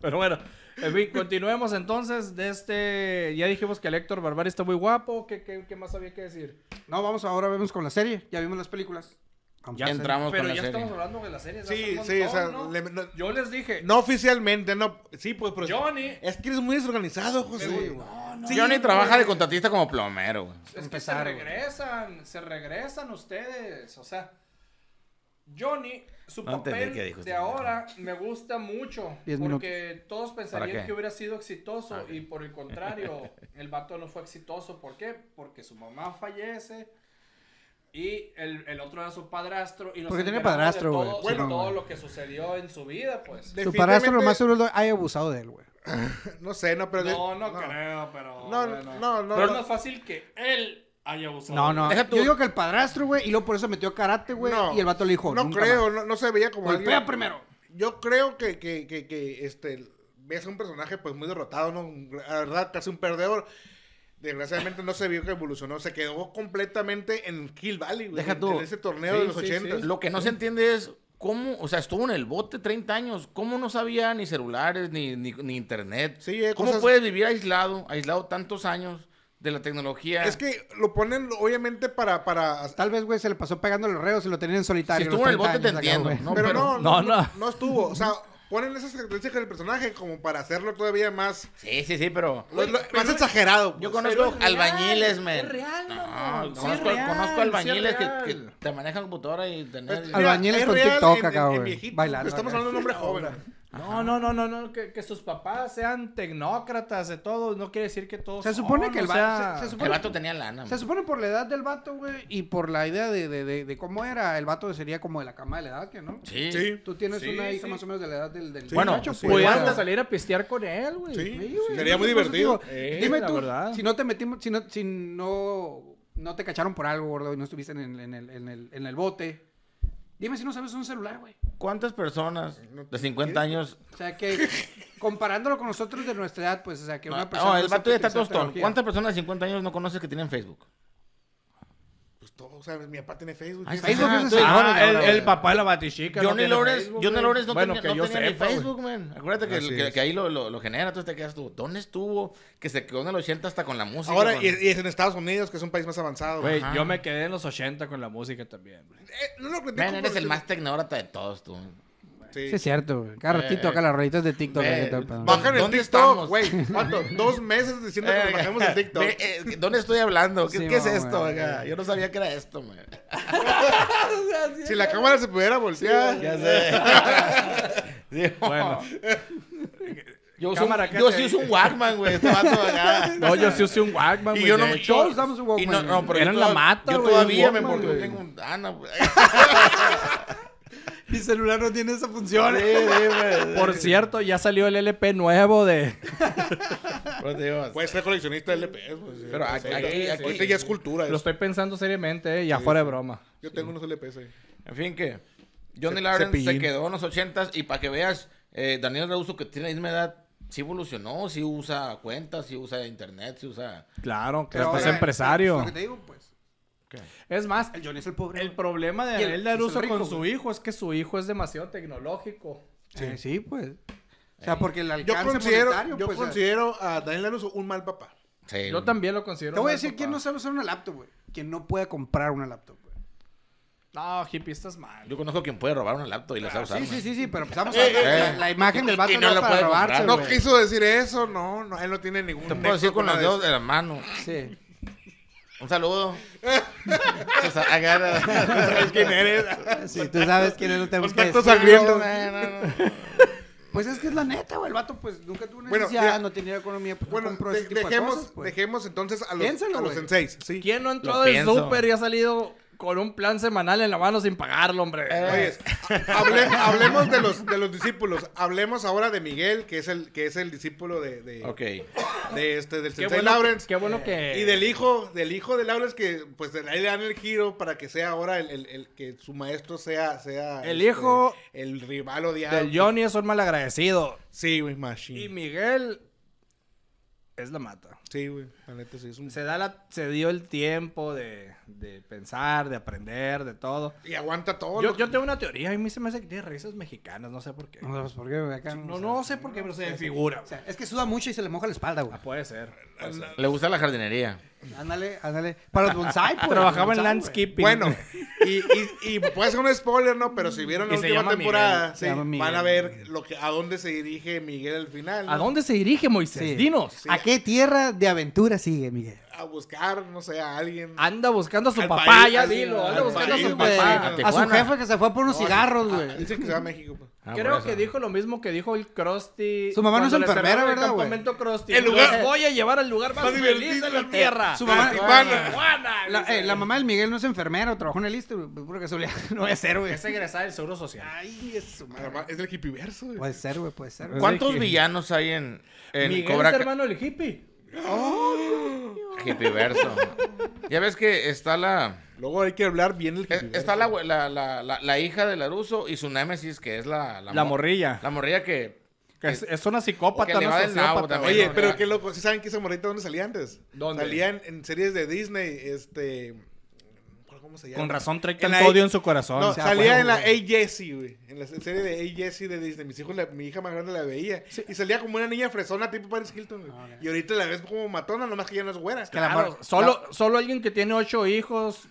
[SPEAKER 4] pero bueno, en fin, continuemos entonces de este... Ya dijimos que el Héctor Barbari está muy guapo. ¿Qué, qué, qué más había que decir?
[SPEAKER 5] No, vamos ahora, vemos con la serie. Ya vimos las películas. Vamos
[SPEAKER 2] Ya
[SPEAKER 5] a la serie.
[SPEAKER 2] entramos
[SPEAKER 4] pero
[SPEAKER 2] con la
[SPEAKER 4] ya
[SPEAKER 2] serie.
[SPEAKER 4] estamos hablando de la serie.
[SPEAKER 3] Sí, sí, o sea, le- no,
[SPEAKER 4] Yo les dije,
[SPEAKER 3] no oficialmente, no. Sí, pues, pero.
[SPEAKER 4] Johnny...
[SPEAKER 3] Es que eres muy desorganizado, José.
[SPEAKER 4] Pero-
[SPEAKER 2] Sí, Johnny trabaja de contratista como plomero, güey.
[SPEAKER 4] Es
[SPEAKER 5] Empezar,
[SPEAKER 4] que se
[SPEAKER 5] güey.
[SPEAKER 4] regresan, se regresan ustedes. O sea, Johnny, su
[SPEAKER 2] No entendí
[SPEAKER 4] papel
[SPEAKER 2] qué dijo
[SPEAKER 4] de
[SPEAKER 2] este
[SPEAKER 4] ahora me gusta mucho.
[SPEAKER 5] Diez
[SPEAKER 4] Porque todos pensarían
[SPEAKER 2] qué?
[SPEAKER 4] que hubiera sido exitoso
[SPEAKER 2] Ah, ok.
[SPEAKER 4] y por el contrario, el vato no fue exitoso. ¿Por qué? Porque su mamá fallece. Y el, el otro era su padrastro. Y nos
[SPEAKER 5] Porque tiene
[SPEAKER 4] enteramos de
[SPEAKER 5] padrastro,
[SPEAKER 4] todo-
[SPEAKER 5] güey.
[SPEAKER 4] de
[SPEAKER 5] Bueno,
[SPEAKER 4] todo
[SPEAKER 5] güey.
[SPEAKER 4] lo que sucedió en su vida, pues.
[SPEAKER 5] Su padrastro lo
[SPEAKER 3] Definitivamente-
[SPEAKER 5] más seguro hay abusado de él, güey.
[SPEAKER 3] No sé, no, pero. de-
[SPEAKER 4] No, no, creo, pero.
[SPEAKER 3] No,
[SPEAKER 4] bueno.
[SPEAKER 3] no, no,
[SPEAKER 4] Pero es
[SPEAKER 3] no.
[SPEAKER 4] más fácil que él haya abusado.
[SPEAKER 5] No,
[SPEAKER 4] de
[SPEAKER 5] no.
[SPEAKER 2] Deja tú-
[SPEAKER 5] Yo digo que el padrastro, güey, y luego por eso metió karate, güey.
[SPEAKER 3] No.
[SPEAKER 5] y el vato le dijo.
[SPEAKER 3] No
[SPEAKER 5] "Nunca
[SPEAKER 3] creo,
[SPEAKER 5] más".
[SPEAKER 3] no, no se veía como
[SPEAKER 5] Golpea
[SPEAKER 3] alguien.
[SPEAKER 5] primero.
[SPEAKER 3] Yo creo que, que, que, que este, ves a un personaje pues muy derrotado, ¿no? La verdad, casi un perdedor. Desgraciadamente no se vio que evolucionó, se quedó completamente en Kill Valley, güey.
[SPEAKER 2] Deja
[SPEAKER 3] en-
[SPEAKER 2] tú.
[SPEAKER 3] En ese torneo
[SPEAKER 4] Sí,
[SPEAKER 3] de los
[SPEAKER 4] sí,
[SPEAKER 3] 80.
[SPEAKER 4] sí.
[SPEAKER 2] Lo que no se entiende es cómo, o sea, estuvo en el bote 30 años, cómo no sabía ni celulares, ni, ni, ni internet.
[SPEAKER 3] Sí, eh,
[SPEAKER 2] ¿Cómo
[SPEAKER 3] cosas-
[SPEAKER 2] puedes vivir aislado, aislado tantos años de la tecnología?
[SPEAKER 3] Es que lo ponen obviamente para... para
[SPEAKER 5] Tal vez, güey, se le pasó pegando los reos y lo tenían en solitario.
[SPEAKER 2] si
[SPEAKER 5] los
[SPEAKER 2] estuvo en
[SPEAKER 5] 30
[SPEAKER 2] el bote te
[SPEAKER 5] años acá,
[SPEAKER 2] entiendo.
[SPEAKER 5] güey.
[SPEAKER 2] No,
[SPEAKER 3] pero,
[SPEAKER 2] pero-
[SPEAKER 3] no,
[SPEAKER 4] no,
[SPEAKER 3] no,
[SPEAKER 4] no.
[SPEAKER 3] no, no estuvo. O sea, ponen esas características del personaje como para hacerlo todavía más...
[SPEAKER 2] Sí, sí, sí, pero...
[SPEAKER 3] lo- lo- más exagerado.
[SPEAKER 2] Yo
[SPEAKER 3] pues.
[SPEAKER 2] conozco
[SPEAKER 4] es real,
[SPEAKER 2] albañiles, men.
[SPEAKER 4] es real,
[SPEAKER 2] no,
[SPEAKER 4] mamón, sí es
[SPEAKER 2] conozco,
[SPEAKER 4] real,
[SPEAKER 2] conozco
[SPEAKER 4] sí es
[SPEAKER 2] albañiles que,
[SPEAKER 4] real.
[SPEAKER 2] que te manejan computadora y tener...
[SPEAKER 3] pues, Mira,
[SPEAKER 5] Albañiles
[SPEAKER 3] es
[SPEAKER 5] con
[SPEAKER 3] real
[SPEAKER 5] TikTok
[SPEAKER 3] en-
[SPEAKER 5] acá,
[SPEAKER 3] en- en
[SPEAKER 5] güey,
[SPEAKER 3] viejitos,
[SPEAKER 5] bailando
[SPEAKER 3] Estamos
[SPEAKER 5] acá.
[SPEAKER 3] hablando de un hombre joven.
[SPEAKER 4] No, no, no, no, no, que, que sus papás sean tecnócratas de todo, no quiere decir que todos
[SPEAKER 5] Se supone
[SPEAKER 4] son,
[SPEAKER 5] que el
[SPEAKER 4] o sea,
[SPEAKER 5] vato. Se, se
[SPEAKER 2] El
[SPEAKER 5] supone,
[SPEAKER 2] vato tenía lana.
[SPEAKER 5] se
[SPEAKER 2] man.
[SPEAKER 5] supone por la edad del vato, güey, y por la idea de, de, de, de cómo era, el vato sería como de la cama de la edad, que ¿no?
[SPEAKER 2] Sí.
[SPEAKER 3] Sí.
[SPEAKER 5] Tú tienes
[SPEAKER 4] Sí,
[SPEAKER 5] una hija
[SPEAKER 4] sí.
[SPEAKER 5] más o menos de la edad del, del
[SPEAKER 3] Sí.
[SPEAKER 2] Bueno,
[SPEAKER 5] muchacho,
[SPEAKER 2] sí.
[SPEAKER 4] pudieran
[SPEAKER 5] pues,
[SPEAKER 2] Pudieran
[SPEAKER 5] güey.
[SPEAKER 4] hasta salir a pistear con él, güey.
[SPEAKER 3] Sí,
[SPEAKER 5] Sí, güey,
[SPEAKER 3] sería
[SPEAKER 5] no
[SPEAKER 3] muy
[SPEAKER 5] sé, por
[SPEAKER 3] divertido.
[SPEAKER 5] eso digo,
[SPEAKER 4] Eh,
[SPEAKER 5] Dime
[SPEAKER 4] la
[SPEAKER 5] tú,
[SPEAKER 4] verdad.
[SPEAKER 5] si no te metimos, si no, si no, no te cacharon por algo, gordo, y no estuviste en, el- en el, en, el, en el bote, dime si no sabes un celular, güey.
[SPEAKER 2] ¿Cuántas personas de 50 años...
[SPEAKER 5] O sea, que comparándolo con nosotros de nuestra edad, pues, o sea, que una
[SPEAKER 2] Ah, No,
[SPEAKER 5] persona...
[SPEAKER 2] el vato ya
[SPEAKER 5] sabe
[SPEAKER 2] está
[SPEAKER 5] utilizar
[SPEAKER 2] tostón.
[SPEAKER 5] tecnología.
[SPEAKER 2] ¿Cuántas personas de 50 años no conoces que tienen Facebook?
[SPEAKER 3] Pues todo, ¿sabes? Mi papá tiene Facebook.
[SPEAKER 2] Ahí está.
[SPEAKER 3] Facebook
[SPEAKER 2] Ah,
[SPEAKER 3] es
[SPEAKER 2] entonces-
[SPEAKER 3] así.
[SPEAKER 2] Ah, el- el
[SPEAKER 4] papá de la batichica.
[SPEAKER 2] Johnny Lawrence, Johnny Lawrence no
[SPEAKER 4] bueno,
[SPEAKER 2] tenía,
[SPEAKER 4] que
[SPEAKER 2] no
[SPEAKER 4] yo
[SPEAKER 2] tenía ni
[SPEAKER 4] sepa, güey.
[SPEAKER 2] Facebook, man. Acuérdate que,
[SPEAKER 3] Así
[SPEAKER 2] que-
[SPEAKER 3] es.
[SPEAKER 2] que ahí lo, lo, lo genera, entonces te quedas tú. ¿Dónde estuvo? Que se quedó en el 80 hasta con la música.
[SPEAKER 3] Ahora,
[SPEAKER 2] con-
[SPEAKER 3] y, y es en Estados Unidos, que es un país más avanzado.
[SPEAKER 4] Güey,
[SPEAKER 2] Ajá.
[SPEAKER 4] yo me quedé en los 80 con la música también, güey.
[SPEAKER 3] Eh, no lo critico
[SPEAKER 2] Man, eres
[SPEAKER 3] porque-
[SPEAKER 2] el más tecnógrata de todos, tú.
[SPEAKER 3] Sí.
[SPEAKER 5] Sí, es cierto, güey. Cada ratito
[SPEAKER 2] Eh,
[SPEAKER 5] acá las rolitas de TikTok.
[SPEAKER 2] eh,
[SPEAKER 5] güey, que te-
[SPEAKER 2] va-
[SPEAKER 3] Bajan el
[SPEAKER 2] ¿Dónde
[SPEAKER 3] TikTok,
[SPEAKER 2] estamos?
[SPEAKER 3] güey. ¿Cuánto? Dos meses diciendo que nos bajemos el TikTok.
[SPEAKER 2] Ve, eh, ¿Dónde estoy hablando? ¿Qué,
[SPEAKER 5] Sí,
[SPEAKER 2] qué es
[SPEAKER 5] mamá,
[SPEAKER 2] esto?
[SPEAKER 5] güey.
[SPEAKER 2] acá? Yo no sabía que era esto, man.
[SPEAKER 3] Si la cámara se pudiera voltear.
[SPEAKER 2] Ya sé. Sí,
[SPEAKER 4] Bueno,
[SPEAKER 2] yo uso
[SPEAKER 4] cámara,
[SPEAKER 2] un, yo
[SPEAKER 4] cállate.
[SPEAKER 2] sí uso un Walkman, güey. Este vato acá.
[SPEAKER 4] no, yo sí usé un Walkman,
[SPEAKER 2] Y
[SPEAKER 4] güey.
[SPEAKER 2] yo
[SPEAKER 4] de
[SPEAKER 2] no
[SPEAKER 4] hecho.
[SPEAKER 5] Todos usamos un
[SPEAKER 2] y
[SPEAKER 5] Walkman,
[SPEAKER 2] no, no, pero
[SPEAKER 4] Era
[SPEAKER 2] yo
[SPEAKER 4] en la
[SPEAKER 2] toda-
[SPEAKER 4] mata,
[SPEAKER 2] Yo
[SPEAKER 4] güey,
[SPEAKER 2] todavía,
[SPEAKER 4] un
[SPEAKER 2] man,
[SPEAKER 4] Walkman,
[SPEAKER 2] porque no
[SPEAKER 4] güey.
[SPEAKER 2] tengo un. Ah, no, güey.
[SPEAKER 5] Mi celular no tiene esa función.
[SPEAKER 4] Por cierto, ya salió el LP nuevo de...
[SPEAKER 2] Pero te digo,
[SPEAKER 3] Puede ser coleccionista de LPs. pues, sí.
[SPEAKER 2] Pero aquí-
[SPEAKER 3] Ahorita-
[SPEAKER 2] aquí- aquí-
[SPEAKER 3] ahorita ya es cultura.
[SPEAKER 4] Lo
[SPEAKER 3] eso.
[SPEAKER 4] estoy pensando seriamente, eh, ya fuera de broma.
[SPEAKER 3] Yo tengo unos LPs ahí.
[SPEAKER 2] En fin, que Johnny
[SPEAKER 3] Ce-
[SPEAKER 2] Lawrence se
[SPEAKER 3] Cepillín.
[SPEAKER 2] quedó en los ochentas y para que veas, eh, Daniel Reuso que tiene la misma edad, sí evolucionó, sí usa cuentas, sí usa internet, sí usa...
[SPEAKER 4] Claro, que
[SPEAKER 5] Pero
[SPEAKER 4] es
[SPEAKER 5] ahora,
[SPEAKER 4] empresario.
[SPEAKER 5] es lo que te digo, pues.
[SPEAKER 4] Es más,
[SPEAKER 5] El Johnny es el pobre.
[SPEAKER 4] el problema de
[SPEAKER 5] Y el-
[SPEAKER 4] Daniel
[SPEAKER 5] es el
[SPEAKER 4] Laruso
[SPEAKER 5] rico,
[SPEAKER 4] con
[SPEAKER 5] güey.
[SPEAKER 4] su hijo es que su hijo es demasiado tecnológico.
[SPEAKER 5] Sí, sí pues. O sea, porque el
[SPEAKER 3] Yo
[SPEAKER 5] alcance monetario,
[SPEAKER 3] considero, yo
[SPEAKER 5] pues, o sea,
[SPEAKER 3] considero a Daniel LaRusso un mal papá.
[SPEAKER 2] Sí,
[SPEAKER 4] Yo también lo considero.
[SPEAKER 5] Te voy a
[SPEAKER 4] mal
[SPEAKER 5] decir
[SPEAKER 4] papá.
[SPEAKER 5] quién no sabe usar una laptop, güey. Quien no pueda comprar una laptop, güey.
[SPEAKER 4] No, hippie, estás mal.
[SPEAKER 2] Yo conozco quien puede robar una laptop y la sabe usar.
[SPEAKER 5] Sí,
[SPEAKER 2] ¿no?
[SPEAKER 5] sí, sí, sí, pero empezamos
[SPEAKER 2] Eh,
[SPEAKER 5] a
[SPEAKER 2] eh.
[SPEAKER 5] la, la imagen
[SPEAKER 2] Y-
[SPEAKER 5] del
[SPEAKER 2] y
[SPEAKER 5] vato
[SPEAKER 2] no
[SPEAKER 5] no
[SPEAKER 2] la
[SPEAKER 5] era para
[SPEAKER 2] puede
[SPEAKER 5] robarse,
[SPEAKER 2] comprar.
[SPEAKER 3] No
[SPEAKER 5] güey.
[SPEAKER 3] quiso decir eso, no, no, él no tiene ningún.
[SPEAKER 2] Te puedo decir con los dedos de la mano.
[SPEAKER 5] Sí.
[SPEAKER 2] Un saludo. O sea, agarra-
[SPEAKER 3] ¿Sabes quién eres?
[SPEAKER 5] Sí, tú sabes quién es, no tenemos que
[SPEAKER 3] Contacto
[SPEAKER 5] decir.
[SPEAKER 3] sangriento.
[SPEAKER 2] No, no, no.
[SPEAKER 5] Pues es que es la neta, güey. El vato, pues, nunca tuvo
[SPEAKER 3] Bueno,
[SPEAKER 5] necesidad,
[SPEAKER 3] mira.
[SPEAKER 5] no tenía economía, pues,
[SPEAKER 3] Bueno,
[SPEAKER 5] no compró
[SPEAKER 3] de-
[SPEAKER 5] ese tipo
[SPEAKER 3] dejemos,
[SPEAKER 5] de cosas, pues.
[SPEAKER 3] dejemos entonces a los,
[SPEAKER 5] Piénsalo,
[SPEAKER 3] a los
[SPEAKER 5] güey.
[SPEAKER 3] senseis. Sí.
[SPEAKER 4] ¿Quién no entró
[SPEAKER 2] Lo
[SPEAKER 4] del
[SPEAKER 2] pienso.
[SPEAKER 4] súper y ha salido con un plan semanal en la mano sin pagarlo, hombre?
[SPEAKER 5] Eh,
[SPEAKER 3] Oye, hable- hablemos de los, de los discípulos. Hablemos ahora de Miguel, que es el, que es el discípulo de, de,
[SPEAKER 2] Ok.
[SPEAKER 3] de este, del
[SPEAKER 4] qué
[SPEAKER 3] sensei
[SPEAKER 4] bueno,
[SPEAKER 3] Lawrence.
[SPEAKER 4] qué bueno que...
[SPEAKER 3] Y del hijo, del hijo de Lawrence que pues de ahí le dan el giro para que sea ahora el, el- el- que su maestro sea, sea
[SPEAKER 4] El
[SPEAKER 3] este,
[SPEAKER 4] hijo
[SPEAKER 3] el rival odiado.
[SPEAKER 4] del Johnny es un malagradecido.
[SPEAKER 3] Sí, güey,
[SPEAKER 4] Y
[SPEAKER 3] machine.
[SPEAKER 4] Miguel es la mata.
[SPEAKER 3] Sí, güey, la neta sí es un
[SPEAKER 4] Se, da la, se dio el tiempo de, de pensar, de aprender, de todo.
[SPEAKER 3] y aguanta todo.
[SPEAKER 4] Yo,
[SPEAKER 3] lo-
[SPEAKER 4] yo tengo una teoría, a mí se me hace que tiene raíces mexicanas, no sé por qué.
[SPEAKER 5] No sabes por qué, güey, acá.
[SPEAKER 4] No, no sé por qué, pero se me figura.
[SPEAKER 5] O sea, es que suda mucho y se le moja la espalda, güey.
[SPEAKER 4] Ah, puede ser. puede ser.
[SPEAKER 2] Le gusta la jardinería.
[SPEAKER 5] Ándale, ándale. Para los bonsai, pues.
[SPEAKER 4] Trabajaba en
[SPEAKER 5] bonsai,
[SPEAKER 4] landscaping.
[SPEAKER 3] Bueno, y, y, y puede ser un spoiler, ¿no? Pero si vieron la
[SPEAKER 4] Y se
[SPEAKER 3] última
[SPEAKER 4] llama
[SPEAKER 3] temporada,
[SPEAKER 4] Miguel.
[SPEAKER 5] Se
[SPEAKER 3] sí,
[SPEAKER 5] llama Miguel.
[SPEAKER 3] van a ver lo que, a dónde se dirige Miguel al final.
[SPEAKER 4] ¿A
[SPEAKER 3] ¿no?
[SPEAKER 4] dónde se dirige Moisés?
[SPEAKER 5] Sí.
[SPEAKER 4] Dinos.
[SPEAKER 5] güey. ¿A qué tierra de aventura sigue, Miguel?
[SPEAKER 3] A buscar, no sé, a alguien.
[SPEAKER 4] Anda buscando a su
[SPEAKER 3] Al
[SPEAKER 4] papá,
[SPEAKER 3] país,
[SPEAKER 4] ya
[SPEAKER 3] al-
[SPEAKER 4] dilo. Anda
[SPEAKER 3] al
[SPEAKER 4] buscando a
[SPEAKER 3] país,
[SPEAKER 4] su
[SPEAKER 3] güey.
[SPEAKER 4] papá.
[SPEAKER 2] A
[SPEAKER 5] A su
[SPEAKER 2] Tijuana.
[SPEAKER 5] jefe que se fue por unos cigarros,
[SPEAKER 3] Ah,
[SPEAKER 5] güey.
[SPEAKER 3] Dicen que se va a México. pues.
[SPEAKER 2] Ah, por
[SPEAKER 4] Creo
[SPEAKER 2] eso.
[SPEAKER 4] que dijo lo mismo que dijo el Krusty.
[SPEAKER 5] Su mamá no es
[SPEAKER 4] cuando le
[SPEAKER 5] enfermera,
[SPEAKER 4] cerraron
[SPEAKER 5] ¿verdad,
[SPEAKER 4] El
[SPEAKER 5] güey?
[SPEAKER 4] campamento Krusty.
[SPEAKER 3] El lugar-
[SPEAKER 4] Los voy a llevar al lugar más,
[SPEAKER 3] Más
[SPEAKER 4] feliz
[SPEAKER 3] divertido
[SPEAKER 4] de
[SPEAKER 3] de
[SPEAKER 4] la
[SPEAKER 3] la
[SPEAKER 4] tierra.
[SPEAKER 5] Su mamá-
[SPEAKER 3] Tijuana.
[SPEAKER 4] Tijuana.
[SPEAKER 5] La, eh, la mamá del Miguel no es enfermera o trabajó en el ISTE, güey. Puro casualidad. No voy a ser, güey.
[SPEAKER 4] Es egresada del Seguro Social.
[SPEAKER 5] Ay, es su
[SPEAKER 3] A la ma-
[SPEAKER 5] madre.
[SPEAKER 3] Es el hippieverso, güey.
[SPEAKER 4] Pues,
[SPEAKER 5] Puede ser, güey, puede ser. güey.
[SPEAKER 2] ¿Cuántos villanos hay en, en
[SPEAKER 4] Miguel
[SPEAKER 2] Cobra
[SPEAKER 4] es
[SPEAKER 2] Kai?
[SPEAKER 4] hermano del hippie.
[SPEAKER 2] Hippieverso. ya ves que está la...
[SPEAKER 3] Luego hay que hablar bien el
[SPEAKER 2] eh,
[SPEAKER 3] hippieverso.
[SPEAKER 2] Está la, güe- la, la, la, la hija de Laruso y su némesis, que es la...
[SPEAKER 4] La
[SPEAKER 2] mo-
[SPEAKER 4] morrilla.
[SPEAKER 2] La morrilla que...
[SPEAKER 4] Que es, es una
[SPEAKER 2] que
[SPEAKER 4] psicópata,
[SPEAKER 2] le
[SPEAKER 4] no
[SPEAKER 2] va del nabo
[SPEAKER 4] sociópata.
[SPEAKER 2] también.
[SPEAKER 3] Oye,
[SPEAKER 2] Bueno,
[SPEAKER 3] pero
[SPEAKER 2] ya.
[SPEAKER 3] qué loco. ¿Sí saben que esa morrita dónde salía antes?
[SPEAKER 4] ¿Dónde?
[SPEAKER 3] Salían en series de Disney, este... ¿Cómo se llama?
[SPEAKER 4] Con razón trae
[SPEAKER 3] En la
[SPEAKER 4] tanto
[SPEAKER 3] I-
[SPEAKER 4] odio en su corazón.
[SPEAKER 3] No,
[SPEAKER 5] sea,
[SPEAKER 3] salía
[SPEAKER 5] ah, bueno,
[SPEAKER 3] en la
[SPEAKER 5] güey.
[SPEAKER 3] Hey Jessie, güey. En la serie de Hey Jessie de Disney. Mis hijos, la- mi hija más grande la veía. Y salía como una niña fresona tipo Paris Hilton, güey. Y ahorita la ves como matona, nomás que ya no es güera.
[SPEAKER 5] Ah, que la
[SPEAKER 4] Claro,
[SPEAKER 5] mar-
[SPEAKER 4] solo, solo alguien que tiene ocho hijos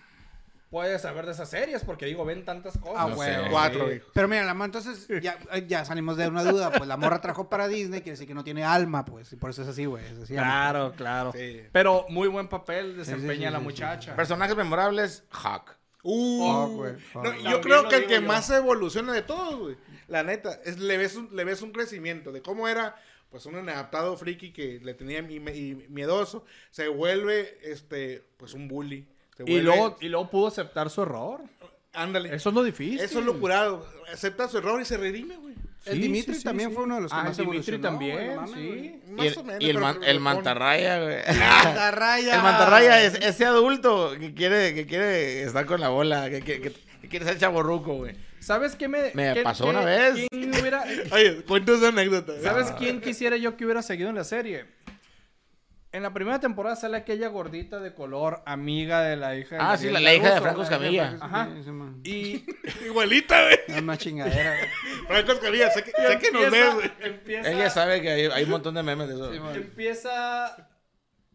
[SPEAKER 4] puede saber de esas series, porque digo, ven tantas cosas.
[SPEAKER 5] Ah,
[SPEAKER 2] No
[SPEAKER 5] güey.
[SPEAKER 2] sé.
[SPEAKER 3] Cuatro
[SPEAKER 4] Sí.
[SPEAKER 3] hijos.
[SPEAKER 5] Pero mira, la ma- entonces ya, eh, ya salimos de una duda. Pues la morra trabajó para Disney, quiere decir que no tiene alma, pues. Y por eso es así, güey. es así, alma.
[SPEAKER 4] Claro, claro.
[SPEAKER 3] Sí.
[SPEAKER 4] Pero muy buen papel desempeña
[SPEAKER 5] Sí, sí, sí,
[SPEAKER 4] la
[SPEAKER 5] sí, sí.
[SPEAKER 4] muchacha.
[SPEAKER 2] Personajes memorables, Hawk.
[SPEAKER 3] Uh,
[SPEAKER 5] Fuck, güey, fuck.
[SPEAKER 3] No, y yo
[SPEAKER 4] También
[SPEAKER 3] creo
[SPEAKER 4] lo
[SPEAKER 3] que el
[SPEAKER 4] digo
[SPEAKER 3] que
[SPEAKER 4] yo.
[SPEAKER 3] más evoluciona de todos, güey. La neta, es, le, ves un, le ves un crecimiento de cómo era, pues, un adaptado friki que le tenía mi- y- miedoso. Se vuelve, este, pues, un bully. Se
[SPEAKER 4] Y
[SPEAKER 3] vuelve-
[SPEAKER 4] luego, y luego pudo aceptar su error.
[SPEAKER 3] Ándale.
[SPEAKER 4] Eso es lo difícil.
[SPEAKER 3] Eso es lo curado. Acepta su error y se redime, güey.
[SPEAKER 5] El
[SPEAKER 4] Sí,
[SPEAKER 5] Dimitri
[SPEAKER 4] sí, sí,
[SPEAKER 5] también
[SPEAKER 4] sí.
[SPEAKER 5] fue uno de los que
[SPEAKER 4] Ah,
[SPEAKER 5] más
[SPEAKER 4] el Dimitri
[SPEAKER 5] evolucionó,
[SPEAKER 4] también,
[SPEAKER 5] güey, no mames,
[SPEAKER 4] sí.
[SPEAKER 5] güey.
[SPEAKER 3] Más
[SPEAKER 2] y el,
[SPEAKER 3] o menos.
[SPEAKER 2] y el,
[SPEAKER 3] pero
[SPEAKER 2] man-
[SPEAKER 3] lo
[SPEAKER 2] el
[SPEAKER 3] pone.
[SPEAKER 2] mantarraya, güey.
[SPEAKER 5] Mantarraya.
[SPEAKER 2] El mantarraya es ese adulto que quiere, que quiere estar con la bola, que, que- que- que quiere ser chaborruco, güey.
[SPEAKER 4] ¿Sabes qué me,
[SPEAKER 2] Me
[SPEAKER 4] qué-
[SPEAKER 2] pasó
[SPEAKER 4] qué-
[SPEAKER 2] una vez.
[SPEAKER 4] quién hubiera-
[SPEAKER 3] Oye, cuenta esa anécdota. ¿eh?
[SPEAKER 4] ¿Sabes quién quisiera yo que hubiera seguido en la serie? En la primera temporada sale aquella gordita de color, amiga de la hija de
[SPEAKER 2] Ah, sí,
[SPEAKER 4] Mariela
[SPEAKER 2] la, la hija de
[SPEAKER 4] Russo.
[SPEAKER 2] Franco Escamilla.
[SPEAKER 4] Ajá.
[SPEAKER 5] Sí, sí, man.
[SPEAKER 4] Y
[SPEAKER 3] Igualita, güey.
[SPEAKER 5] Es una chingadera. güey.
[SPEAKER 3] Franco Escamilla, sé que, sé que nos ves,
[SPEAKER 4] empieza-
[SPEAKER 3] güey.
[SPEAKER 4] empieza-
[SPEAKER 2] Ella sabe que hay, hay un montón de memes de eso.
[SPEAKER 5] Sí, man.
[SPEAKER 4] empieza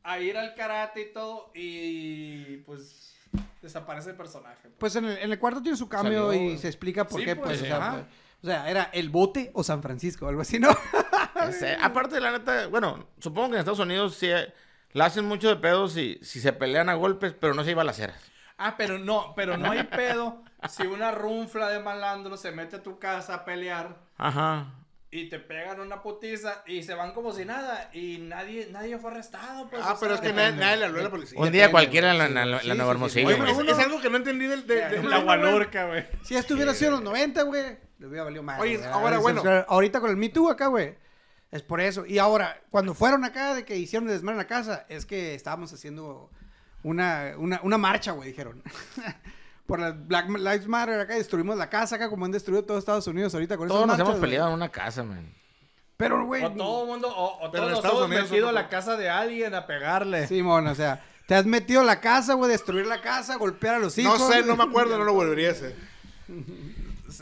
[SPEAKER 4] a ir al karate y todo y pues desaparece el personaje. pues.
[SPEAKER 5] Pues en el, en el cuarto tiene su cambio
[SPEAKER 2] Salió,
[SPEAKER 5] y
[SPEAKER 2] güey.
[SPEAKER 5] se explica por
[SPEAKER 4] Sí,
[SPEAKER 5] qué.
[SPEAKER 4] pues,
[SPEAKER 5] Pues, o, sea,
[SPEAKER 4] ajá.
[SPEAKER 5] pues, o sea, era el bote o San Francisco, algo así, ¿no?
[SPEAKER 2] Ya sé. Aparte, la neta, bueno, supongo que en Estados Unidos sí eh, la hacen mucho de pedo si, si se pelean a golpes, pero no se iba a las ceras.
[SPEAKER 4] Ah, pero no, pero no hay pedo si una runfla de malandro se mete a tu casa a pelear
[SPEAKER 2] Ajá.
[SPEAKER 4] y te pegan una putiza y se van como si nada y nadie nadie fue arrestado. Pues,
[SPEAKER 3] Ah,
[SPEAKER 4] o
[SPEAKER 3] pero es
[SPEAKER 4] sea,
[SPEAKER 3] que nadie, nadie le habló a la policía.
[SPEAKER 2] Un
[SPEAKER 5] depende,
[SPEAKER 2] día cualquiera en la,
[SPEAKER 5] güey.
[SPEAKER 2] en la- en la
[SPEAKER 5] Sí, sí, sí.
[SPEAKER 2] Nueva Hermosillo.
[SPEAKER 3] Oye,
[SPEAKER 5] güey.
[SPEAKER 3] es, es algo que no entendí del... De, de-
[SPEAKER 4] La gualurca, güey.
[SPEAKER 5] Si esto hubiera sido en los 90, güey, le hubiera valido más.
[SPEAKER 3] Oye, ahora, bueno.
[SPEAKER 5] Ahorita con el Me Too acá, güey. Es por eso. Y ahora, cuando fueron acá, de que hicieron el desmadre en la casa, es que estábamos haciendo una, una, una marcha, güey, dijeron. por la Black Lives Matter acá destruimos la casa acá como han destruido todo Estados Unidos ahorita con
[SPEAKER 2] Todos
[SPEAKER 5] esas
[SPEAKER 2] nos
[SPEAKER 5] marchas,
[SPEAKER 2] hemos
[SPEAKER 5] güey.
[SPEAKER 2] peleado en una casa, man.
[SPEAKER 5] Pero, güey.
[SPEAKER 4] O todo el mundo, o, o todos
[SPEAKER 3] Pero en
[SPEAKER 4] nos
[SPEAKER 3] Estados
[SPEAKER 4] hemos
[SPEAKER 3] Unidos
[SPEAKER 4] metido
[SPEAKER 3] otro
[SPEAKER 4] a la
[SPEAKER 3] poco.
[SPEAKER 4] casa de alguien a pegarle.
[SPEAKER 5] Simón, o sea, te has metido a la casa, güey, destruir la casa, golpear a los hijos.
[SPEAKER 3] no sé, no me acuerdo, no lo volvería a hacer.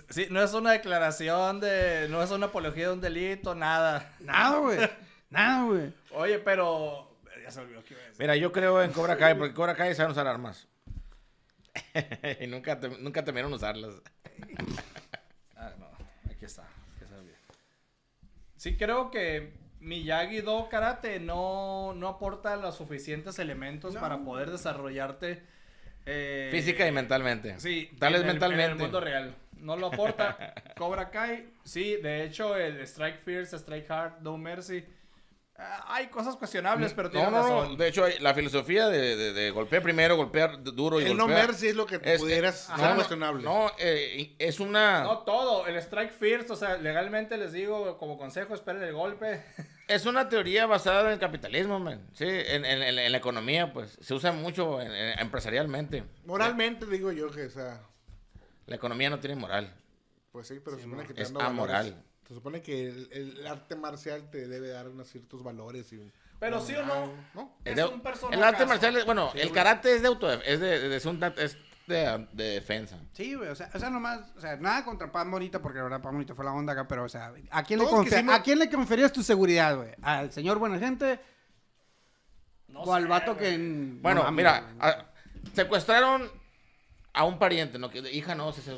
[SPEAKER 4] Sí, no es una declaración de. No es una apología de un delito, nada.
[SPEAKER 5] Nada, güey. Nada, güey.
[SPEAKER 4] Oye, pero. eh, Ya se olvidó que iba a decir.
[SPEAKER 2] Mira, yo creo en Cobra Kai, porque Cobra Kai saben usar armas. y nunca, te- nunca temieron usarlas.
[SPEAKER 4] Ah, no. Aquí está. que se olvidó. Sí, creo que Miyagi-Do Karate no, no aporta los suficientes elementos para poder desarrollarte. eh,
[SPEAKER 2] Física y mentalmente.
[SPEAKER 4] Sí,
[SPEAKER 2] Tal vez
[SPEAKER 4] en el- En el
[SPEAKER 2] mentalmente.
[SPEAKER 4] mundo real. No lo aporta. Cobra Kai, sí, de hecho, el Strike Fierce, Strike Hard, No Mercy. ah, hay cosas cuestionables, pero tiene
[SPEAKER 2] Mm, no, no, no.
[SPEAKER 4] razón.
[SPEAKER 2] De hecho, hay- la filosofía de, de, de golpear primero, golpear d- duro y
[SPEAKER 3] El no
[SPEAKER 2] golpear...
[SPEAKER 3] mercy es lo que
[SPEAKER 2] Es-
[SPEAKER 3] pudieras
[SPEAKER 2] Ajá,
[SPEAKER 3] ser
[SPEAKER 2] no,
[SPEAKER 3] cuestionable.
[SPEAKER 2] No, eh, es una...
[SPEAKER 4] No todo, el strike first, o sea, legalmente les digo como consejo, esperen el golpe.
[SPEAKER 2] Es una teoría basada en el capitalismo, man. Sí, en, en- en- en la economía, pues. Se usa mucho en- en- empresarialmente.
[SPEAKER 3] Moralmente digo yo que, o sea,
[SPEAKER 2] La economía no tiene moral.
[SPEAKER 3] pues sí, pero se supone que te
[SPEAKER 2] es
[SPEAKER 3] dan valores.
[SPEAKER 2] amoral.
[SPEAKER 3] Se supone que el, el arte marcial te debe dar unos ciertos valores. Y,
[SPEAKER 4] Pero sí o no,
[SPEAKER 3] ¿no?
[SPEAKER 4] es,
[SPEAKER 2] de-
[SPEAKER 4] un personaje.
[SPEAKER 2] El arte marcial, es- bueno, el karate es de auto... Es de, de- es un- es de- de defensa.
[SPEAKER 5] Sí, güey, o sea, o sea, nomás, o sea, nada contra Pan Bonita, porque la verdad Pan Bonita fue la onda acá, pero, o sea, ¿a quién, le,
[SPEAKER 3] Todos
[SPEAKER 5] confe-
[SPEAKER 3] quisimos-
[SPEAKER 5] ¿a quién le conferías tu seguridad, güey? ¿Al señor buena gente
[SPEAKER 4] No
[SPEAKER 5] o al
[SPEAKER 4] sé,
[SPEAKER 5] vato
[SPEAKER 4] güey.
[SPEAKER 5] que... en-
[SPEAKER 2] Bueno,
[SPEAKER 5] no mames,
[SPEAKER 2] mira,
[SPEAKER 5] güey?
[SPEAKER 2] a- secuestraron a un pariente, no, que- hija no, se- se-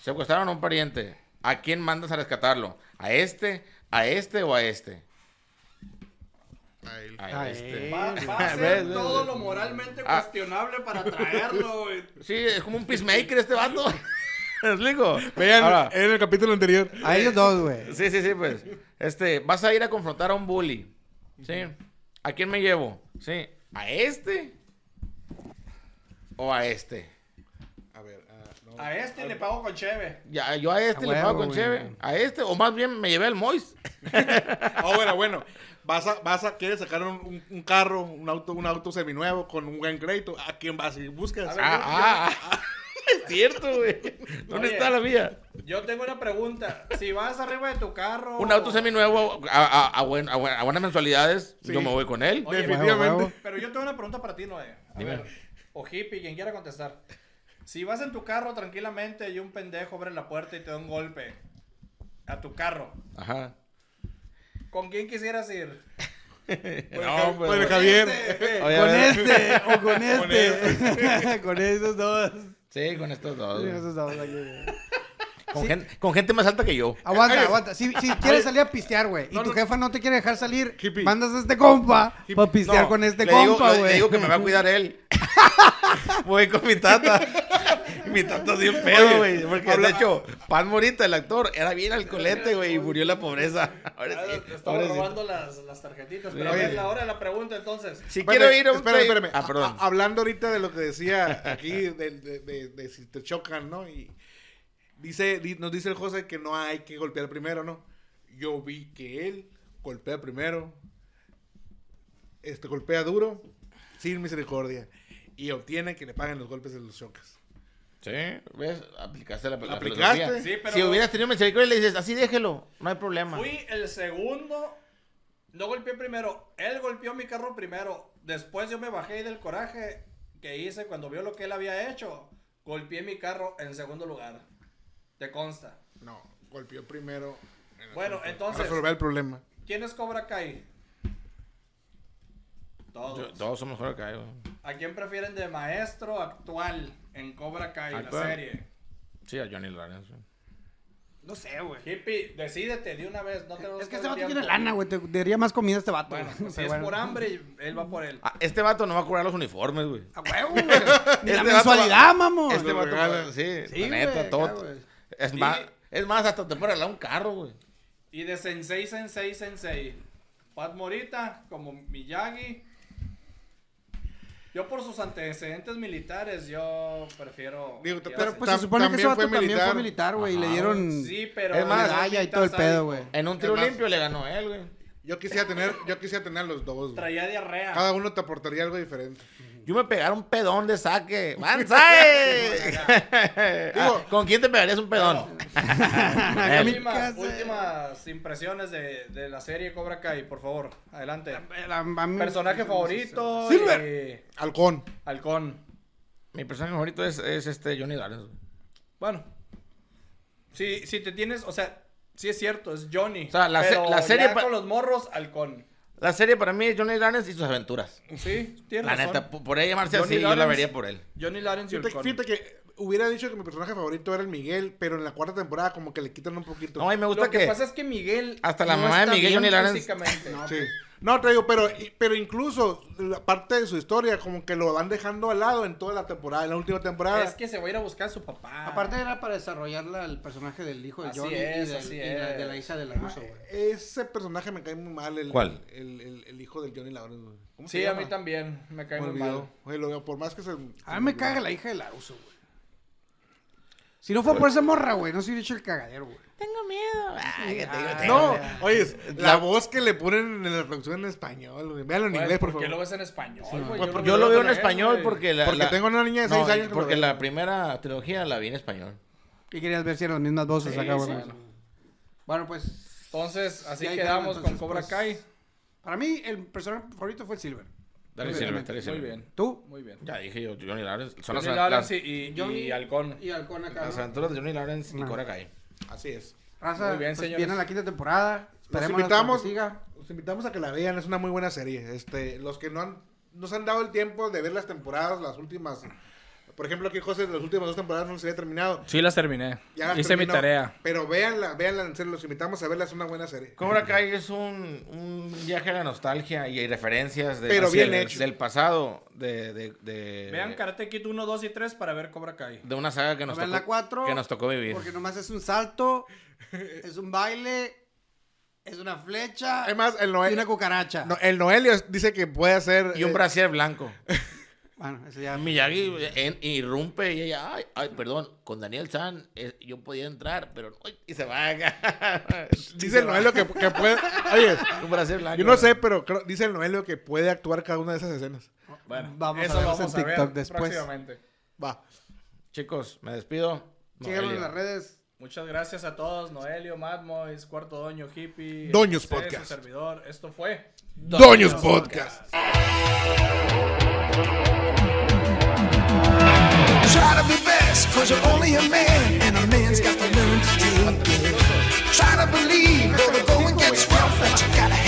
[SPEAKER 2] secuestraron a un pariente. ¿A quién mandas a rescatarlo? ¿A este, a este o a este?
[SPEAKER 3] Ahí.
[SPEAKER 2] A
[SPEAKER 5] Ay,
[SPEAKER 2] este. Ah,
[SPEAKER 4] Va, va a ser todo lo moralmente cuestionable para traerlo, güey.
[SPEAKER 2] Sí, es como un peacemaker este vato. ¿Me explico?
[SPEAKER 3] Vean
[SPEAKER 2] Ahora,
[SPEAKER 3] en el capítulo anterior.
[SPEAKER 5] A ellos dos, güey.
[SPEAKER 2] sí, sí, sí, pues. Este, vas a ir a confrontar a un bully. ¿Sí? ¿A quién me llevo? ¿Sí? ¿A este? ¿O a este?
[SPEAKER 3] A ver, ah, no.
[SPEAKER 4] A este le pago con cheve.
[SPEAKER 2] Ya, yo a este
[SPEAKER 5] A
[SPEAKER 2] le pago
[SPEAKER 5] huevo,
[SPEAKER 2] con
[SPEAKER 5] güey.
[SPEAKER 2] cheve. A este, o más bien me llevé al Mois.
[SPEAKER 3] Oh, bueno, bueno. Vas a, vas a, quieres sacar un, un- un carro, un auto, un auto seminuevo con un buen crédito. ¿A quién vas y buscas?
[SPEAKER 2] Ah, ah, ah. es cierto, güey. ¿Dónde
[SPEAKER 4] Oye.
[SPEAKER 2] está la mía?
[SPEAKER 4] Yo tengo una pregunta. Si vas arriba de tu carro.
[SPEAKER 2] Un auto seminuevo a, a, a buen- a buen- a buenas mensualidades,
[SPEAKER 3] Sí.
[SPEAKER 2] yo me voy con él.
[SPEAKER 4] Oye,
[SPEAKER 3] Definitivamente.
[SPEAKER 5] huevo.
[SPEAKER 4] Pero yo tengo una pregunta para ti, Noé. A ver, o hippie, quien quiera contestar. Si vas en tu carro tranquilamente y un pendejo abre la puerta y te da un golpe a tu carro,
[SPEAKER 2] Ajá.
[SPEAKER 4] ¿con quién quisieras ir?
[SPEAKER 2] No,
[SPEAKER 3] Con el
[SPEAKER 2] pues,
[SPEAKER 3] Javier.
[SPEAKER 2] Oye,
[SPEAKER 5] con
[SPEAKER 2] a ver.
[SPEAKER 5] este o con este. con esos dos.
[SPEAKER 2] Sí, con estos dos.
[SPEAKER 5] Con
[SPEAKER 2] güey.
[SPEAKER 5] esos dos aquí, güey.
[SPEAKER 2] Con, gen- con gente más alta que yo.
[SPEAKER 5] Aguanta,
[SPEAKER 3] Oye,
[SPEAKER 5] aguanta. Si, si quieres salir a pistear, güey, y
[SPEAKER 3] No,
[SPEAKER 5] tu
[SPEAKER 3] no.
[SPEAKER 5] jefa no te quiere dejar salir,
[SPEAKER 3] Hippie.
[SPEAKER 5] mandas a este compa
[SPEAKER 3] Hippie.
[SPEAKER 5] para pistear
[SPEAKER 2] No,
[SPEAKER 5] con este
[SPEAKER 2] le digo-
[SPEAKER 5] compa,
[SPEAKER 2] le-
[SPEAKER 5] güey.
[SPEAKER 2] Le digo que me va a cuidar él. voy con mi tata. mi tata dio un
[SPEAKER 3] Oye,
[SPEAKER 2] pedo, güey. Porque
[SPEAKER 3] habla-
[SPEAKER 2] de hecho, Pan Morita, el actor, era bien alcoholete, güey, y murió en la pobreza. Ahora sí,
[SPEAKER 4] Te estaba
[SPEAKER 2] ahora sí.
[SPEAKER 4] robando las, las tarjetitas. Pero
[SPEAKER 2] Oye.
[SPEAKER 4] a ver, la hora de la pregunta, entonces.
[SPEAKER 2] Si
[SPEAKER 3] Espérame,
[SPEAKER 2] quiero ir a un
[SPEAKER 3] espérame,
[SPEAKER 2] play-
[SPEAKER 3] espérame.
[SPEAKER 2] Ah, perdón.
[SPEAKER 3] A- a- hablando ahorita de lo que decía aquí, de, de- de- de si te chocan, ¿no? Y dice, di- nos dice el José que no hay que golpear primero, ¿no? Yo vi que él golpea primero, este, golpea duro, sin misericordia, y obtiene que le paguen los golpes de los chocas.
[SPEAKER 2] Sí, ¿ves? Aplicaste la, la
[SPEAKER 3] Aplicaste.
[SPEAKER 2] filosofía.
[SPEAKER 4] Sí, pero-
[SPEAKER 2] Si hubieras tenido misericordia, le dices, así déjelo, no hay problema.
[SPEAKER 4] Fui el segundo. No golpeé primero. Él golpeó mi carro primero. Después yo me bajé y del coraje que hice cuando vio lo que él había hecho. Golpeé mi carro en segundo lugar. Te consta.
[SPEAKER 3] No, golpeó primero. en el-
[SPEAKER 4] Bueno,
[SPEAKER 3] para
[SPEAKER 4] entonces,
[SPEAKER 3] resolver el problema.
[SPEAKER 4] ¿quién es Cobra Kai?
[SPEAKER 2] Yo-
[SPEAKER 4] Todos.
[SPEAKER 2] todos somos mejor que yo.
[SPEAKER 4] ¿A quién prefieren de maestro actual en Cobra Kai,
[SPEAKER 2] Actual.
[SPEAKER 4] la serie?
[SPEAKER 2] Sí, a Johnny Lawrence.
[SPEAKER 5] No sé, güey.
[SPEAKER 4] Hippie, decídete de una vez. No te vas a
[SPEAKER 5] Es
[SPEAKER 4] gastar
[SPEAKER 5] que este vato
[SPEAKER 4] el
[SPEAKER 5] tiene
[SPEAKER 4] tiempo.
[SPEAKER 5] lana, güey. Te daría más comida este vato.
[SPEAKER 4] Bueno,
[SPEAKER 5] güey.
[SPEAKER 4] pues si
[SPEAKER 5] Pero
[SPEAKER 4] es
[SPEAKER 5] bueno.
[SPEAKER 4] por hambre, él va por él.
[SPEAKER 2] Ah, este vato no va a cobrar los uniformes, güey.
[SPEAKER 5] A huevo, güey. Ni la
[SPEAKER 2] Este vato
[SPEAKER 5] mensualidad,
[SPEAKER 2] va-
[SPEAKER 5] mamón.
[SPEAKER 2] Este
[SPEAKER 3] Lo
[SPEAKER 2] vato,
[SPEAKER 3] regala.
[SPEAKER 2] sí,
[SPEAKER 5] Sí,
[SPEAKER 2] la
[SPEAKER 5] güey,
[SPEAKER 2] neta,
[SPEAKER 5] acá,
[SPEAKER 2] todo.
[SPEAKER 5] güey.
[SPEAKER 2] Es
[SPEAKER 4] Y-
[SPEAKER 2] más, es más, hasta te puede regalar un carro, güey.
[SPEAKER 4] Y de Sensei, Sensei, Sensei. Pat Morita, como Miyagi. Yo por sus antecedentes militares, yo prefiero...
[SPEAKER 3] Digo,
[SPEAKER 4] quiero
[SPEAKER 5] Pero
[SPEAKER 4] a
[SPEAKER 5] pues
[SPEAKER 3] Tam-
[SPEAKER 5] se supone que ese
[SPEAKER 3] también
[SPEAKER 5] vato
[SPEAKER 3] fue
[SPEAKER 5] también fue
[SPEAKER 3] militar.
[SPEAKER 5] militar, güey. Y le
[SPEAKER 2] Ajá.
[SPEAKER 4] Sensei.
[SPEAKER 5] dieron
[SPEAKER 4] Sí, pero...
[SPEAKER 2] Es más,
[SPEAKER 5] medalla y todo el pedo, güey.
[SPEAKER 2] En un
[SPEAKER 3] Es
[SPEAKER 2] tiro
[SPEAKER 3] más-
[SPEAKER 2] limpio le ganó él, güey.
[SPEAKER 3] Yo quisiera tener, yo quisiera tener los dos. güey.
[SPEAKER 4] Traía diarrea.
[SPEAKER 3] Cada uno te aportaría algo diferente.
[SPEAKER 2] Yo me pegar un pedón de saque. ¡Banzai!
[SPEAKER 3] Digo-
[SPEAKER 2] ¿Con quién te pegarías un pedón?
[SPEAKER 4] últimas,
[SPEAKER 3] eh.
[SPEAKER 4] últimas impresiones de, de la serie Cobra Kai, por favor. Adelante.
[SPEAKER 2] Ah,
[SPEAKER 5] A- a mí-
[SPEAKER 4] Personaje favorito.
[SPEAKER 3] Silver.
[SPEAKER 4] y
[SPEAKER 3] Halcón.
[SPEAKER 4] Halcón.
[SPEAKER 2] Mi personaje favorito es, es este Johnny Dallas. güey.
[SPEAKER 4] Bueno. Si, si te tienes, o sea, sí es cierto, es Johnny.
[SPEAKER 2] O sea, la se-
[SPEAKER 4] pero
[SPEAKER 2] la serie
[SPEAKER 4] ya
[SPEAKER 2] pa-
[SPEAKER 4] con los morros, Halcón.
[SPEAKER 2] La serie para mí es Johnny Dallas y sus aventuras.
[SPEAKER 4] Sí, tienes
[SPEAKER 2] La
[SPEAKER 4] razón.
[SPEAKER 2] neta, po- por ella llamarse
[SPEAKER 4] Johnny
[SPEAKER 2] así, yo la
[SPEAKER 4] Lawrence.
[SPEAKER 2] vería por él.
[SPEAKER 4] Johnny Lawrence y
[SPEAKER 3] Fíjate,
[SPEAKER 4] Halcón.
[SPEAKER 3] fíjate que hubiera dicho que mi personaje favorito era el Miguel, pero en la cuarta temporada como que le quitan un poquito.
[SPEAKER 2] No, y me gusta
[SPEAKER 4] Lo que,
[SPEAKER 2] que.
[SPEAKER 4] pasa es que Miguel.
[SPEAKER 2] hasta la mamá de
[SPEAKER 4] está
[SPEAKER 2] Miguel,
[SPEAKER 4] bien
[SPEAKER 2] Johnny Lawrence-
[SPEAKER 4] físicamente.
[SPEAKER 3] Sí. No, pues, te digo, pero, y- pero incluso la parte de su historia como que lo van dejando al lado en toda la temporada, en la última temporada.
[SPEAKER 4] Es que se va a ir a buscar a su papá.
[SPEAKER 5] Aparte era para desarrollarla el personaje del hijo de
[SPEAKER 4] Así
[SPEAKER 5] Johnny
[SPEAKER 4] es,
[SPEAKER 5] y, del-
[SPEAKER 4] así
[SPEAKER 5] y la- de la
[SPEAKER 4] es.
[SPEAKER 5] hija de la rusa, güey.
[SPEAKER 3] Ese personaje me cae muy mal. El,
[SPEAKER 2] ¿Cuál?
[SPEAKER 3] El, el- el hijo del Johnny Lawrence. güey. ¿Cómo se
[SPEAKER 4] Sí, a
[SPEAKER 3] llama?
[SPEAKER 4] mí también. Me cae
[SPEAKER 3] Me
[SPEAKER 4] muy
[SPEAKER 3] olvidó.
[SPEAKER 4] mal.
[SPEAKER 3] Güey, lo veo, por más que se...
[SPEAKER 5] A mí me caga la hija de la rusa, güey. Si no fue por
[SPEAKER 4] Pues-
[SPEAKER 5] esa morra, güey, no se hubiera hecho el cagadero, güey.
[SPEAKER 3] ah. No, oye, la, voz que le ponen en la traducción en español, güey. Véanlo en
[SPEAKER 4] Güey,
[SPEAKER 3] inglés, por,
[SPEAKER 4] ¿Por qué lo
[SPEAKER 3] favor.
[SPEAKER 4] ves en español, güey?
[SPEAKER 2] Pues, yo lo veo en español
[SPEAKER 4] güey.
[SPEAKER 2] porque la.
[SPEAKER 3] Porque
[SPEAKER 2] la-
[SPEAKER 3] tengo una niña de 6
[SPEAKER 2] No,
[SPEAKER 3] años que lo
[SPEAKER 2] porque
[SPEAKER 3] ve.
[SPEAKER 2] la primera trilogía la vi en español.
[SPEAKER 5] ¿Qué querías ver si eran las mismas voces
[SPEAKER 4] Sí,
[SPEAKER 5] acá, güey?
[SPEAKER 4] sí,
[SPEAKER 5] bueno.
[SPEAKER 4] sí.
[SPEAKER 5] pues,
[SPEAKER 4] Entonces, así
[SPEAKER 5] Ya hay
[SPEAKER 4] quedamos
[SPEAKER 5] ganas,
[SPEAKER 4] con
[SPEAKER 5] entonces,
[SPEAKER 4] Cobra
[SPEAKER 5] pues,
[SPEAKER 4] Kai.
[SPEAKER 5] para mí el personaje favorito fue el Silver.
[SPEAKER 2] Dale
[SPEAKER 5] Muy
[SPEAKER 2] Silver,
[SPEAKER 5] bien,
[SPEAKER 2] dale
[SPEAKER 4] Muy
[SPEAKER 2] Silver.
[SPEAKER 4] bien.
[SPEAKER 5] ¿Tú?
[SPEAKER 4] Muy bien.
[SPEAKER 2] Ya dije yo, Johnny Lawrence. Son
[SPEAKER 4] Johnny
[SPEAKER 2] las,
[SPEAKER 4] Lawrence
[SPEAKER 2] las-
[SPEAKER 4] y, y,
[SPEAKER 5] Johnny
[SPEAKER 4] y Halcón.
[SPEAKER 5] Y Halcón acá.
[SPEAKER 2] las
[SPEAKER 5] ¿no?
[SPEAKER 2] aventuras de Johnny Lawrence y
[SPEAKER 5] No.
[SPEAKER 2] Cobra Kai.
[SPEAKER 3] Así es.
[SPEAKER 5] Raza,
[SPEAKER 4] Muy bien,
[SPEAKER 5] pues,
[SPEAKER 4] señores.
[SPEAKER 5] viene la quinta temporada.
[SPEAKER 3] Los
[SPEAKER 5] Esperemos
[SPEAKER 3] invitamos,
[SPEAKER 5] que siga.
[SPEAKER 3] los invitamos a que la vean, es una muy buena serie. Este, los que no han, no se han dado el tiempo de ver las temporadas, las últimas. Por ejemplo, aquí José, las últimas dos temporadas no se había terminado.
[SPEAKER 4] Sí, las terminé.
[SPEAKER 3] Ya las
[SPEAKER 4] Hice mi
[SPEAKER 3] terminó.
[SPEAKER 4] tarea.
[SPEAKER 3] Pero véanla, véanla, en serio, los invitamos a verla, es una buena serie.
[SPEAKER 2] Cobra Kai es un, un viaje a la nostalgia y hay referencias de-
[SPEAKER 3] Pero bien
[SPEAKER 2] del-
[SPEAKER 3] hecho.
[SPEAKER 2] del pasado, de, de, de-
[SPEAKER 4] Vean Karate Kid 1, 2 y 3 para ver Cobra Kai.
[SPEAKER 2] de una saga que
[SPEAKER 5] A
[SPEAKER 2] nos,
[SPEAKER 5] ver la
[SPEAKER 2] tocó,
[SPEAKER 5] 4.
[SPEAKER 2] que nos tocó vivir.
[SPEAKER 5] Porque nomás es un salto, es un baile, es una flecha
[SPEAKER 3] Además, el
[SPEAKER 5] y
[SPEAKER 3] Noel,
[SPEAKER 5] una cucaracha.
[SPEAKER 3] eh, no, el Noelio dice que puede hacer.
[SPEAKER 2] Y un
[SPEAKER 3] eh,
[SPEAKER 2] brasier blanco.
[SPEAKER 5] Bueno, eso ya...
[SPEAKER 2] Miyagi en- irrumpe y ella, ay, ay, perdón, con Daniel San eh, yo podía entrar, pero no, ay, y se va acá.
[SPEAKER 3] eh, Dice el Noelio que, que puede. Oye,
[SPEAKER 2] un brasier blanco.
[SPEAKER 3] yo no sé, pero creo- dice el Noelio que puede actuar cada una de esas escenas.
[SPEAKER 4] Bueno,
[SPEAKER 5] Vamos
[SPEAKER 4] eso
[SPEAKER 5] a ver
[SPEAKER 4] lo
[SPEAKER 5] en
[SPEAKER 4] vamos a ver
[SPEAKER 5] TikTok después.
[SPEAKER 4] próximamente.
[SPEAKER 3] Va.
[SPEAKER 2] Chicos, me despido.
[SPEAKER 5] Síganos en
[SPEAKER 2] Noelia.
[SPEAKER 5] las redes.
[SPEAKER 4] Muchas gracias a todos, Noelio, Mad Mois, Cuarto Doño, Hippie.
[SPEAKER 3] Doños
[SPEAKER 4] MC, su
[SPEAKER 3] Podcast.
[SPEAKER 4] servidor. Esto fue
[SPEAKER 3] Doños Podcast.
[SPEAKER 6] Try to be best, cause you're only a man, and a man's got to learn to take it. Try to believe, though the going gets rough, that you gotta